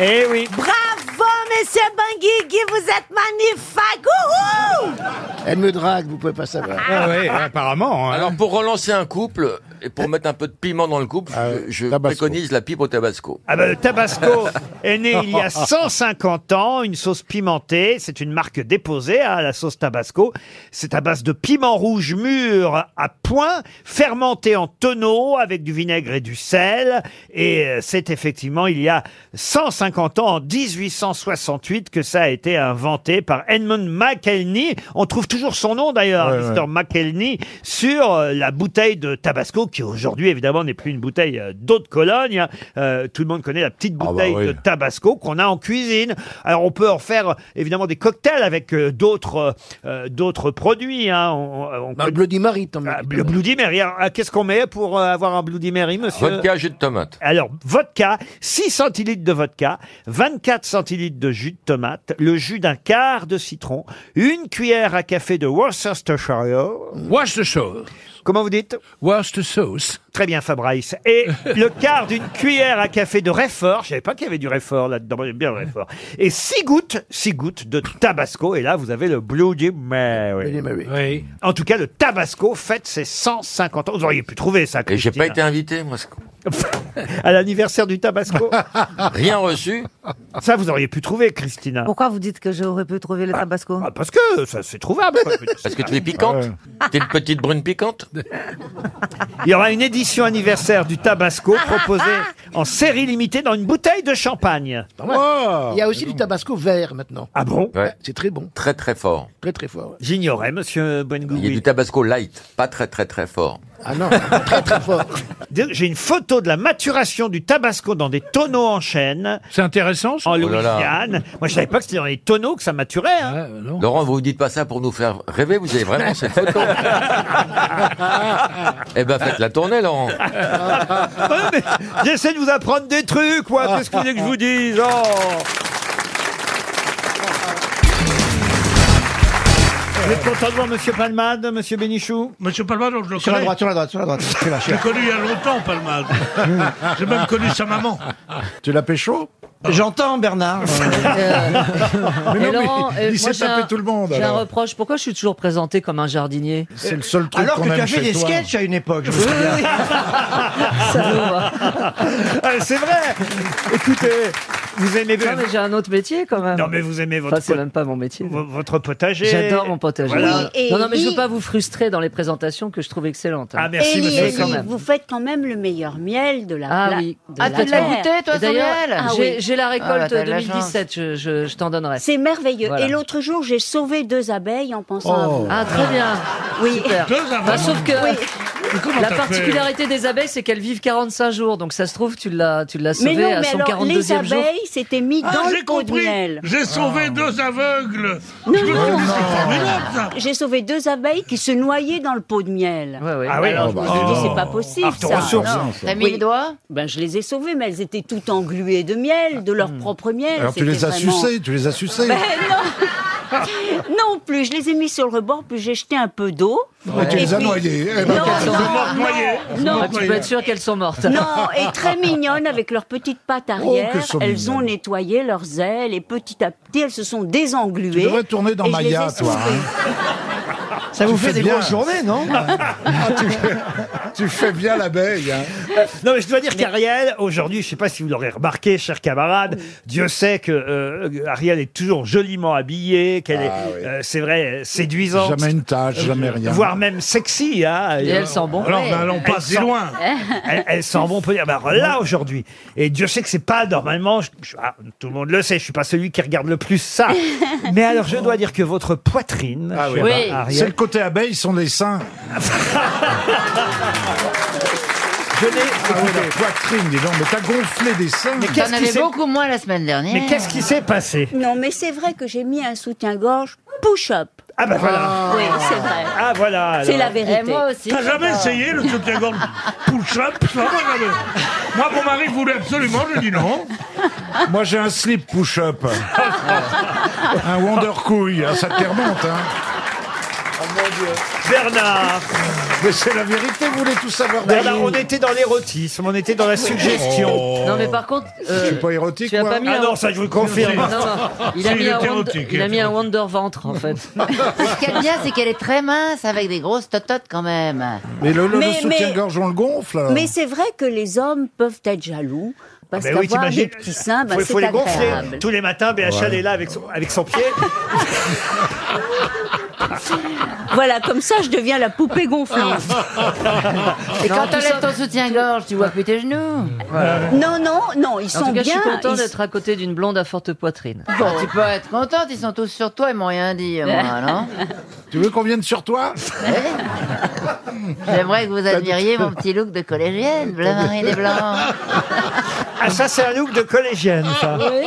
Speaker 1: Eh oui.
Speaker 17: Bravo, monsieur Bangui, qui vous êtes magnifique. Ouhou
Speaker 12: euh
Speaker 2: Elle me drague, vous pouvez pas savoir.
Speaker 5: Ah ouais,
Speaker 20: apparemment.
Speaker 5: Alors pour relancer un couple et pour mettre un peu de piment dans le couple, je, je préconise la pipe au tabasco.
Speaker 1: Ah ben, le Tabasco est né il y a 150 ans, une sauce pimentée, c'est une marque déposée à la sauce Tabasco. C'est à base de piment rouge mûr à point, fermenté en tonneau avec du vinaigre et du sel. Et euh, c'est effectivement il y a 150 ans, en 1868, que ça a été inventé par Edmund McElney. On trouve toujours son nom d'ailleurs,
Speaker 2: Ouais,
Speaker 1: Mr.
Speaker 2: ouais.
Speaker 1: McElney, sur euh, la bouteille de Tabasco, qui aujourd'hui évidemment n'est plus une bouteille euh, d'eau de Cologne. hein. Euh, tout le monde connaît la petite bouteille
Speaker 2: oui.
Speaker 1: de Tabasco qu'on a en cuisine. Alors on peut en faire euh, évidemment des cocktails avec euh, d'autres euh, euh, d'autres produits. Hein. On, on- on
Speaker 2: Le
Speaker 1: connaît-
Speaker 2: Bloody Mary, t'en
Speaker 1: Ah, le Bloody Mary. Alors, ah, Qu'est-ce qu'on met pour euh, avoir un Bloody Mary, monsieur
Speaker 5: Vodka, jus de tomate.
Speaker 1: alors, vodka, 6 centilitres de vodka, 24 centilitres de jus de tomate, le jus d'un quart de citron, une cuillère à café de Worcestershire. Worcestershire. Comment vous dites Worcestershire. Très bien, Fabrice. Et le quart d'une cuillère à café de Réfort. Je savais pas qu'il y avait du Réfort là-dedans. Moi, J'aime bien le Réfort. Et 6 gouttes, 6 gouttes de Tabasco. Et là, vous avez le Bloody Mary.
Speaker 20: Oui.
Speaker 1: En tout cas, le Tabasco fête ses 150 ans. Vous auriez pu trouver ça.
Speaker 5: Et j'ai
Speaker 1: Christine.
Speaker 5: pas été invité, moi. ce-
Speaker 1: À l'anniversaire du Tabasco.
Speaker 5: Rien reçu.
Speaker 1: Ça, vous auriez pu trouver, Christina.
Speaker 8: Pourquoi vous dites que j'aurais pu trouver le tabasco
Speaker 1: Ah, Parce que ça, c'est trouvable. quoi.
Speaker 5: Parce que tu es piquante. T'es une petite brune piquante.
Speaker 1: Il y aura une édition anniversaire du Tabasco proposée en série limitée dans une bouteille de champagne.
Speaker 12: Oh.
Speaker 2: Il y a aussi du tabasco vert maintenant.
Speaker 1: Ah bon
Speaker 2: C'est très bon.
Speaker 5: Très très fort.
Speaker 2: Très très fort. ouais.
Speaker 1: J'ignorais, monsieur Buengoui.
Speaker 5: Il y a du tabasco light, pas très très très fort.
Speaker 2: Ah non, très très fort.
Speaker 1: J'ai une photo de la maturation du Tabasco dans des tonneaux en chêne.
Speaker 20: C'est
Speaker 1: change En
Speaker 5: Oh là là.
Speaker 1: Louisiane. Moi, je savais pas que c'était dans les tonneaux que ça maturait. hein.
Speaker 5: Laurent, vous ne dites pas ça pour nous faire rêver, vous avez vraiment cette photo. eh ben, faites la tournée, Laurent.
Speaker 1: Ouais, mais J'essaie de vous apprendre des trucs, moi. Qu'est-ce que vous voulez que je vous dise oh. Vous êtes content de voir Monsieur Palmade, Monsieur Bénichou
Speaker 19: Monsieur Palmade, je le
Speaker 1: Sur la
Speaker 19: connais.
Speaker 1: droite, sur la droite, sur la droite. Je suis là, je suis là.
Speaker 19: J'ai connu il y a longtemps, Palmade. J'ai même connu sa maman.
Speaker 16: Tu l'as pécho J'entends Bernard.
Speaker 19: Ah,
Speaker 2: Euh,
Speaker 6: Et
Speaker 16: non, mais
Speaker 6: Laurent,
Speaker 16: il
Speaker 6: euh,
Speaker 16: s'est
Speaker 6: moi, j'ai
Speaker 16: tapé
Speaker 6: un-
Speaker 16: tout le monde,
Speaker 6: J'ai un
Speaker 16: alors.
Speaker 6: reproche. Pourquoi je suis toujours présenté comme un jardinier
Speaker 16: C'est le seul truc qu'on aime chez toi.
Speaker 6: à une époque. Je
Speaker 1: Ah, C'est vrai. Écoutez, vous aimez
Speaker 6: Non, mais j'ai un autre métier quand même.
Speaker 1: Non, mais vous aimez votre.
Speaker 6: Enfin, c'est même pas mon métier.
Speaker 1: Votre potager.
Speaker 6: J'adore mon potager.
Speaker 1: Voilà.
Speaker 6: non, non, mais je veux pas vous frustrer dans les présentations que je trouve excellentes. hein.
Speaker 1: Ah, merci,
Speaker 6: Mais
Speaker 1: monsieur.
Speaker 6: quand même.
Speaker 2: Vous faites quand même le meilleur miel de la
Speaker 6: Ah
Speaker 2: pla-
Speaker 6: oui.
Speaker 2: de
Speaker 6: Ah, tu l'as
Speaker 2: terre.
Speaker 6: goûté, toi,
Speaker 2: Et
Speaker 6: ton miel
Speaker 2: Ah
Speaker 6: J'ai-
Speaker 2: oui.
Speaker 6: j'ai la récolte
Speaker 2: Ah, t'as de la
Speaker 6: 2017, je, je- je t'en donnerai.
Speaker 2: chance. C'est merveilleux.
Speaker 6: Voilà.
Speaker 2: Et l'autre jour, j'ai sauvé deux abeilles en pensant à
Speaker 6: Oh.
Speaker 2: vous.
Speaker 6: Ah, très bien.
Speaker 2: Oui.
Speaker 6: Super. Bah, sauf que
Speaker 2: Oui.
Speaker 6: la
Speaker 2: t'as
Speaker 6: particularité des abeilles, c'est qu'elles vivent 45 jours. Donc ça se trouve, tu l'as, tu l'as
Speaker 2: Mais
Speaker 6: sauvée
Speaker 2: non,
Speaker 6: à
Speaker 2: mais
Speaker 6: son
Speaker 2: alors,
Speaker 6: 42e
Speaker 2: les
Speaker 6: jour.
Speaker 2: abeilles s'étaient mis
Speaker 6: Ah,
Speaker 2: dans
Speaker 6: j'ai
Speaker 2: le pot de
Speaker 6: compris.
Speaker 2: miel.
Speaker 19: J'ai sauvé deux aveugles.
Speaker 2: Oh. Non,
Speaker 19: Je me suis
Speaker 2: non,
Speaker 19: dit, c'est
Speaker 16: Ah,
Speaker 19: formidable, ça.
Speaker 2: J'ai sauvé deux abeilles qui se noyaient dans le pot de miel.
Speaker 19: Ah oui.
Speaker 2: Alors, je me suis
Speaker 19: Oh,
Speaker 2: dit,
Speaker 19: bah,
Speaker 2: c'est pas
Speaker 19: dis
Speaker 2: possible,
Speaker 19: donc.
Speaker 2: ça.
Speaker 19: Arte ressources.
Speaker 2: Non.
Speaker 19: T'as mis le
Speaker 2: doigt Ben, je les ai sauvées, mais elles étaient toutes engluées de miel, de
Speaker 19: Hmm.
Speaker 2: leur propre miel.
Speaker 16: Alors tu les
Speaker 2: C'était
Speaker 16: as
Speaker 2: vraiment-
Speaker 16: sucés, tu les as sucés.
Speaker 2: Ben non Non plus, je les ai mis sur le rebord, puis j'ai jeté un peu d'eau.
Speaker 16: Ouais, Ah, tu
Speaker 2: Et
Speaker 16: les as
Speaker 2: puis-
Speaker 16: noyées. Eh ben,
Speaker 2: Non,
Speaker 16: qu'elles sont
Speaker 2: non,
Speaker 16: mortes
Speaker 2: non,
Speaker 16: noyées. Elles sont
Speaker 2: non.
Speaker 6: Ah, tu peux être sûr qu'elles sont mortes.
Speaker 2: Non, et très mignonnes avec leurs petites pattes
Speaker 16: Oh,
Speaker 2: arrière.
Speaker 6: qu'elles sont
Speaker 2: elles
Speaker 6: mignonnes.
Speaker 2: ont nettoyé leurs ailes et petit à petit elles se sont désengluées.
Speaker 16: Tu devrais tourner dans
Speaker 2: et je les ai
Speaker 16: Maya, toi. hein.
Speaker 2: sauvées.
Speaker 16: Ça
Speaker 1: vous fait des grosses journées,
Speaker 16: non Ah, tu, fais, tu fais bien l'abeille. hein.
Speaker 1: Euh, Non, mais je dois dire qu'Ariel, aujourd'hui, je ne sais pas si vous l'aurez remarqué, cher camarade, Dieu sait que euh, Ariel est toujours joliment habillée, qu'elle est, euh, c'est vrai, euh, séduisante.
Speaker 16: Ah, Jamais une tache,
Speaker 1: Euh,
Speaker 16: jamais rien.
Speaker 1: Voire même sexy. Hein,
Speaker 6: Et elle sent bon.
Speaker 1: Alors,
Speaker 6: Ouais.
Speaker 1: ben, allons pas
Speaker 6: Elle
Speaker 1: si
Speaker 6: sent-
Speaker 1: loin. Elle, elle sent bon, on peut dire, ben, là, aujourd'hui. Et Dieu sait que c'est pas normalement, je- je- ah, tout le monde le sait, je suis pas celui qui regarde le plus ça. Mais alors, je dois dire que votre poitrine, chère Ariel,
Speaker 16: Ah, C'est le côté abeille, ils sont les seins.
Speaker 1: Je l'ai
Speaker 16: Ah la poitrine, dis donc, mais t'as gonflé des seins.
Speaker 18: J'en avais beaucoup moins la semaine dernière.
Speaker 1: s'est passé
Speaker 2: Non, mais c'est vrai que j'ai mis un soutien-gorge push-up.
Speaker 1: Ah ben voilà.
Speaker 2: Oui, c'est vrai.
Speaker 1: Ah voilà.
Speaker 2: Oh, C'est la vérité.
Speaker 19: T'as jamais essayé le soutien-gorge pull-up ça, moi, jamais. Moi, mon mari voulait absolument, j'ai dit non.
Speaker 16: Moi, j'ai un slip push-up. un wonder couille, hein, ça te remonte. Hein.
Speaker 1: Bernard
Speaker 16: Mais c'est la vérité, vous voulez tout savoir
Speaker 1: Bernard, on
Speaker 16: d'Aline.
Speaker 1: était dans l'érotisme, on était dans la suggestion.
Speaker 16: Oh.
Speaker 6: Non, mais par contre, euh,
Speaker 16: Je suis pas érotique,
Speaker 6: tu as
Speaker 16: moi.
Speaker 6: pas mis
Speaker 1: Ah
Speaker 6: un-
Speaker 1: non, ça, je vous le confirme.
Speaker 6: Non, non. Il a
Speaker 1: Si, il
Speaker 6: mis un
Speaker 1: était
Speaker 6: wonder,
Speaker 1: érotique,
Speaker 6: il a
Speaker 1: il
Speaker 6: mis un wonder ventre en fait.
Speaker 18: Ce qu'elle aime bien, c'est qu'elle est très mince avec des grosses tototes quand même.
Speaker 16: Mais le, le- le
Speaker 2: Mais-
Speaker 16: soutien-gorge, on le gonfle. alors.
Speaker 2: Mais c'est vrai que les hommes peuvent être jaloux parce
Speaker 1: Ah ben oui,
Speaker 2: qu'avoir
Speaker 1: t'imagines.
Speaker 2: des petits seins, bah,
Speaker 1: faut,
Speaker 2: c'est
Speaker 1: faut les gonfler.
Speaker 2: agréable.
Speaker 1: Tous les matins, BHL
Speaker 16: Ouais.
Speaker 1: est là avec son, avec son pied.
Speaker 2: Voilà, comme ça, je deviens la poupée gonflante.
Speaker 1: Ah.
Speaker 18: Et quand t'enlèves ton soutien-gorge, tu vois plus tes genoux.
Speaker 2: Non, non, non, ils
Speaker 6: en
Speaker 2: sont
Speaker 6: tout
Speaker 2: bien.
Speaker 6: cas, je suis content
Speaker 2: ils-
Speaker 6: d'être à côté d'une blonde à forte poitrine.
Speaker 18: Ah, tu peux être contente, ils sont tous sur toi, ils m'ont rien dit, moi, non
Speaker 16: Tu veux qu'on vienne sur toi
Speaker 18: J'aimerais que vous admiriez mon petit look de collégienne, bleu marine et blanc.
Speaker 1: Ah, ça, c'est un look de collégienne, ça.
Speaker 18: Oui.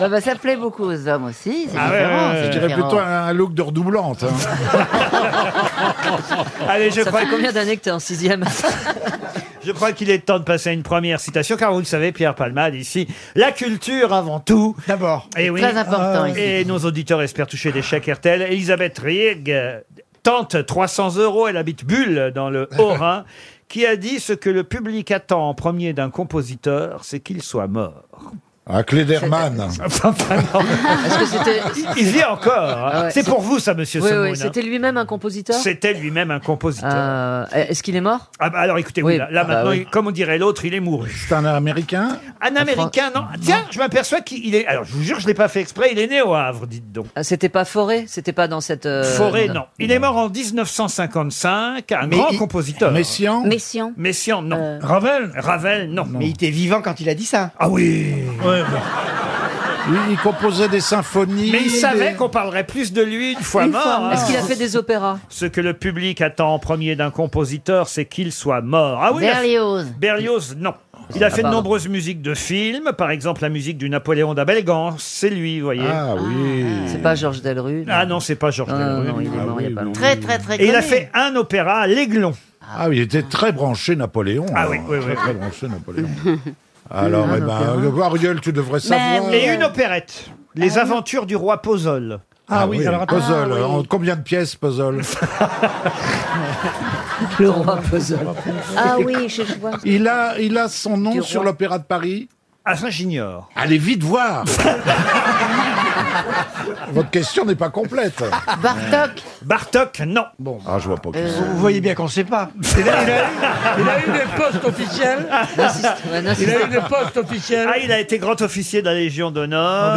Speaker 18: Bah, bah, ça plaît beaucoup aux hommes aussi, c'est
Speaker 1: Ah ouais,
Speaker 18: différent.
Speaker 1: ouais,
Speaker 18: c'est
Speaker 1: ouais.
Speaker 16: Je dirais
Speaker 18: différent.
Speaker 16: plutôt un look de redoublante. hein.
Speaker 1: Allez, je
Speaker 6: Ça
Speaker 1: crois,
Speaker 6: fait combien d'années que t'es en sixième
Speaker 1: je crois qu'il est temps de passer à une première citation, car vous le savez, Pierre Palmade, ici, la culture avant tout. D'abord. Et oui. Ah,
Speaker 18: Très important ici.
Speaker 1: Et nos auditeurs espèrent toucher des chèques RTL. Elisabeth Rieg euh, tente 300 euros. Elle habite Bulle, dans le Haut-Rhin, qui a dit ce que le public attend en premier d'un compositeur, c'est qu'il soit mort.
Speaker 16: Un Cléderman.
Speaker 6: Est-ce que c'était
Speaker 1: Il vit encore. hein.
Speaker 6: Ah ouais.
Speaker 1: C'est pour vous, ça, monsieur
Speaker 6: Oui,
Speaker 1: Semoun,
Speaker 6: oui,
Speaker 1: hein.
Speaker 6: c'était lui-même un compositeur Euh,
Speaker 1: C'était lui-même un compositeur.
Speaker 6: Est-ce qu'il est mort
Speaker 1: Ah bah alors écoutez,
Speaker 6: Oui,
Speaker 1: oui, là, là,
Speaker 6: bah
Speaker 1: maintenant,
Speaker 6: oui.
Speaker 1: il- comme on dirait l'autre, il est mouru.
Speaker 16: C'est un américain
Speaker 1: Un Américain, non Tiens, je m'aperçois qu'il est... Alors je vous jure, je l'ai pas fait exprès, il est né au Havre, dites donc.
Speaker 6: Ah, C'était pas Forêt C'était pas dans cette. euh,
Speaker 1: Forêt, non. Il est mort en 1955, un
Speaker 16: Mais
Speaker 1: grand
Speaker 16: il-
Speaker 1: compositeur.
Speaker 16: Messian
Speaker 2: Messian.
Speaker 1: Messian, non.
Speaker 16: Ravel
Speaker 1: Ravel, non.
Speaker 16: Mais il était vivant quand il a dit ça.
Speaker 1: Ah oui
Speaker 16: Il composait des symphonies.
Speaker 1: Mais il savait
Speaker 16: des-
Speaker 1: qu'on parlerait plus de lui une fois mort. hein.
Speaker 6: Est-ce qu'il a fait des opéras
Speaker 1: Ce que le public attend en premier d'un compositeur, c'est qu'il soit mort. Ah oui, la-
Speaker 18: Berlioz.
Speaker 1: Berlioz, non. Il a fait de
Speaker 11: Ah, pardon.
Speaker 1: nombreuses musiques de films, par exemple la musique du Napoléon d'Abelgan, c'est lui, vous voyez. Ah oui.
Speaker 30: C'est pas Georges Delru.
Speaker 1: Ah non, c'est pas Georges Delru.
Speaker 30: non, il est mort il y a pas longtemps.
Speaker 18: Très, très, très
Speaker 1: Et il a
Speaker 18: connu.
Speaker 1: fait un opéra, L'Aiglon.
Speaker 16: Ah, il était très branché Napoléon.
Speaker 1: Ah
Speaker 16: alors.
Speaker 1: oui, oui,
Speaker 16: Très,
Speaker 1: oui.
Speaker 16: très branché Napoléon. Alors,
Speaker 1: Ah,
Speaker 16: eh ben,
Speaker 1: l'opéra.
Speaker 16: Ariel, tu devrais savoir.
Speaker 1: Et une opérette,
Speaker 30: Ah
Speaker 1: Les aventures du roi Pozole.
Speaker 16: Ah, oui, alors attends. Puzzle. En combien de pièces, puzzle
Speaker 1: Le roi Puzzle.
Speaker 2: Ah oui, je je vois.
Speaker 16: Il a, il a son nom
Speaker 2: Du
Speaker 16: sur
Speaker 2: roi.
Speaker 16: l'Opéra de Paris
Speaker 1: Ah, ça, j'ignore.
Speaker 16: Allez vite voir Votre question n'est pas complète.
Speaker 18: Bartok.
Speaker 1: Bartok, non.
Speaker 16: Bon. Ah, je vois pas. qui c'est.
Speaker 15: Euh, Vous voyez bien qu'on ne sait pas. Ah,
Speaker 19: Il a, il a eu, il a eu des postes officiels. Il a eu des postes officiels.
Speaker 1: Ah, il a été grand officier de la Légion d'honneur.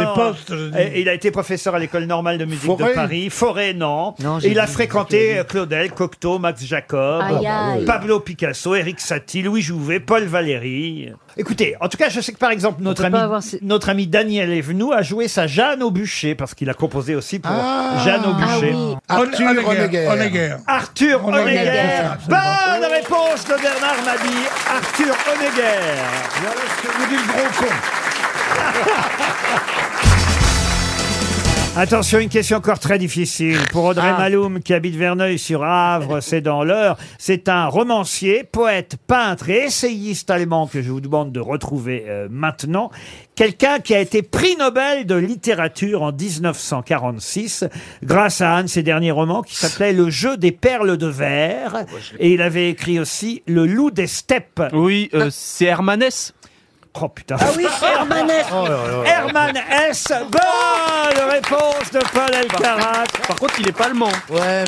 Speaker 19: Non, des postes, je dis.
Speaker 1: Et- et il a été professeur à l'école normale de musique
Speaker 19: Forêt
Speaker 1: de Paris. Forêt, non.
Speaker 19: j'ai
Speaker 1: Et il a
Speaker 19: dit-
Speaker 1: fréquenté euh, Claudel, Cocteau, Max Jacob, Ah
Speaker 19: Aïe, aïe.
Speaker 1: Pablo Picasso, Éric Satie, Louis Jouvet, Paul Valéry. Écoutez, en tout cas, je sais que par exemple, notre ami, notre ami Daniel Evenou a joué sa Jeanne au bûcher parce qu'il a composé aussi pour
Speaker 15: Ah.
Speaker 1: Jeanne au bûcher.
Speaker 16: Arthur Honegger.
Speaker 1: Arthur
Speaker 16: Honegger.
Speaker 1: Honegger. Bonne
Speaker 16: Absolument.
Speaker 1: réponse de Bernard Mabie. Arthur Honegger.
Speaker 16: Voilà ce que vous dit le gros con.
Speaker 1: Attention, une question encore très difficile pour Audrey Maloum qui habite Verneuil-sur-Avre, c'est dans l'heure. C'est un romancier, poète, peintre et essayiste allemand que je vous demande de retrouver euh, maintenant. Quelqu'un qui a été prix Nobel de littérature en 1946 grâce à un de ses derniers romans qui s'appelait Le jeu des perles de verre. Et il avait écrit aussi Le loup des steppes. Oui, euh, c'est Hermanès. Oh putain.
Speaker 11: Ah oui, c'est Hermanès.
Speaker 1: Oh là là. Herman S. Bonne réponse de Paul Elkarat.
Speaker 11: Par contre, il est pas allemand.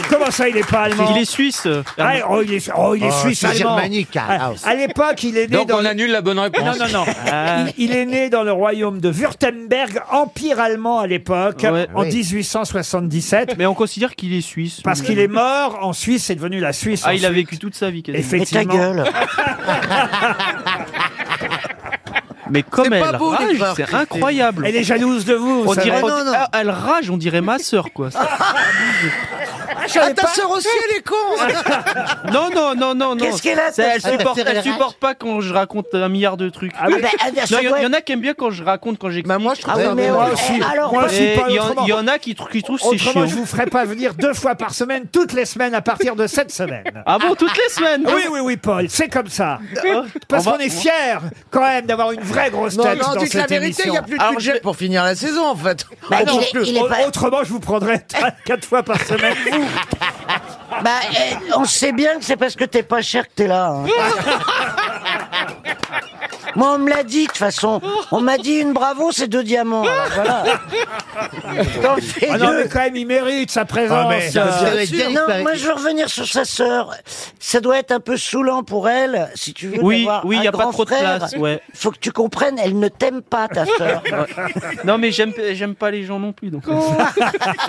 Speaker 1: Comment ça, il est pas allemand
Speaker 11: Il est suisse. euh,
Speaker 1: Ah,
Speaker 11: Herman-
Speaker 1: oh, il est, oh, il est suisse allemand. Ah, À l'époque, il est né
Speaker 5: Donc
Speaker 1: dans.
Speaker 5: on annule la bonne réponse.
Speaker 1: Non, non, non. Il, il est né dans le royaume de Württemberg, empire allemand à l'époque,
Speaker 11: Ouais.
Speaker 1: en
Speaker 11: Oui.
Speaker 1: 1877. Mais on considère qu'il est suisse. Parce qu'il est mort en Suisse, c'est devenu la Suisse.
Speaker 11: Ah, il a
Speaker 1: ensuite.
Speaker 11: vécu toute sa vie. quasiment.
Speaker 1: Effectivement.
Speaker 11: Mais comme
Speaker 1: C'est
Speaker 11: elle
Speaker 1: pas beau,
Speaker 11: rage,
Speaker 1: les frères
Speaker 11: c'est
Speaker 1: Christie.
Speaker 11: incroyable.
Speaker 1: Elle est jalouse de vous, vous
Speaker 11: On
Speaker 1: savez.
Speaker 11: dirait,
Speaker 1: Ah, non, non.
Speaker 11: Ah, Elle rage, on dirait ma sœur, quoi.
Speaker 6: Ah, ta sœur aussi, elle est con
Speaker 11: non, non, non, non, non.
Speaker 6: Qu'est-ce qu'elle a,
Speaker 11: Ça,
Speaker 6: ta
Speaker 11: Elle
Speaker 6: sœur
Speaker 11: supporte,
Speaker 6: Elle
Speaker 11: elle
Speaker 6: rage.
Speaker 11: supporte pas quand je raconte un milliard de trucs.
Speaker 6: Ah oui. Bah, elle vient
Speaker 11: Non,
Speaker 6: sur
Speaker 11: il y,
Speaker 6: web.
Speaker 11: y en a qui aiment bien quand je raconte, quand j'explique.
Speaker 6: moi, je trouve Ah oui, ça mais
Speaker 1: moi aussi. Eh, moi aussi, pas
Speaker 11: Il y en-
Speaker 1: autrement.
Speaker 11: il y, en a qui, trou- qui trouvent que c'est
Speaker 1: Autrement,
Speaker 11: chiant.
Speaker 1: je vous ferai pas venir deux fois par semaine, toutes les semaines à partir de cette semaine.
Speaker 11: Ah bon, toutes les semaines
Speaker 1: Oui, oui, oui, Paul, c'est comme ça.
Speaker 11: D'accord.
Speaker 1: Parce
Speaker 11: On va-
Speaker 1: qu'on est fiers, quand même, d'avoir une vraie grosse
Speaker 6: Non,
Speaker 1: tête
Speaker 6: non,
Speaker 1: dans
Speaker 6: dites la
Speaker 1: cette
Speaker 6: vérité, il
Speaker 1: émission.
Speaker 6: n'y a plus de budget pour finir la saison, en fait.
Speaker 1: Bah,
Speaker 6: On
Speaker 1: non,
Speaker 6: peut plus.
Speaker 1: au- Autrement, je vous prendrais quatre fois par semaine. Vous.
Speaker 3: Bah, eh, on sait bien que c'est parce que t'es pas cher que t'es là. hein. Moi, on me l'a dit, de toute façon. On m'a dit une bravo, c'est deux diamants. alors Voilà. T'en fais
Speaker 1: Ah non,
Speaker 3: deux.
Speaker 1: mais quand même, il mérite sa présence.
Speaker 3: Ah, mais ça,
Speaker 1: euh,
Speaker 3: ça doit être bien, il paraît- Non, moi je veux revenir sur sa sœur. Ça doit être un peu saoulant pour elle, si tu veux
Speaker 11: Oui,
Speaker 3: avoir
Speaker 11: oui,
Speaker 3: un
Speaker 11: y a pas
Speaker 3: grand
Speaker 11: trop de
Speaker 3: frère.
Speaker 11: place, ouais.
Speaker 3: Faut que tu comprennes, elle ne t'aime pas ta sœur.
Speaker 11: Ouais. Non mais j'aime j'aime pas les gens non plus donc.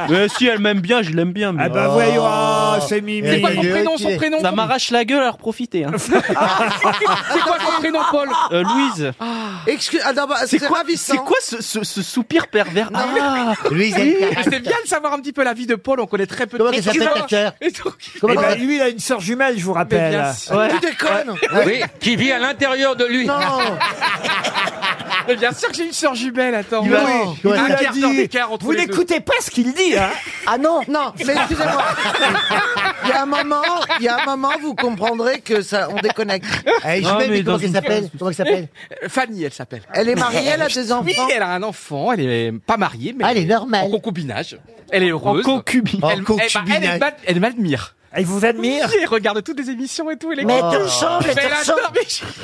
Speaker 11: mais si elle m'aime bien, je l'aime bien. Mais...
Speaker 1: Ah bah voyons, ah, c'est Mimi. C'est quoi son prénom, son prénom
Speaker 11: Ça m'arrache la gueule à leur profiter. C'est quoi son prénom Paul Euh, Louise.
Speaker 6: Excuse- ah, non, bah,
Speaker 11: C'est quoi
Speaker 6: ravissant.
Speaker 11: C'est quoi ce, ce- ce soupir pervers Ah
Speaker 6: Louise,
Speaker 11: oui.
Speaker 6: elle-
Speaker 15: C'est bien de savoir un petit peu la vie de Paul, on connaît très peu
Speaker 11: Comment
Speaker 15: de
Speaker 11: elle s'appelle,
Speaker 15: Mais tu
Speaker 11: ta
Speaker 15: vas-
Speaker 11: sœur
Speaker 15: Et donc-
Speaker 1: Eh ben, lui, il a une sœur jumelle, je vous rappelle.
Speaker 15: bien sûr. Tu déconnes.
Speaker 5: Oui, qui vit à l'intérieur de lui.
Speaker 15: Mais bien sûr que j'ai une sœur jumelle, attends.
Speaker 1: Il a- Oui,
Speaker 15: Il
Speaker 1: il
Speaker 15: y a un
Speaker 1: a
Speaker 15: quart
Speaker 1: dit-
Speaker 15: d'heure d'écart entre
Speaker 1: Vous
Speaker 15: les deux.
Speaker 1: n'écoutez pas ce qu'il dit, hein
Speaker 6: Ah non, non, mais excusez-moi. Il y a un moment, il y a un moment, vous comprendrez que ça, on déconnecte.
Speaker 15: Eh, je Non, vais, mais mais comment dans elle une- s'appelle
Speaker 6: Comment elle
Speaker 15: Euh, Fanny, elle s'appelle.
Speaker 6: Elle est mariée, elle a des enfants
Speaker 15: Oui, elle a un enfant. Elle est pas mariée,
Speaker 3: Ah,
Speaker 15: mais elle est normale. En concubinage. Elle est heureuse.
Speaker 11: En concubinage.
Speaker 15: Elle,
Speaker 11: En
Speaker 15: elle- bah, elle,
Speaker 11: concubinage.
Speaker 15: elle, m'a- elle m'admire.
Speaker 1: Elle vous admire
Speaker 15: Oui, elle regarde toutes les émissions et tout. Elle est
Speaker 3: Mais elle te
Speaker 15: contente.
Speaker 3: ressemble,
Speaker 15: Mais
Speaker 3: elle te
Speaker 15: adore,
Speaker 3: ressemble.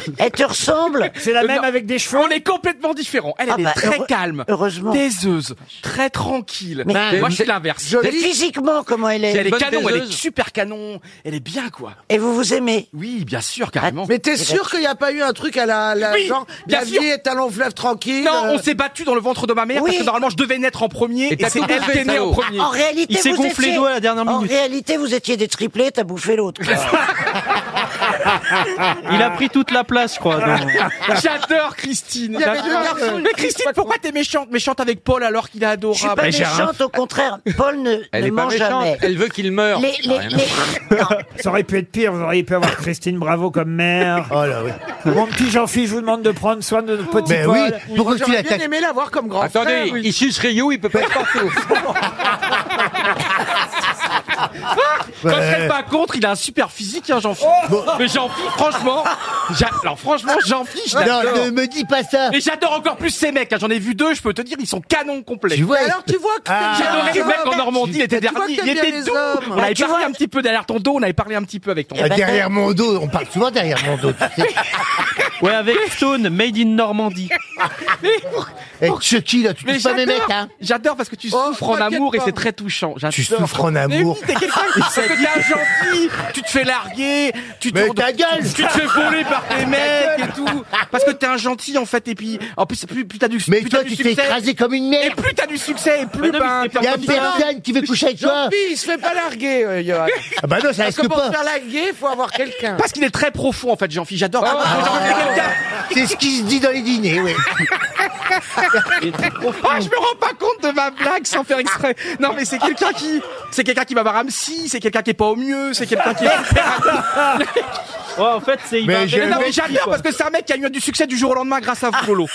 Speaker 15: mais
Speaker 3: Elle te ressemble.
Speaker 1: C'est la
Speaker 15: Euh,
Speaker 1: même
Speaker 15: non.
Speaker 1: avec des cheveux.
Speaker 15: On est complètement différents. Elle,
Speaker 3: Ah
Speaker 15: elle
Speaker 3: bah,
Speaker 15: est très
Speaker 3: heure-
Speaker 15: calme.
Speaker 3: heureusement.
Speaker 15: Taiseuse. Très tranquille.
Speaker 3: Mais-
Speaker 15: Moi,
Speaker 3: Mais-
Speaker 15: je suis l'inverse.
Speaker 3: Mais physiquement, comment elle est
Speaker 15: Elle est canon, elle est super canon. Elle est bien, quoi.
Speaker 3: Et vous vous aimez Ah,
Speaker 15: Oui, bien sûr, carrément. Eh ben,
Speaker 6: Mais t'es sûr qu'il n'y a pas eu un truc à la, la
Speaker 15: Oui,
Speaker 6: genre,
Speaker 15: bien
Speaker 6: la
Speaker 15: sûr.
Speaker 6: vie est un long fleuve tranquille.
Speaker 15: Non,
Speaker 6: euh,
Speaker 15: on s'est battu dans le ventre de ma mère
Speaker 6: Oui.
Speaker 15: parce que normalement je devais naître en premier et,
Speaker 11: t'as
Speaker 15: c'est
Speaker 11: tout
Speaker 15: elle
Speaker 11: fait,
Speaker 15: qui est née
Speaker 11: salaud.
Speaker 15: en premier.
Speaker 3: En réalité,
Speaker 11: Il s'est
Speaker 3: vous
Speaker 11: gonflé
Speaker 3: étiez-
Speaker 11: le doigt à la dernière
Speaker 3: En réalité, vous étiez des triplés, t'as bouffé l'autre. quoi.
Speaker 11: Il a pris toute la place, je crois. dans-
Speaker 15: J'adore Christine.
Speaker 11: Il y avait deux
Speaker 15: J'adore.
Speaker 11: garçons, une
Speaker 15: Mais Christine, pourquoi t'es méchante Méchante avec Paul alors qu'il est adorable.
Speaker 3: Je suis pas méchante, au contraire. Paul ne,
Speaker 5: Elle
Speaker 3: ne
Speaker 5: est pas
Speaker 3: ment
Speaker 5: méchante,
Speaker 3: jamais.
Speaker 5: elle veut qu'il meure.
Speaker 3: Les- les-
Speaker 5: Rien à
Speaker 3: les-
Speaker 5: voir.
Speaker 1: Ça aurait pu être pire, vous auriez pu avoir Christine Bravo comme mère. Oh là oui. Ben Mon petit Jean-Philippe, je vous demande de prendre soin de notre
Speaker 6: Ben
Speaker 1: petit
Speaker 12: Mais
Speaker 1: Paul.
Speaker 12: oui, pourquoi tu
Speaker 31: J'aurais bien aimé l'avoir comme grand frère.
Speaker 5: Attendez, il suce Ryu, il peut pas être partout.
Speaker 15: Quand je serais pas contre, il a un super physique, hein, Jean-Philippe. Mais Jean-Philippe, franchement, j'a- alors franchement, Jean-Philippe, je
Speaker 12: Non,
Speaker 15: l'adore.
Speaker 12: ne me dis pas ça.
Speaker 15: Et j'adore encore plus ces mecs. hein. J'en ai vu deux, je peux te dire, ils sont canons complets.
Speaker 12: Tu vois, Mais alors,
Speaker 15: tu
Speaker 12: vois que t'aimes
Speaker 15: j'adorais
Speaker 12: bien
Speaker 15: le
Speaker 12: les
Speaker 15: mec en
Speaker 12: hommes.
Speaker 15: Normandie, il était
Speaker 12: Tu vois
Speaker 15: dernier,
Speaker 12: que
Speaker 15: il
Speaker 12: t'aimes bien
Speaker 15: était
Speaker 12: les
Speaker 15: tout.
Speaker 12: hommes.
Speaker 15: On avait
Speaker 12: Ah, tu
Speaker 15: parlé un petit peu derrière ton dos, on avait parlé un petit peu avec ton.
Speaker 12: Ah, derrière mon dos, on parle souvent derrière mon dos. Tu sais.
Speaker 11: Ouais, avec Stone, Made in Normandie.
Speaker 12: Et Chucky, là, tu
Speaker 15: Mais
Speaker 12: touches pas mes
Speaker 15: j'adore,
Speaker 12: mecs, hein.
Speaker 15: J'adore parce que tu souffres en
Speaker 12: t'inquiète
Speaker 15: amour et
Speaker 12: pas.
Speaker 15: c'est très touchant.
Speaker 12: Tu
Speaker 15: J'adore.
Speaker 12: souffres en
Speaker 15: Mais
Speaker 12: amour.
Speaker 15: oui, t'es quelqu'un qui parce que t'es un gentil, tu te fais larguer, tu te
Speaker 12: ta gueule
Speaker 15: tu te fais voler par tes mecs et tout. Parce que t'es un gentil en fait et puis en plus plus, plus t'as du
Speaker 12: Mais
Speaker 15: plus
Speaker 12: toi,
Speaker 15: t'as du
Speaker 12: tu te fais
Speaker 15: succès,
Speaker 12: écraser comme une merde.
Speaker 15: Et plus t'as du succès et plus
Speaker 12: Mais non, mais
Speaker 15: ben
Speaker 12: c'est pas Y a comme ça. personne qui veut coucher avec toi.
Speaker 6: Jean-Pierre, il se fait pas larguer, euh, Johan.
Speaker 12: Ah bah non, ça
Speaker 6: Parce que
Speaker 12: risque
Speaker 6: pour
Speaker 12: pas.
Speaker 6: se faire larguer, il faut avoir quelqu'un.
Speaker 15: Parce qu'il est très profond en fait, Jean-Philippe. J'adore.
Speaker 12: Ah, C'est ce qui se dit dans les dîners, oui.
Speaker 15: Ah, je me rends pas compte de ma blague sans faire exprès. Non, mais c'est quelqu'un qui, c'est quelqu'un qui va voir Ramsey, c'est quelqu'un qui est pas au mieux, c'est quelqu'un qui.
Speaker 11: Ouais, en fait, c'est. il
Speaker 15: Mais,
Speaker 11: va-
Speaker 15: je- non, mais
Speaker 11: qui,
Speaker 15: j'adore
Speaker 11: quoi.
Speaker 15: parce que c'est un mec qui a eu du succès du jour au lendemain grâce à Frollo.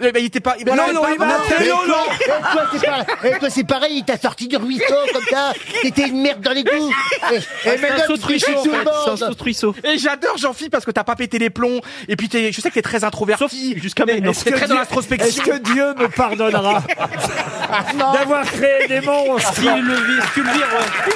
Speaker 15: Eh ben, il était pas.
Speaker 12: Voilà,
Speaker 15: non, non,
Speaker 12: et
Speaker 15: il m'a
Speaker 12: toi-
Speaker 15: appelé,
Speaker 12: et
Speaker 15: non,
Speaker 12: toi-
Speaker 15: non.
Speaker 12: et toi, c'est pareil. Et toi, c'est pareil, il t'a sorti du ruisseau comme ça. T'étais une merde dans les goûts. Et, et
Speaker 15: Ah, C'est un
Speaker 12: maintenant,
Speaker 15: saut
Speaker 12: tu
Speaker 15: de
Speaker 12: fais chier tout le monde.
Speaker 11: truisseau.
Speaker 15: Et j'adore Jean-Phi parce que t'as pas pété les plombs. Et puis t'es- je sais que t'es très introverti.
Speaker 11: Jusqu'à
Speaker 15: Mais
Speaker 11: maintenant.
Speaker 15: T'es très dans
Speaker 1: Est-ce
Speaker 15: l'introspection.
Speaker 1: que Dieu me pardonnera
Speaker 15: ben,
Speaker 1: d'avoir créé des monstres
Speaker 11: S'il le vit, tu le vires, ouais.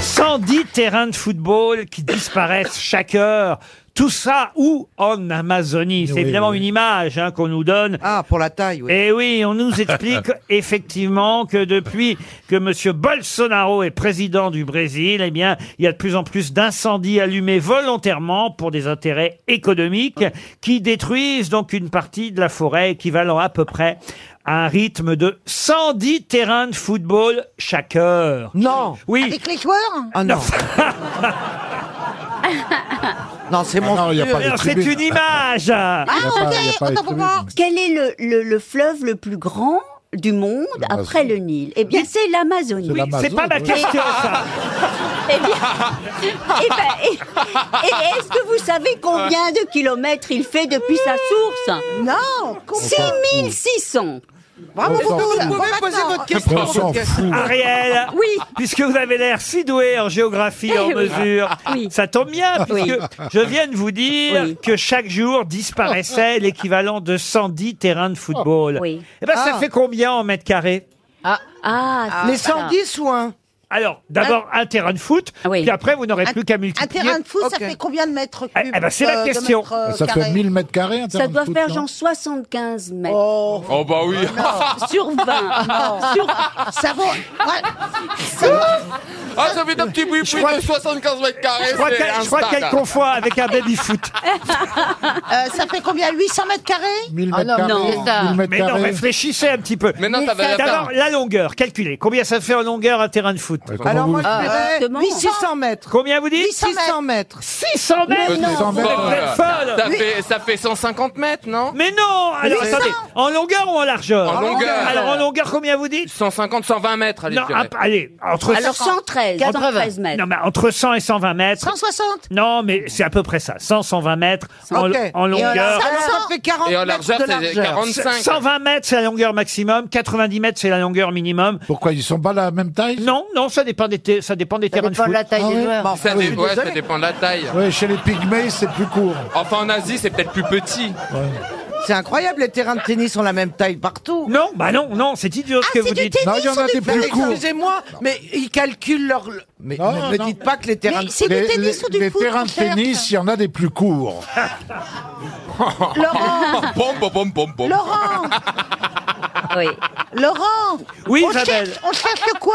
Speaker 1: 110 terrains de football qui disparaissent chaque heure. Tout ça où En Amazonie. C'est
Speaker 6: Oui,
Speaker 1: évidemment
Speaker 6: oui.
Speaker 1: une image hein, qu'on nous donne.
Speaker 6: Ah, pour la taille, oui.
Speaker 1: Et oui, on nous explique effectivement que depuis que M. Bolsonaro est président du Brésil, eh bien, il y a de plus en plus d'incendies allumés volontairement pour des intérêts économiques qui détruisent donc une partie de la forêt équivalent à peu près à un rythme de 110 terrains de football chaque heure. Non. Oui.
Speaker 2: Avec les joueurs
Speaker 1: Ah non.
Speaker 6: Non, c'est mon.
Speaker 1: Ah il y a pas de Alors, c'est tribune. une image. Ah,
Speaker 2: Ah, ok, autant pour moi. Quel est le, le- le fleuve le plus grand du monde après le Nil Eh bien, c'est l'Amazonie.
Speaker 1: Oui, c'est pas ma question, ça.
Speaker 2: Eh bien, eh ben, eh- et est-ce que vous savez combien de kilomètres il fait depuis sa source Non 6600
Speaker 6: Bravo,
Speaker 1: On s'en
Speaker 6: Boudou,
Speaker 1: fout.
Speaker 6: vous pouvez poser votre question.
Speaker 1: On s'en
Speaker 6: votre
Speaker 1: fout.
Speaker 6: question.
Speaker 1: Ariel,
Speaker 2: oui.
Speaker 1: puisque vous avez l'air si doué en géographie et en
Speaker 2: Eh oui.
Speaker 1: mesure,
Speaker 2: Oui.
Speaker 1: ça tombe bien,
Speaker 2: Oui.
Speaker 1: puisque je viens de vous dire
Speaker 2: Oui.
Speaker 1: que chaque jour disparaissait l'équivalent de 110 terrains de football.
Speaker 2: Oui.
Speaker 1: Eh ben, ça
Speaker 2: Ah.
Speaker 1: fait combien en mètres carrés
Speaker 2: Ah, ah
Speaker 6: Les
Speaker 2: c'est ça.
Speaker 6: 110 ou un
Speaker 1: Alors, d'abord un terrain de foot, puis après, vous n'aurez plus qu'à
Speaker 14: Un
Speaker 1: multiplier.
Speaker 14: terrain de foot,
Speaker 6: Ok.
Speaker 14: ça fait combien de mètres
Speaker 1: Eh-
Speaker 14: cubes
Speaker 1: eh ben, c'est la
Speaker 14: euh, de
Speaker 1: question.
Speaker 14: mètres, euh,
Speaker 1: Ça fait
Speaker 14: carrés
Speaker 1: 1000
Speaker 14: mètres carrés,
Speaker 2: Ça doit faire genre 75 mètres.
Speaker 20: Oh bah oui.
Speaker 2: Sur 20.
Speaker 14: Non.
Speaker 2: Sur...
Speaker 14: Ça vaut. Ouais.
Speaker 20: Ah, ça fait un petit bruit de 75 mètres carrés.
Speaker 1: Je crois
Speaker 20: c'est
Speaker 1: qu'elle-
Speaker 20: un
Speaker 1: je crois
Speaker 20: stade.
Speaker 1: qu'elle confond avec un baby-foot.
Speaker 14: Euh, ça fait combien 800 mètres carrés
Speaker 1: 1000
Speaker 14: Ah non, non.
Speaker 1: Mais non, réfléchissez un petit peu.
Speaker 20: Mais non, Mais ça va ça-
Speaker 1: D'abord, la longueur. Calculez. Combien ça fait en longueur un terrain de foot
Speaker 6: Alors, moi, je dirais
Speaker 2: Justement.
Speaker 6: 800 mètres.
Speaker 1: Combien vous dites
Speaker 6: 600 mètres.
Speaker 1: 600 mètres
Speaker 20: Euh,
Speaker 1: Vous êtes
Speaker 6: Oh
Speaker 20: voilà.
Speaker 1: peut-être folle.
Speaker 20: Ça fait, ça fait 150 mètres, non
Speaker 1: Mais non Alors
Speaker 20: Mais
Speaker 1: attendez, en longueur ou en largeur
Speaker 20: En longueur.
Speaker 1: Alors en longueur, combien vous dites
Speaker 20: 150, 120 mètres, allez,
Speaker 1: Non,
Speaker 20: je dirais.
Speaker 1: ah, allez, entre...
Speaker 2: Alors 113, 113 mètres.
Speaker 1: Non, mais entre 100 et 120 mètres.
Speaker 14: 160
Speaker 1: Non, mais c'est à peu près ça. 100, 120 mètres en,
Speaker 6: Ok.
Speaker 1: en
Speaker 6: Et
Speaker 1: longueur.
Speaker 6: alors, ça fait 40
Speaker 20: Et en
Speaker 6: mètres
Speaker 20: largeur,
Speaker 6: de
Speaker 20: c'est
Speaker 6: largeur.
Speaker 20: 45.
Speaker 1: 120 mètres, c'est la longueur maximum. 90 mètres, c'est la longueur minimum.
Speaker 16: Pourquoi ils sont pas la même taille Ah
Speaker 1: Non, non, ça dépend des, ter- ça dépend des terrains de foot.
Speaker 20: Ça, dé- Ah ouais, ça dépend de la taille.
Speaker 16: Ouais, chez les pygmées, c'est plus court.
Speaker 20: Enfin, en Asie, c'est peut-être plus petit.
Speaker 6: C'est incroyable, les terrains de tennis ont la même taille partout.
Speaker 1: Non, bah non, non, c'est idiot ce que vous dites.
Speaker 6: Excusez-moi, mais ils calculent leur. Mais
Speaker 16: Non,
Speaker 6: ne me
Speaker 16: non.
Speaker 6: dites pas que les terrains de
Speaker 16: Les- les- Les terrains de tennis, il y en a des plus courts.
Speaker 14: Laurent.
Speaker 20: Pom, pom, pom, pom, pom.
Speaker 14: Laurent
Speaker 2: Oui.
Speaker 14: Laurent
Speaker 1: Oui,
Speaker 14: on
Speaker 1: Isabelle.
Speaker 14: cherche, on cherche quoi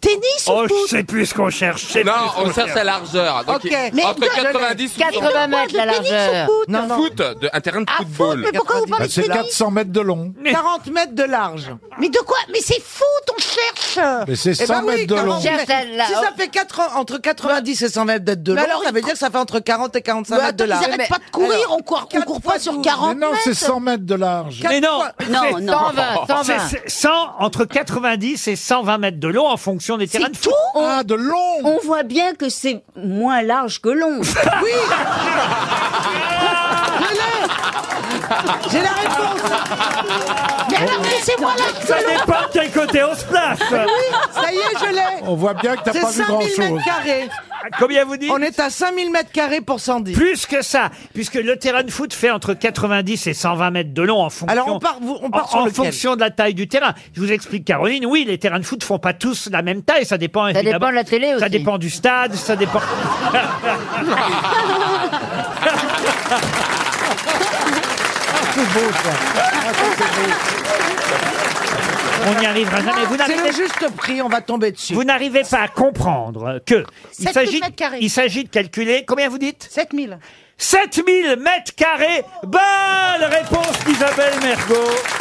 Speaker 6: Tennis
Speaker 1: Oh, je sais plus ce qu'on cherche. je sais
Speaker 20: Non,
Speaker 1: plus ce
Speaker 20: oh,
Speaker 1: qu'on
Speaker 20: ça,
Speaker 1: cherche.
Speaker 20: c'est la largeur. Donc,
Speaker 6: Ok.
Speaker 20: il-
Speaker 6: Mais
Speaker 20: entre
Speaker 6: de-
Speaker 20: 90 et
Speaker 18: 80
Speaker 20: 100.
Speaker 18: mètres la
Speaker 16: Euh,
Speaker 18: largeur.
Speaker 20: Non, non. Foot, de, un terrain de football.
Speaker 6: mais pourquoi vous parlez de
Speaker 16: Bah, C'est
Speaker 6: tennis
Speaker 16: 400 mètres de long.
Speaker 6: 40 mètres de large. Mais de quoi Mais c'est fou, on cherche
Speaker 16: Mais c'est
Speaker 6: Eh ben
Speaker 16: 100 mètres de
Speaker 6: 40
Speaker 16: long.
Speaker 6: mètres. Si ça fait 4 ans, entre 90 et 100 mètres d'être de long, ça veut dire que ça fait entre 40 et 45 mètres de large.
Speaker 14: pas de courir, on court, on court pas sur 40
Speaker 16: Mais non, c'est 100 mètres de large.
Speaker 1: Mais non, c'est- C'est-
Speaker 14: 120.
Speaker 1: c'est 100, entre 90 et 120 mètres de long en fonction des terrains de foot.
Speaker 16: Ah, de long
Speaker 2: On voit bien que c'est moins large que long.
Speaker 6: Oui Je l'ai J'ai la réponse Mais alors, laissez-moi la
Speaker 1: Ça dépend de quel côté on se place.
Speaker 6: Ah Oui, ça y est, je l'ai
Speaker 16: On voit bien que t'as
Speaker 6: C'est
Speaker 16: pas vu
Speaker 6: 5000
Speaker 16: grand-chose.
Speaker 6: mètres carrés
Speaker 1: Combien vous dites
Speaker 6: On est à 5000 mètres carrés pour 110.
Speaker 1: Plus que ça, puisque le terrain de foot fait entre 90 et 120 mètres de long en fonction.
Speaker 6: Alors, on part- vous- on part
Speaker 1: en-
Speaker 6: sur
Speaker 1: en
Speaker 6: lequel
Speaker 1: fonction de la taille du terrain. Je vous explique, Caroline. Oui, les terrains de foot font pas tous la même taille. Ça dépend.
Speaker 18: Ça
Speaker 1: évidemment-
Speaker 18: dépend de la télé
Speaker 1: Ça
Speaker 18: aussi.
Speaker 1: dépend du stade. Ça dépend.
Speaker 10: C'est beau, ça. Ah, ça, c'est beau.
Speaker 1: On n'y arrivera jamais. Vous
Speaker 6: C'est le
Speaker 1: n'arrivez
Speaker 6: juste prix, on va tomber dessus.
Speaker 1: vous n'arrivez pas à comprendre que il
Speaker 14: 7000
Speaker 1: s'agit
Speaker 14: mètres carrés.
Speaker 1: il s'agit de calculer combien vous dites
Speaker 14: 7000.
Speaker 1: 7000 mètres carrés. Bonne réponse d'Isabelle Mergot.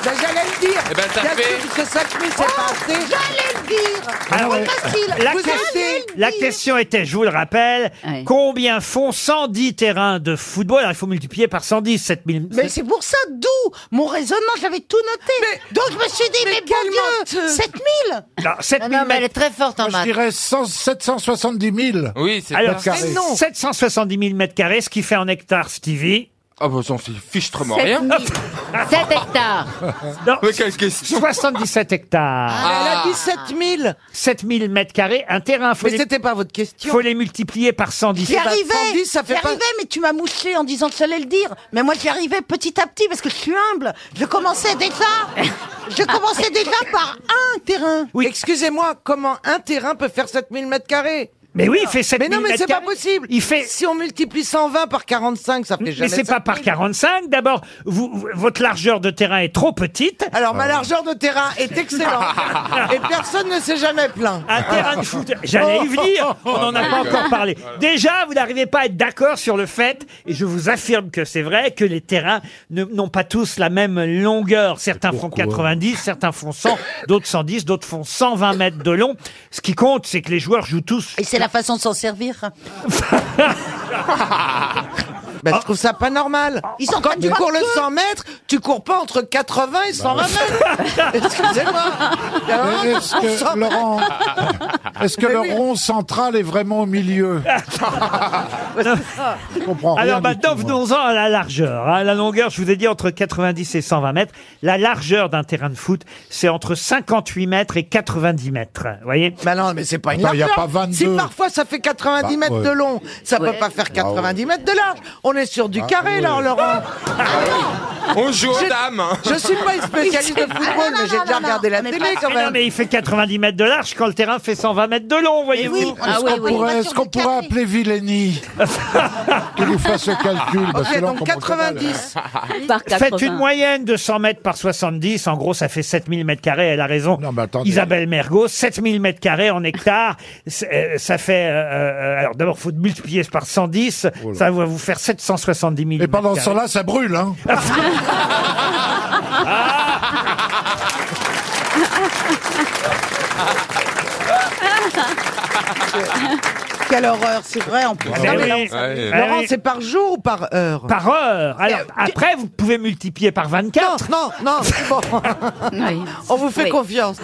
Speaker 6: Ben, J'allais le dire
Speaker 20: Eh ben, ça
Speaker 6: Bien
Speaker 20: fait-
Speaker 6: sûr, parce que 5000, c'est Ah pas assez
Speaker 14: J'allais le dire
Speaker 1: Oh Alors,
Speaker 14: Oh, C'est facile
Speaker 1: La,
Speaker 14: Vous
Speaker 1: question-
Speaker 14: allez le
Speaker 1: la
Speaker 14: dire.
Speaker 1: question était, je vous le rappelle, combien font 110 terrains de football Alors, il faut multiplier par 110, 7000.
Speaker 14: Mais c'est pour ça, d'où mon raisonnement, j'avais tout noté. Donc je me suis dit, mais, bon Dieu, 7000
Speaker 1: Non, 7000
Speaker 18: Non, mais elle est
Speaker 1: mètres.
Speaker 18: très forte en
Speaker 16: Je
Speaker 18: maths.
Speaker 16: dirais 100 770 000.
Speaker 20: Oui, c'est
Speaker 1: Alors,
Speaker 16: carrés.
Speaker 1: c'est 770 000 mètres carrés, ce qui fait en hectares, Stevie.
Speaker 20: Ah, bah, on s'en fiche trement rien.
Speaker 18: 7 hectares.
Speaker 1: Non,
Speaker 20: Mais quelle question
Speaker 1: 77 hectares.
Speaker 6: Mais Elle a
Speaker 20: Ah.
Speaker 6: dit 7000
Speaker 1: 7000 mètres carrés, un terrain, faut
Speaker 6: Mais
Speaker 1: les,
Speaker 6: c'était pas votre question
Speaker 1: faut les multiplier par 110.
Speaker 14: J'y arrivais,
Speaker 6: 110, ça fait
Speaker 14: j'y
Speaker 6: pas-
Speaker 14: arrivais, mais tu m'as mouché en disant que j'allais le dire. Mais moi, j'y arrivais petit à petit parce que je suis humble. Je commençais déjà, je commençais déjà par un terrain.
Speaker 1: Oui.
Speaker 6: Excusez-moi, comment un terrain peut faire 7000 mètres carrés
Speaker 1: Mais oui, il fait 7000
Speaker 6: Mais non, mais
Speaker 1: mètres
Speaker 6: c'est pas
Speaker 1: carrés.
Speaker 6: possible.
Speaker 1: Il fait
Speaker 6: Si on multiplie 120 par 45, ça fait
Speaker 1: mais
Speaker 6: jamais
Speaker 1: c'est pas
Speaker 6: 7000.
Speaker 1: par 45. D'abord, vous- vous- votre largeur de terrain est trop petite.
Speaker 6: Alors, ma largeur de terrain est excellente. et personne ne s'est jamais plaint.
Speaker 1: Un terrain de foot. J'allais y venir. On n'en a pas encore parlé. Déjà, vous n'arrivez pas à être d'accord sur le fait, et je vous affirme que c'est vrai, que les terrains ne- n'ont pas tous la même longueur. Certains font 90, certains font 100, d'autres 110, d'autres font 120 mètres de long. Ce qui compte, c'est que les joueurs jouent tous.
Speaker 14: Et c'est la façon de s'en servir.
Speaker 6: Bah, je trouve ça pas normal.
Speaker 14: Ils sont en train
Speaker 6: Quand
Speaker 14: de
Speaker 6: tu
Speaker 14: voir
Speaker 6: cours le
Speaker 14: que-
Speaker 6: 100 mètres, tu cours pas entre 80 et 120 mètres. Excusez-moi. Il y a
Speaker 16: Bah.
Speaker 6: vraiment
Speaker 16: Mais Est-ce
Speaker 6: un
Speaker 10: Ah,
Speaker 16: que,
Speaker 6: 100
Speaker 16: Laurent, est-ce que le rond central est vraiment au milieu Je comprends rien
Speaker 1: Alors
Speaker 16: du
Speaker 1: maintenant,
Speaker 16: tout, hein. moi.
Speaker 1: venons-en à la largeur. hein. La longueur, je vous ai dit entre 90 et 120 mètres. La largeur d'un terrain de foot, c'est entre 58 mètres et 90 mètres. Vous voyez
Speaker 6: Bah non, mais c'est pas une
Speaker 16: Attends, y a
Speaker 6: largeur.
Speaker 16: pas 22.
Speaker 6: Si parfois ça fait 90
Speaker 16: Bah,
Speaker 6: mètres
Speaker 16: ouais. Ah,
Speaker 6: de long, ça peut pas faire 90 mètres de large. On est sur du carré, là, Laurent.
Speaker 20: On joue aux
Speaker 6: Je-
Speaker 20: dames. hein.
Speaker 6: Je suis pas une spécialiste de football, mais j'ai déjà regardé la télé quand
Speaker 1: Mais non,
Speaker 6: même.
Speaker 1: mais il fait 90 mètres de large quand le terrain fait 120 mètres de long, voyez-vous.
Speaker 14: Eh Ah oui, on est
Speaker 16: Est-ce qu'on
Speaker 14: pas
Speaker 16: pourrait,
Speaker 14: sur
Speaker 16: est-ce
Speaker 14: du
Speaker 16: qu'on pourrait
Speaker 14: carré.
Speaker 16: appeler Villeni Qu'il nous fasse le calcul parce que
Speaker 6: Ok,
Speaker 16: là, on
Speaker 6: donc
Speaker 16: comprend pas mal.
Speaker 6: 90.
Speaker 2: Par
Speaker 1: Faites
Speaker 2: 80.
Speaker 1: une moyenne de 100 mètres par 70. En gros, ça fait 7000 mètres carrés. Elle a raison.
Speaker 16: Non, mais attendez.
Speaker 1: Isabelle Mergot, 7000 mètres carrés en hectares. C'est, euh, ça fait, euh, euh, alors d'abord, faut multiplier par 110.
Speaker 16: Oh là.
Speaker 1: ça va vous faire 770 000.
Speaker 16: Et pendant
Speaker 1: mètres
Speaker 16: ce temps-là, ça brûle, hein
Speaker 6: Quelle horreur, c'est vrai en plus.
Speaker 1: carrés.
Speaker 6: Non, mais
Speaker 1: Eh
Speaker 6: non,
Speaker 1: oui.
Speaker 20: Ouais.
Speaker 1: Eh
Speaker 6: Laurent,
Speaker 1: oui.
Speaker 6: c'est par jour ou par heure
Speaker 1: par heure. Alors, après, vous pouvez multiplier par 24.
Speaker 6: Non, non, c'est bon. On vous fait
Speaker 2: Oui.
Speaker 6: confiance.